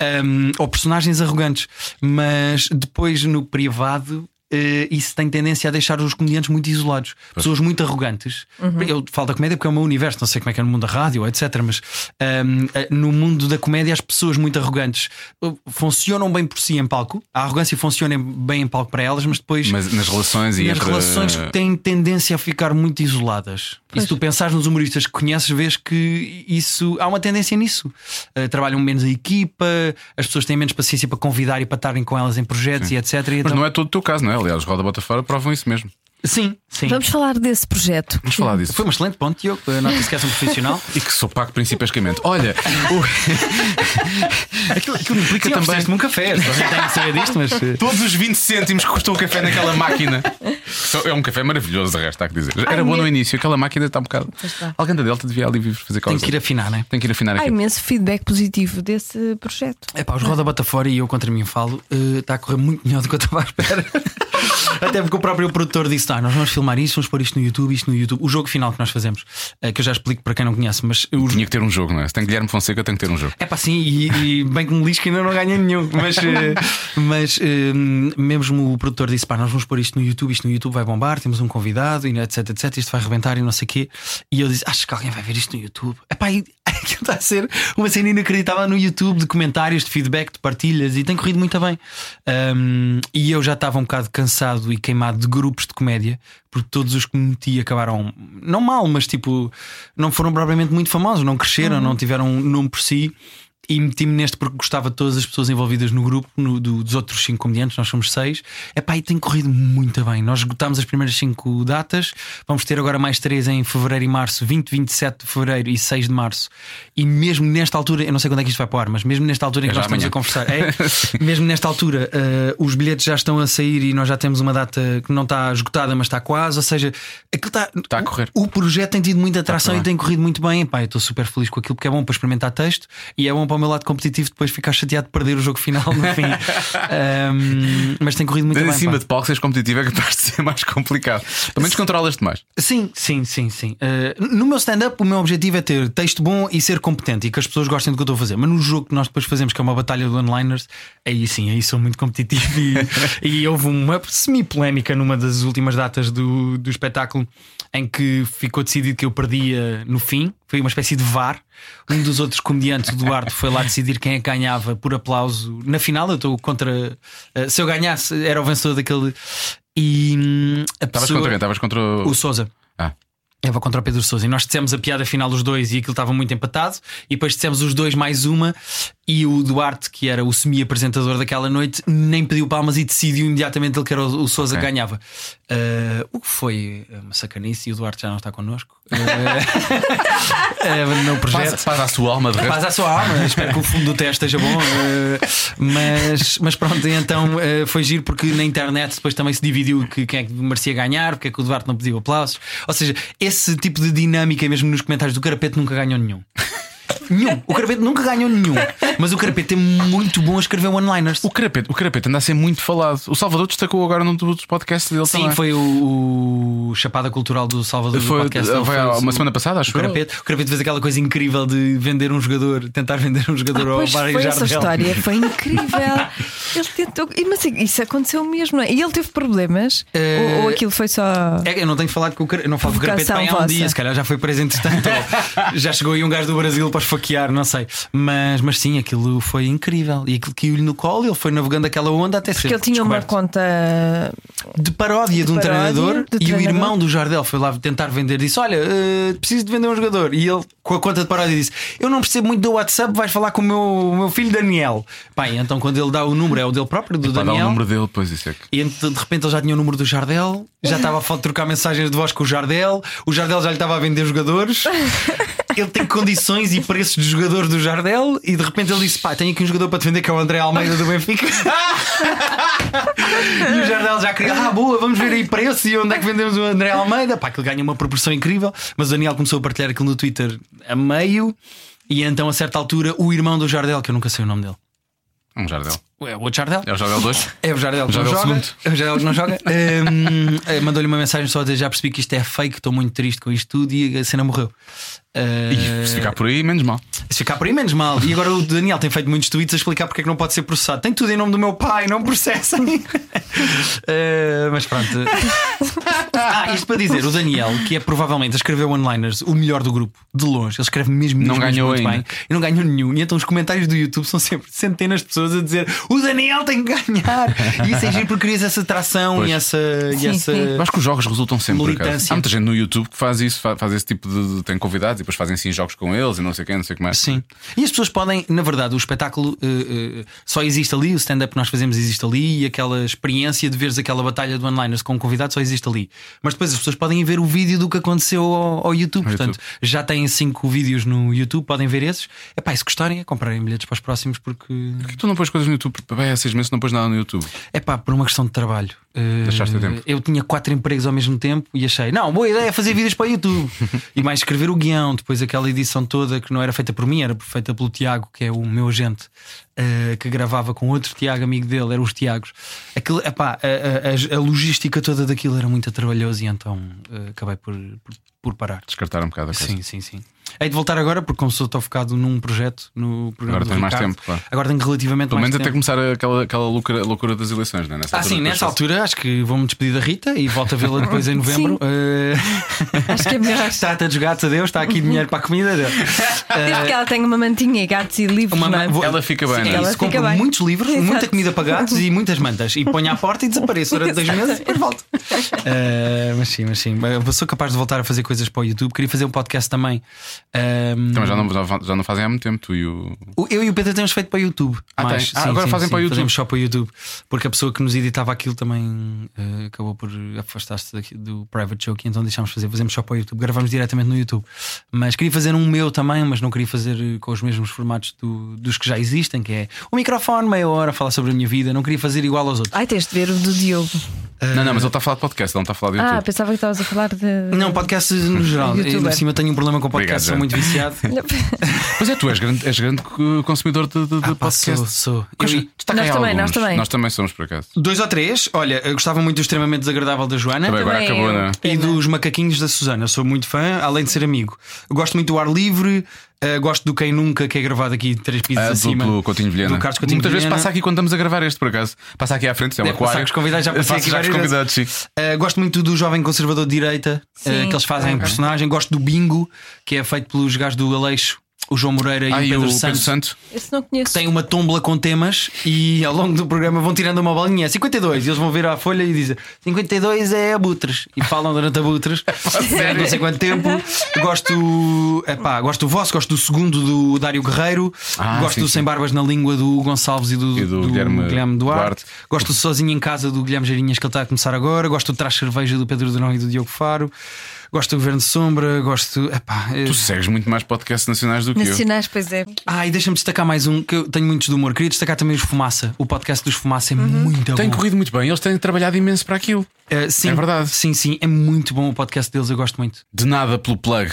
D: Ahm, ou personagens arrogantes, mas depois no privado eh, isso tem tendência a deixar os comediantes muito isolados, pessoas muito arrogantes. Eu falo da comédia porque é o meu universo, não sei como é que é no mundo da rádio, etc. Mas hum, eh, no mundo da comédia, as pessoas muito arrogantes eh, funcionam bem por si em palco, a arrogância funciona bem em palco para elas, mas depois.
B: Mas nas relações e
D: nas
B: entre-
D: relações têm tendência a ficar muito isoladas. E se tu pensares nos humoristas que conheces, vês que isso há uma tendência nisso. Eh, trabalham menos a equipa, as pessoas têm menos paciência para convidar e para estarem com elas em projetos e etc. E
B: Mas
D: então-
B: não é todo o teu caso, não é? Aliás, Roda Bota Fora provam isso mesmo.
D: Sim, sim.
C: Vamos falar desse projeto.
B: Vamos falar disso.
D: Foi um excelente ponto, Diogo. Não te esqueças um profissional.
B: E que sou pago principescamente. Olha, o- aquilo, aquilo implica
D: Sim,
B: também.
D: ofereceste-me um café. Só tem que saber disto, mas. eh,
B: Todos os 20 cêntimos que custou o café naquela máquina. Só- É um café maravilhoso, de resto, há que dizer. Era
C: Ai,
B: bom no
C: meu-
B: início, aquela máquina está um bocado.
C: está.
B: Alguém da Delta devia ali vir fazer
D: tá. Tem
B: qualquer
D: que ir afinar, né?
B: Tem que ir afinar
C: Há
B: aqui.
C: imenso feedback positivo desse projeto.
D: É pá, os Roda Bota Fora e eu contra mim falo, eh, está a correr muito melhor do que eu estava à espera. Até porque o próprio produtor disse: ah, nós vamos filmar isto, vamos pôr isto no YouTube, isto no YouTube. O jogo final que nós fazemos, eh, que eu já explico para quem não conhece, mas o
B: Tinha que ter um jogo, não é? Se tem Guilherme Fonseca, tem que ter um jogo.
D: É pá, sim, e, e bem que me lixo que ainda não ganhei nenhum. Mas, eh, mas eh, mesmo o produtor disse: pá, nós vamos pôr isto no YouTube, isto no YouTube vai bombar, temos um convidado, e etc, etc, isto vai arrebentar e não sei o quê. E eu disse: acho que alguém vai ver isto no YouTube. É pá, e aquilo está a ser uma cena inacreditável no YouTube de comentários, de feedback, de partilhas, e tem corrido muito bem. Ahm, e eu já estava um bocado cansado e queimado de grupos de comédia, porque todos os que me meti acabaram, não mal, mas tipo, não foram propriamente muito famosos, não cresceram, não tiveram um nome por si. E meti-me neste porque gostava de todas as pessoas envolvidas no grupo, no- do- dos outros cinco comediantes, nós somos seis. Epá, e tem corrido muito bem. Nós esgotámos as primeiras cinco datas, vamos ter agora mais três em fevereiro e março, 20, 27 de fevereiro e 6 de março. E mesmo nesta altura, eu não sei quando é que isto vai para o ar, mas mesmo nesta altura em que
B: já
D: nós estamos
B: amanhã.
D: a conversar, é, mesmo nesta altura, eh, os bilhetes já estão a sair e nós já temos uma data que não está esgotada, mas está quase. Ou seja, aquilo está,
B: Está a correr.
D: o projeto tem tido muita atração
B: Tá
D: e
B: bem.
D: tem corrido muito bem. Pá, eu estou super feliz com aquilo porque é bom para experimentar texto e é bom para o meu lado competitivo depois ficar chateado de perder o jogo final no fim. Ahm, mas tem corrido muito
B: Mas
D: bem.
B: em cima
D: pá.
B: de palco, seres competitivo é capaz de ser mais complicado. Também descontrolas-te mais.
D: Sim, sim, sim, sim. Eh, no meu stand-up, o meu objetivo é ter texto bom e ser competente e que as pessoas gostem do que eu estou a fazer. Mas no jogo que nós depois fazemos, que é uma batalha de one-liners, aí sim, aí sou muito competitivo. E, e houve uma semi-polémica numa das últimas datas do, do espetáculo em que ficou decidido que eu perdia no fim. Foi uma espécie de VAR. Um dos outros comediantes, o Duarte, foi lá decidir quem é que ganhava por aplauso. Na final, eu estou contra. eh, se eu ganhasse, era o vencedor daquele. E hum, a
B: Estavas
D: pessoa-
B: contra quem? Estavas contra o.
D: o Souza.
B: Ah.
D: Eu vou contra o Pedro Souza. E nós dissemos a piada final dos dois e aquilo estava muito empatado. E depois dissemos os dois mais uma. E o Duarte, que era o semi-apresentador daquela noite, nem pediu palmas e decidiu imediatamente ele que era o, o Souza
B: Ok.
D: que ganhava. Ah, o que foi uma sacanice. E o Duarte já não está connosco. Ah, abandonou o projeto.
B: Faz, faz a sua alma de resto.
D: Paz à sua alma, espero que o fundo do teste esteja bom. eh, mas, mas pronto, e então eh, foi giro porque na internet depois também se dividiu que quem é que merecia ganhar, porque é que o Duarte não pediu aplausos. Ou seja, esse tipo de dinâmica, mesmo nos comentários do Carapete, nunca ganhou nenhum. Nenhum. O Carapete nunca ganhou nenhum. Mas o Carapete é muito bom a escrever one-liners.
B: O carapete, o carapete anda a ser muito falado. O Salvador destacou agora num dos podcasts dele
D: Sim,
B: também.
D: foi o, o Chapada Cultural do Salvador
B: Foi-
D: do podcast. não
B: foi há
D: o-
B: uma semana passada, acho
D: o
B: eu.
D: Carapete. O Carapete fez aquela coisa incrível de vender um jogador, tentar vender um jogador ao
C: Ah, Pois
D: Mário
C: foi essa
D: Jardel.
C: história, foi incrível. ele tentou. e, Mas isso aconteceu mesmo, não é? E ele teve problemas?
D: Eh,
C: Ou, ou aquilo foi só.
D: É que eu não tenho falado com o cara, eu não falo com o Carapete
C: Provocação
D: bem há um
C: vossa.
D: dia, se calhar já foi preso entretanto, ou já chegou aí um gajo do Brasil para esfaquear, não sei. Mas, mas sim, aquilo foi incrível. E aquilo caiu-lhe no colo, ele foi navegando aquela onda até ser
C: Porque ele tinha uma
D: descoberto.
C: conta.
D: de paródia de, um
C: paródia,
D: treinador
C: de
D: e o
C: treinador.
D: irmão do Jardel foi lá tentar vender disse: Olha, eh, preciso de vender um jogador. E ele, com a conta de paródia, disse: Eu não percebo muito do WhatsApp, vais falar com o meu, o meu filho Daniel. Pai, então quando ele dá o número, é o dele próprio, do
B: Pá, dá o
D: Daniel.
B: um número dele, pois isso é que.
D: E então, de repente ele já tinha o número do Jardel, já estava a falta de trocar mensagens de voz com o Jardel, o Jardel já lhe estava a vender jogadores, ele tem condições e preços de jogadores do Jardel, e de repente ele disse: pá, tenho aqui um jogador para te vender que é o André Almeida do Benfica. e o Jardel já queria, ah, boa, vamos ver aí preço e onde é que vendemos o André Almeida. Pá, que ele ganha uma proporção incrível, mas o Daniel começou a partilhar aquilo no Twitter a meio, e então a certa altura o irmão do Jardel, que eu nunca sei o nome dele,
B: Um Jardel.
D: é o outro Jardel.
B: É o Jardel 2?
D: É o Jardel que não
B: Jardel
D: joga.
B: segundo.
D: É o Jardel que não joga. Hum, eh, Mandou-lhe uma mensagem só a dizer: Já percebi que isto é fake, estou muito triste com isto tudo e a cena morreu. Eh,
B: E se ficar por aí, menos mal.
D: se ficar por aí, menos mal. E agora o Daniel tem feito muitos tweets a explicar porque é que não pode ser processado. Tem tudo em nome do meu pai, não processem. Eh, mas pronto. Ah, isto para dizer, o Daniel, que é provavelmente a escrever one-liners o melhor do grupo, de longe, ele escreve mesmo, mesmo
B: Não ganhou
D: mesmo muito
B: ainda.
D: bem e não ganhou nenhum. E então os comentários do YouTube são sempre centenas de pessoas a dizer: o Daniel tem que ganhar. E isso é giro porque crias essa atração
B: Pois.
D: e essa. e
C: Sim,
D: essa-
C: sim.
B: Eu acho que os jogos resultam sempre. por acaso.
D: É. Militância.
B: Há muita gente no YouTube que faz isso, fa- faz esse tipo de. de- tem convidados e depois fazem assim jogos com eles e não sei quem, não sei o que mais.
D: Sim. E as pessoas podem, na verdade, o espetáculo eh, eh, só existe ali, o stand-up que nós fazemos existe ali e aquela experiência de veres aquela batalha de one-liners com um convidado só existe ali. Mas depois as pessoas podem ir ver o vídeo do que aconteceu ao, ao YouTube.
B: Ao
D: Portanto, já têm cinco vídeos no YouTube, podem ver esses. Epá, e se gostarem, é comprarem bilhetes para os próximos porque.
B: E tu não pões coisas no YouTube? Bem, há seis meses não pões nada no YouTube.
D: É pá, por uma questão de trabalho. Eh,
B: Deixaste o tempo.
D: Eu tinha quatro empregos ao mesmo tempo e achei, não, boa ideia é fazer vídeos para o YouTube. e mais escrever o guião, depois aquela edição toda que não era feita por mim, era feita pelo Tiago, que é o meu agente, eh, que gravava com outro Tiago, amigo dele, eram os Tiagos. Aquilo, epá, a, a- a- a logística toda daquilo era muito trabalhoso e então eh, acabei por, por, por parar.
B: Descartar um bocado a coisa.
D: Sim, sim, sim. Hei de voltar agora porque, como sou tão focado num projeto, no programa
B: Agora
D: do
B: tens mais
D: Ricardo,
B: tempo, claro.
D: Agora tenho relativamente
B: Pelo
D: mais
B: menos
D: tempo.
B: até começar aquela, aquela loucura, loucura das eleições, não é? Nessa
D: Ah, sim,
B: depois
D: nessa
B: faz-
D: altura acho que vou-me despedir da Rita e volto a vê-la depois em novembro. Eh,
C: Acho que é melhor.
D: está até dos gatos, adeus, está aqui dinheiro para a comida, adeus.
C: Desde que ela tenha uma mantinha e gatos e livros,
D: Uma
C: não é?
D: man- vou-
B: Ela fica bem,
D: É
B: não é?
C: Ela
D: isso,
C: fica
D: compro
C: bem.
D: muitos livros,
C: Exato.
D: muita comida para gatos e muitas mantas. E ponho à porta e desapareço durante dois meses e depois volto. Eh, mas sim, mas sim. Eu sou capaz de voltar a fazer coisas para o YouTube. Queria fazer um podcast também. Ehm,
B: Então já não, já fa- já não fazem há muito tempo, tu e o.
D: O- Eu e o Pedro temos feito para o YouTube.
B: Ah,
D: Mas,
B: tem. Ah, agora fazem para o YouTube.
D: Fazemos só para o YouTube. Porque a pessoa que nos editava aquilo também eh, acabou por afastar-se daqui- do private joke, então deixámos de fazer. Fazemos só para o YouTube. Gravamos diretamente no YouTube. Mas queria fazer um meu também, mas não queria fazer eh, com os mesmos formatos do- dos que já existem, que é o microfone, meia hora, falar sobre a minha vida. Não queria fazer igual aos outros.
C: Ai, tens de ver o do Diogo.
D: Ah.
B: Não, não, mas ele está a falar de podcast, ele não está a falar de
C: Ah,
B: YouTube.
C: pensava que estavas a falar de.
D: Ah, Não, podcast no geral.
C: Youtuber.
D: Ainda por cima tenho um problema com podcast,
B: Obrigado,
D: sou
B: Zé.
D: muito viciado.
B: Pois é, tu és grande, és grande co- consumidor de, de- de
D: Ah, pá,
B: podcast.
D: sou, sou.
B: Quais-
D: Eu-
B: destaca aí
C: Nós também, nós
B: tá alguns.
C: também.
B: Nós também somos, por acaso.
D: Dois ou três, olha, eu gostava muito do extremamente desagradável da Joana.
B: Também agora
C: Também
B: acabou,
C: eu.
B: não é?
D: E dos macaquinhos da Susana, eu sou muito fã, além de ser amigo. Eu Gosto muito do ar livre, eh, gosto do Quem Nunca, que é gravado aqui três pisos
B: Ah, do-
D: acima.
B: do Coutinho Vilhena.
D: Do Carlos Coutinho
B: Muitas vezes
D: Vilhena.
B: passa aqui quando estamos a gravar este, por acaso. Passa aqui à frente, é um
D: Deve passar
B: aquário.
D: com os convidados, já passei
B: Passa
D: aqui
B: já com os
D: várias
B: convidados, sim.
D: Eh, gosto muito do Jovem Conservador de Direita, eh,
C: Sim.
D: que eles fazem em personagem. Gosto do Bingo, que é feito pelos gajos do Aleixo, o João Moreira e
B: Ah,
D: o
B: e
D: Pedro
B: o Pedro
D: Santos.
B: Santo.
C: Esse não conheço.
D: Tem uma tómbola com temas e ao longo do programa vão tirando uma bolinha 52 e eles vão ver à folha e dizem 52 é abutres e falam durante abutres sério? não sei quanto tempo gosto epá, gosto do vosso gosto do segundo do Dário Guerreiro
B: Ah,
D: gosto
B: sim,
D: do
B: sim.
D: Sem Barbas na Língua do Hugo Gonçalves e do,
B: E do Guilherme Duarte.
D: gosto do Sozinho em Casa do Guilherme Jarinhas que ele está a começar agora gosto do Traz Cerveja do Pedro Durão e do Diogo Faro gosto do Governo de Sombra gosto epá, eh,
B: Tu segues muito mais podcasts nacionais do que eu.
C: Nacionais, pois é.
D: Ah, e deixa-me destacar mais um que eu tenho muitos de humor. Queria destacar também os Fumaça. O podcast dos Fumaça é muito
B: Uhum. Tem
D: bom.
B: corrido muito bem, eles têm trabalhado imenso para aquilo.
D: Eh, sim,
B: É verdade.
D: Sim, sim, é muito bom o podcast deles. Eu gosto muito.
B: De nada pelo plug.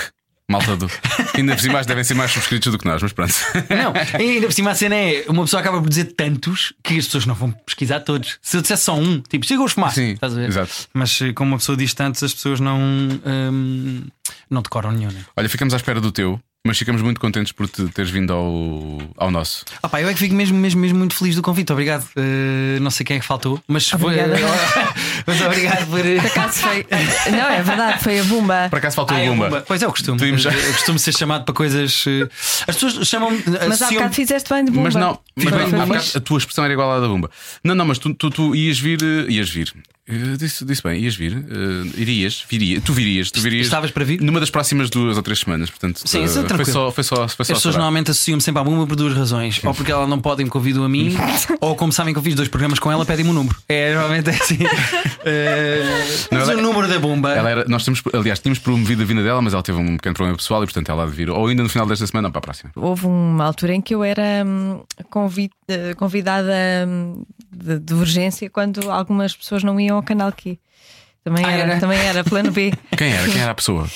B: Malta do. Ainda por cima acho que devem ser mais subscritos do que nós, mas pronto.
D: Não, e ainda por cima a cena é uma pessoa acaba por dizer tantos que as pessoas não vão pesquisar todos. Se eu dissesse só um, tipo, chega os Fumaça.
B: Sim,
D: estás a ver?
B: exato.
D: Mas eh, como uma pessoa diz tantos, as pessoas não, ehm, não decoram nenhum. Né?
B: Olha, ficamos à espera do teu, mas ficamos muito contentes por te teres vindo ao, ao nosso.
D: Ah, pá, eu é que fico mesmo, mesmo, mesmo muito feliz do convite. Obrigado. Eh, não sei quem é que faltou, mas, foi- eh,
C: Obrigada.
D: mas obrigado por. eh,
C: Caso foi. Não, é verdade, foi a bomba.
B: Por acaso faltou
D: Ah,
B: a
D: é
B: bomba.
D: bomba. Pois é, eu costumo.
B: Podíamos já-
D: Eu costumo ser chamado para coisas. eh, As pessoas chamam-me.
C: Mas há
D: associam-
C: bocado fizeste bem de bomba.
B: Mas não, mas
C: Foi-
B: bem,
C: foi
B: há bocado
C: fixe.
B: a tua expressão era igual à da Bumba. Não, não, mas tu, tu, tu ias vir. eh, Ias vir. Eh, Disse, disse bem, ias vir. eh, irias, viria, tu virias, tu virias.
D: Estavas para vir?
B: Numa das próximas duas ou três semanas, portanto.
D: Sim,
B: eh,
D: isso é
B: foi
D: tranquilo.
B: só, foi só, foi só
D: As pessoas
B: esperar.
D: normalmente associam-me sempre à bomba por duas razões. Ou porque ela não pode e me convidam a mim, ou como sabem que eu fiz dois programas com ela, pedem-me o número. É, normalmente é assim. Eh,
B: Não,
D: mas
B: ela-
D: o número da bomba.
B: Ela era, nós temos, aliás, tínhamos promovido a vinda dela, mas ela teve um pequeno problema pessoal e, portanto, ela há de vir ou ainda no final desta semana ou para a próxima.
C: Houve uma altura em que eu era hum, convi- eh, convidada hum, de, de urgência quando algumas pessoas não iam ao canal Q. Também
D: Ah,
C: era,
D: era?
C: também era, plano B.
B: Quem era? Quem era a pessoa?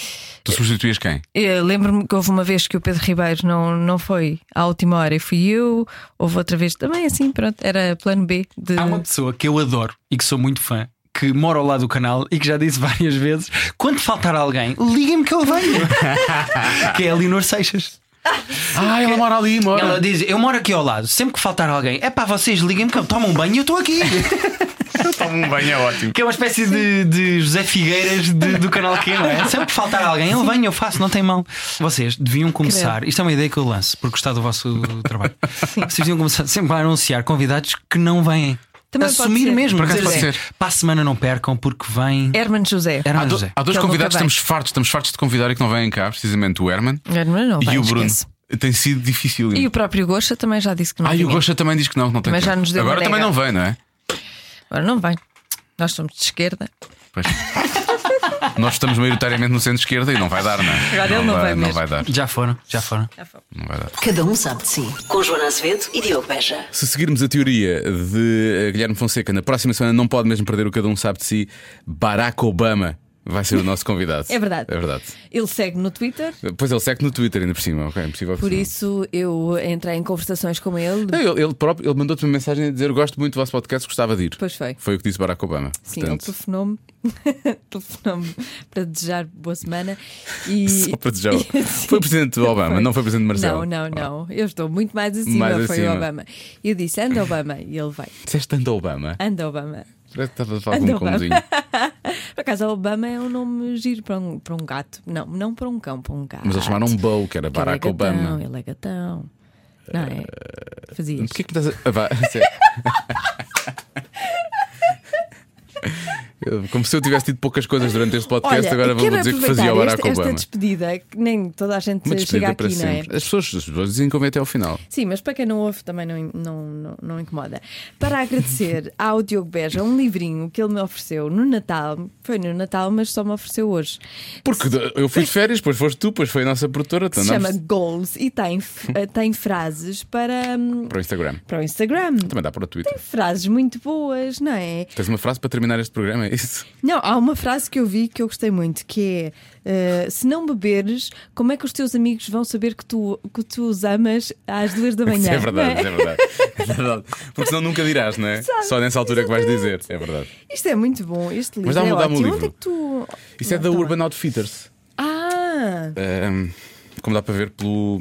B: Tu substituías quem?
C: Eu Lembro-me que houve uma vez que o Pedro Ribeiro não, não foi à última hora e fui eu. Houve outra vez também assim, pronto, era plano B. De...
D: Há uma pessoa que eu adoro e que sou muito fã. Que mora ao lado do canal e que já disse várias vezes: quando faltar alguém, liguem-me que eu venho. que é a Leonor Seixas.
B: Ah, ela mora ali, mora.
D: é Ela diz: Eu moro aqui ao lado, sempre que faltar alguém, é pá, vocês liguem-me que eu tomo um banho e eu estou aqui. Toma um banho, é ótimo. Que é uma espécie de, de José Figueiras de- do canal Q, não é? Sempre que faltar alguém, eu venho, eu faço, não tem mão. Vocês deviam começar, isto é uma ideia que eu lanço, porque gostar do vosso trabalho. Vocês deviam começar sempre a anunciar convidados que não vêm.
F: Também pode
D: Assumir
F: ser.
D: mesmo,
F: Por
B: acaso
D: dizer, assim,
B: pode ser.
D: Para a semana não percam, porque vem.
F: Herman José.
D: Herman
B: Há, do-
D: José.
B: há dois
F: Que é ele
B: convidados que
F: nunca
B: estamos fartos, estamos fartos de convidar e que não vêm cá, precisamente o Herman
F: Herman não, vai,
B: e o Bruno.
F: esquece.
B: Tem sido difícil.
F: E o próprio Gosha também já disse que não
B: Ah, e o
F: vinha.
B: Gosha também diz que não, não tem
F: Mas já
B: tempo.
F: nos deu
B: Agora
F: uma
B: também
F: nega.
B: não vem, não é?
F: Agora não vai. Nós somos de esquerda.
B: Pois. Nós estamos maioritariamente no centro-esquerda e não vai dar, não é?
F: Agora ele não vai
B: vai, não
F: mesmo.
B: vai dar.
D: Já foram, já foram.
B: Não vai dar.
A: Cada um sabe de si. Com Joana Azevedo e Diogo Beja.
B: Se seguirmos a teoria de eh, Guilherme Fonseca, na próxima semana não pode mesmo perder o Cada Um Sabe de Si, Barack Obama vai ser o nosso convidado.
C: É verdade.
B: É verdade.
C: Ele segue no Twitter,
B: Pois ele segue no Twitter ainda por cima, ok? É impossível que
C: por
B: sim.
C: isso eu entrei em conversações com ele.
B: Não, ele, ele próprio ele mandou-te uma mensagem a dizer: Gosto muito do vosso podcast, gostava de ir.
C: Pois foi.
B: Foi o que disse Barack Obama.
C: Sim, ele
B: Portanto,
C: telefonou-me telefonou para desejar boa semana e.
B: Só para desejar.
C: Sim.
B: Foi o presidente do Obama, não foi o presidente de Marcelo. Ah.
C: Não, não, não. Eu estou muito mais acima,
B: Mais
C: foi
B: acima.
C: o Obama. E eu disse, anda Obama, e ele vai,
B: Disseste tanto Obama.
C: anda Obama.
B: Parece que estás a falar com
C: Anda,
B: um
C: Obama.
B: cãozinho.
C: Por acaso, Obama é um nome giro para um, para um gato. Não, não para um cão, para um gato.
B: Mas eles chamaram um Bo, que era
C: Que ele é
B: Barack
C: gatão,
B: Obama. Eh,
C: Ele é gatão. Não é? Fazia isto.
B: Porquê que me estás a. Ah, vá, a sério. Eu- Como se eu tivesse tido poucas coisas durante este podcast,
C: Olha,
B: agora
C: eu
B: vou
C: quero
B: dizer que fazia o
C: aproveitar
B: Barack
C: esta, esta
B: Obama.
C: despedida, que nem toda a gente
B: Uma
C: chega
B: despedida para
C: aqui, não é?
B: sempre. As pessoas, as pessoas dizem que vão até ao final.
C: Sim, mas para quem não ouve também não, não, não, não incomoda. Para agradecer ao Diogo Beja um livrinho que ele me ofereceu no Natal. Foi no Natal, mas só me ofereceu hoje.
B: Porque eu fui de férias, depois foste tu, depois foi a nossa produtora.
C: Se
B: então
C: chama
B: andámos
C: Goals e tem, f- eh, tem frases para, hum,
B: Para o Instagram.
C: para o Instagram.
B: Também dá para o Twitter.
C: Frases muito boas, não é?
B: Tens uma frase para terminar este programa? É isso?
C: Não, há uma frase que eu vi que eu gostei muito, que é eh, se não beberes, como é que os teus amigos vão saber que tu, que tu os amas às duas da manhã?
B: Isso é
C: não
B: verdade, isso é verdade. É verdade. Porque senão nunca dirás, não é?
C: Sabe,
B: Só nessa altura é que vais dizer. É verdade.
C: Isto é muito bom, este livro
B: Mas dá-me-
C: é
B: dá-me o
C: ótimo.
B: livro.
C: Onde é que tu...
B: Isso é
C: Não,
B: da
C: tá
B: Urban Outfitters.
C: lá. Ah!
B: Ahm, como dá para ver pelo,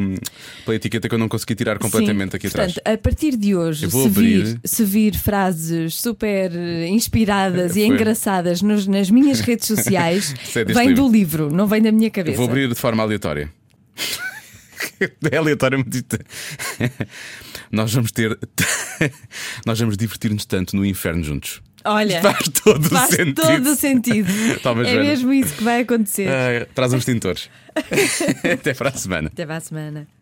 B: pela etiqueta que eu não consegui tirar completamente
C: Sim.
B: aqui atrás.
C: Portanto, a partir de hoje,
B: Eu vou
C: se vir,
B: abrir.
C: se vir frases super eh, inspiradas e
B: Foi.
C: engraçadas nos- nas minhas redes sociais,
B: Isso é deste
C: vem
B: livro.
C: do livro, não vem da minha
B: Eu
C: cabeça.
B: vou abrir de forma aleatória. É aleatório, mas isto- Nós vamos ter. Nós vamos divertir-nos tanto no inferno juntos.
C: Olha,
B: Faz todo o
C: faz
B: sentido. É. Ah,
C: todo o sentido.
B: Toma,
C: é
B: Joana.
C: mesmo isso que vai acontecer.
B: Ai, traz os tintores. Até para a semana.
C: Até para a semana.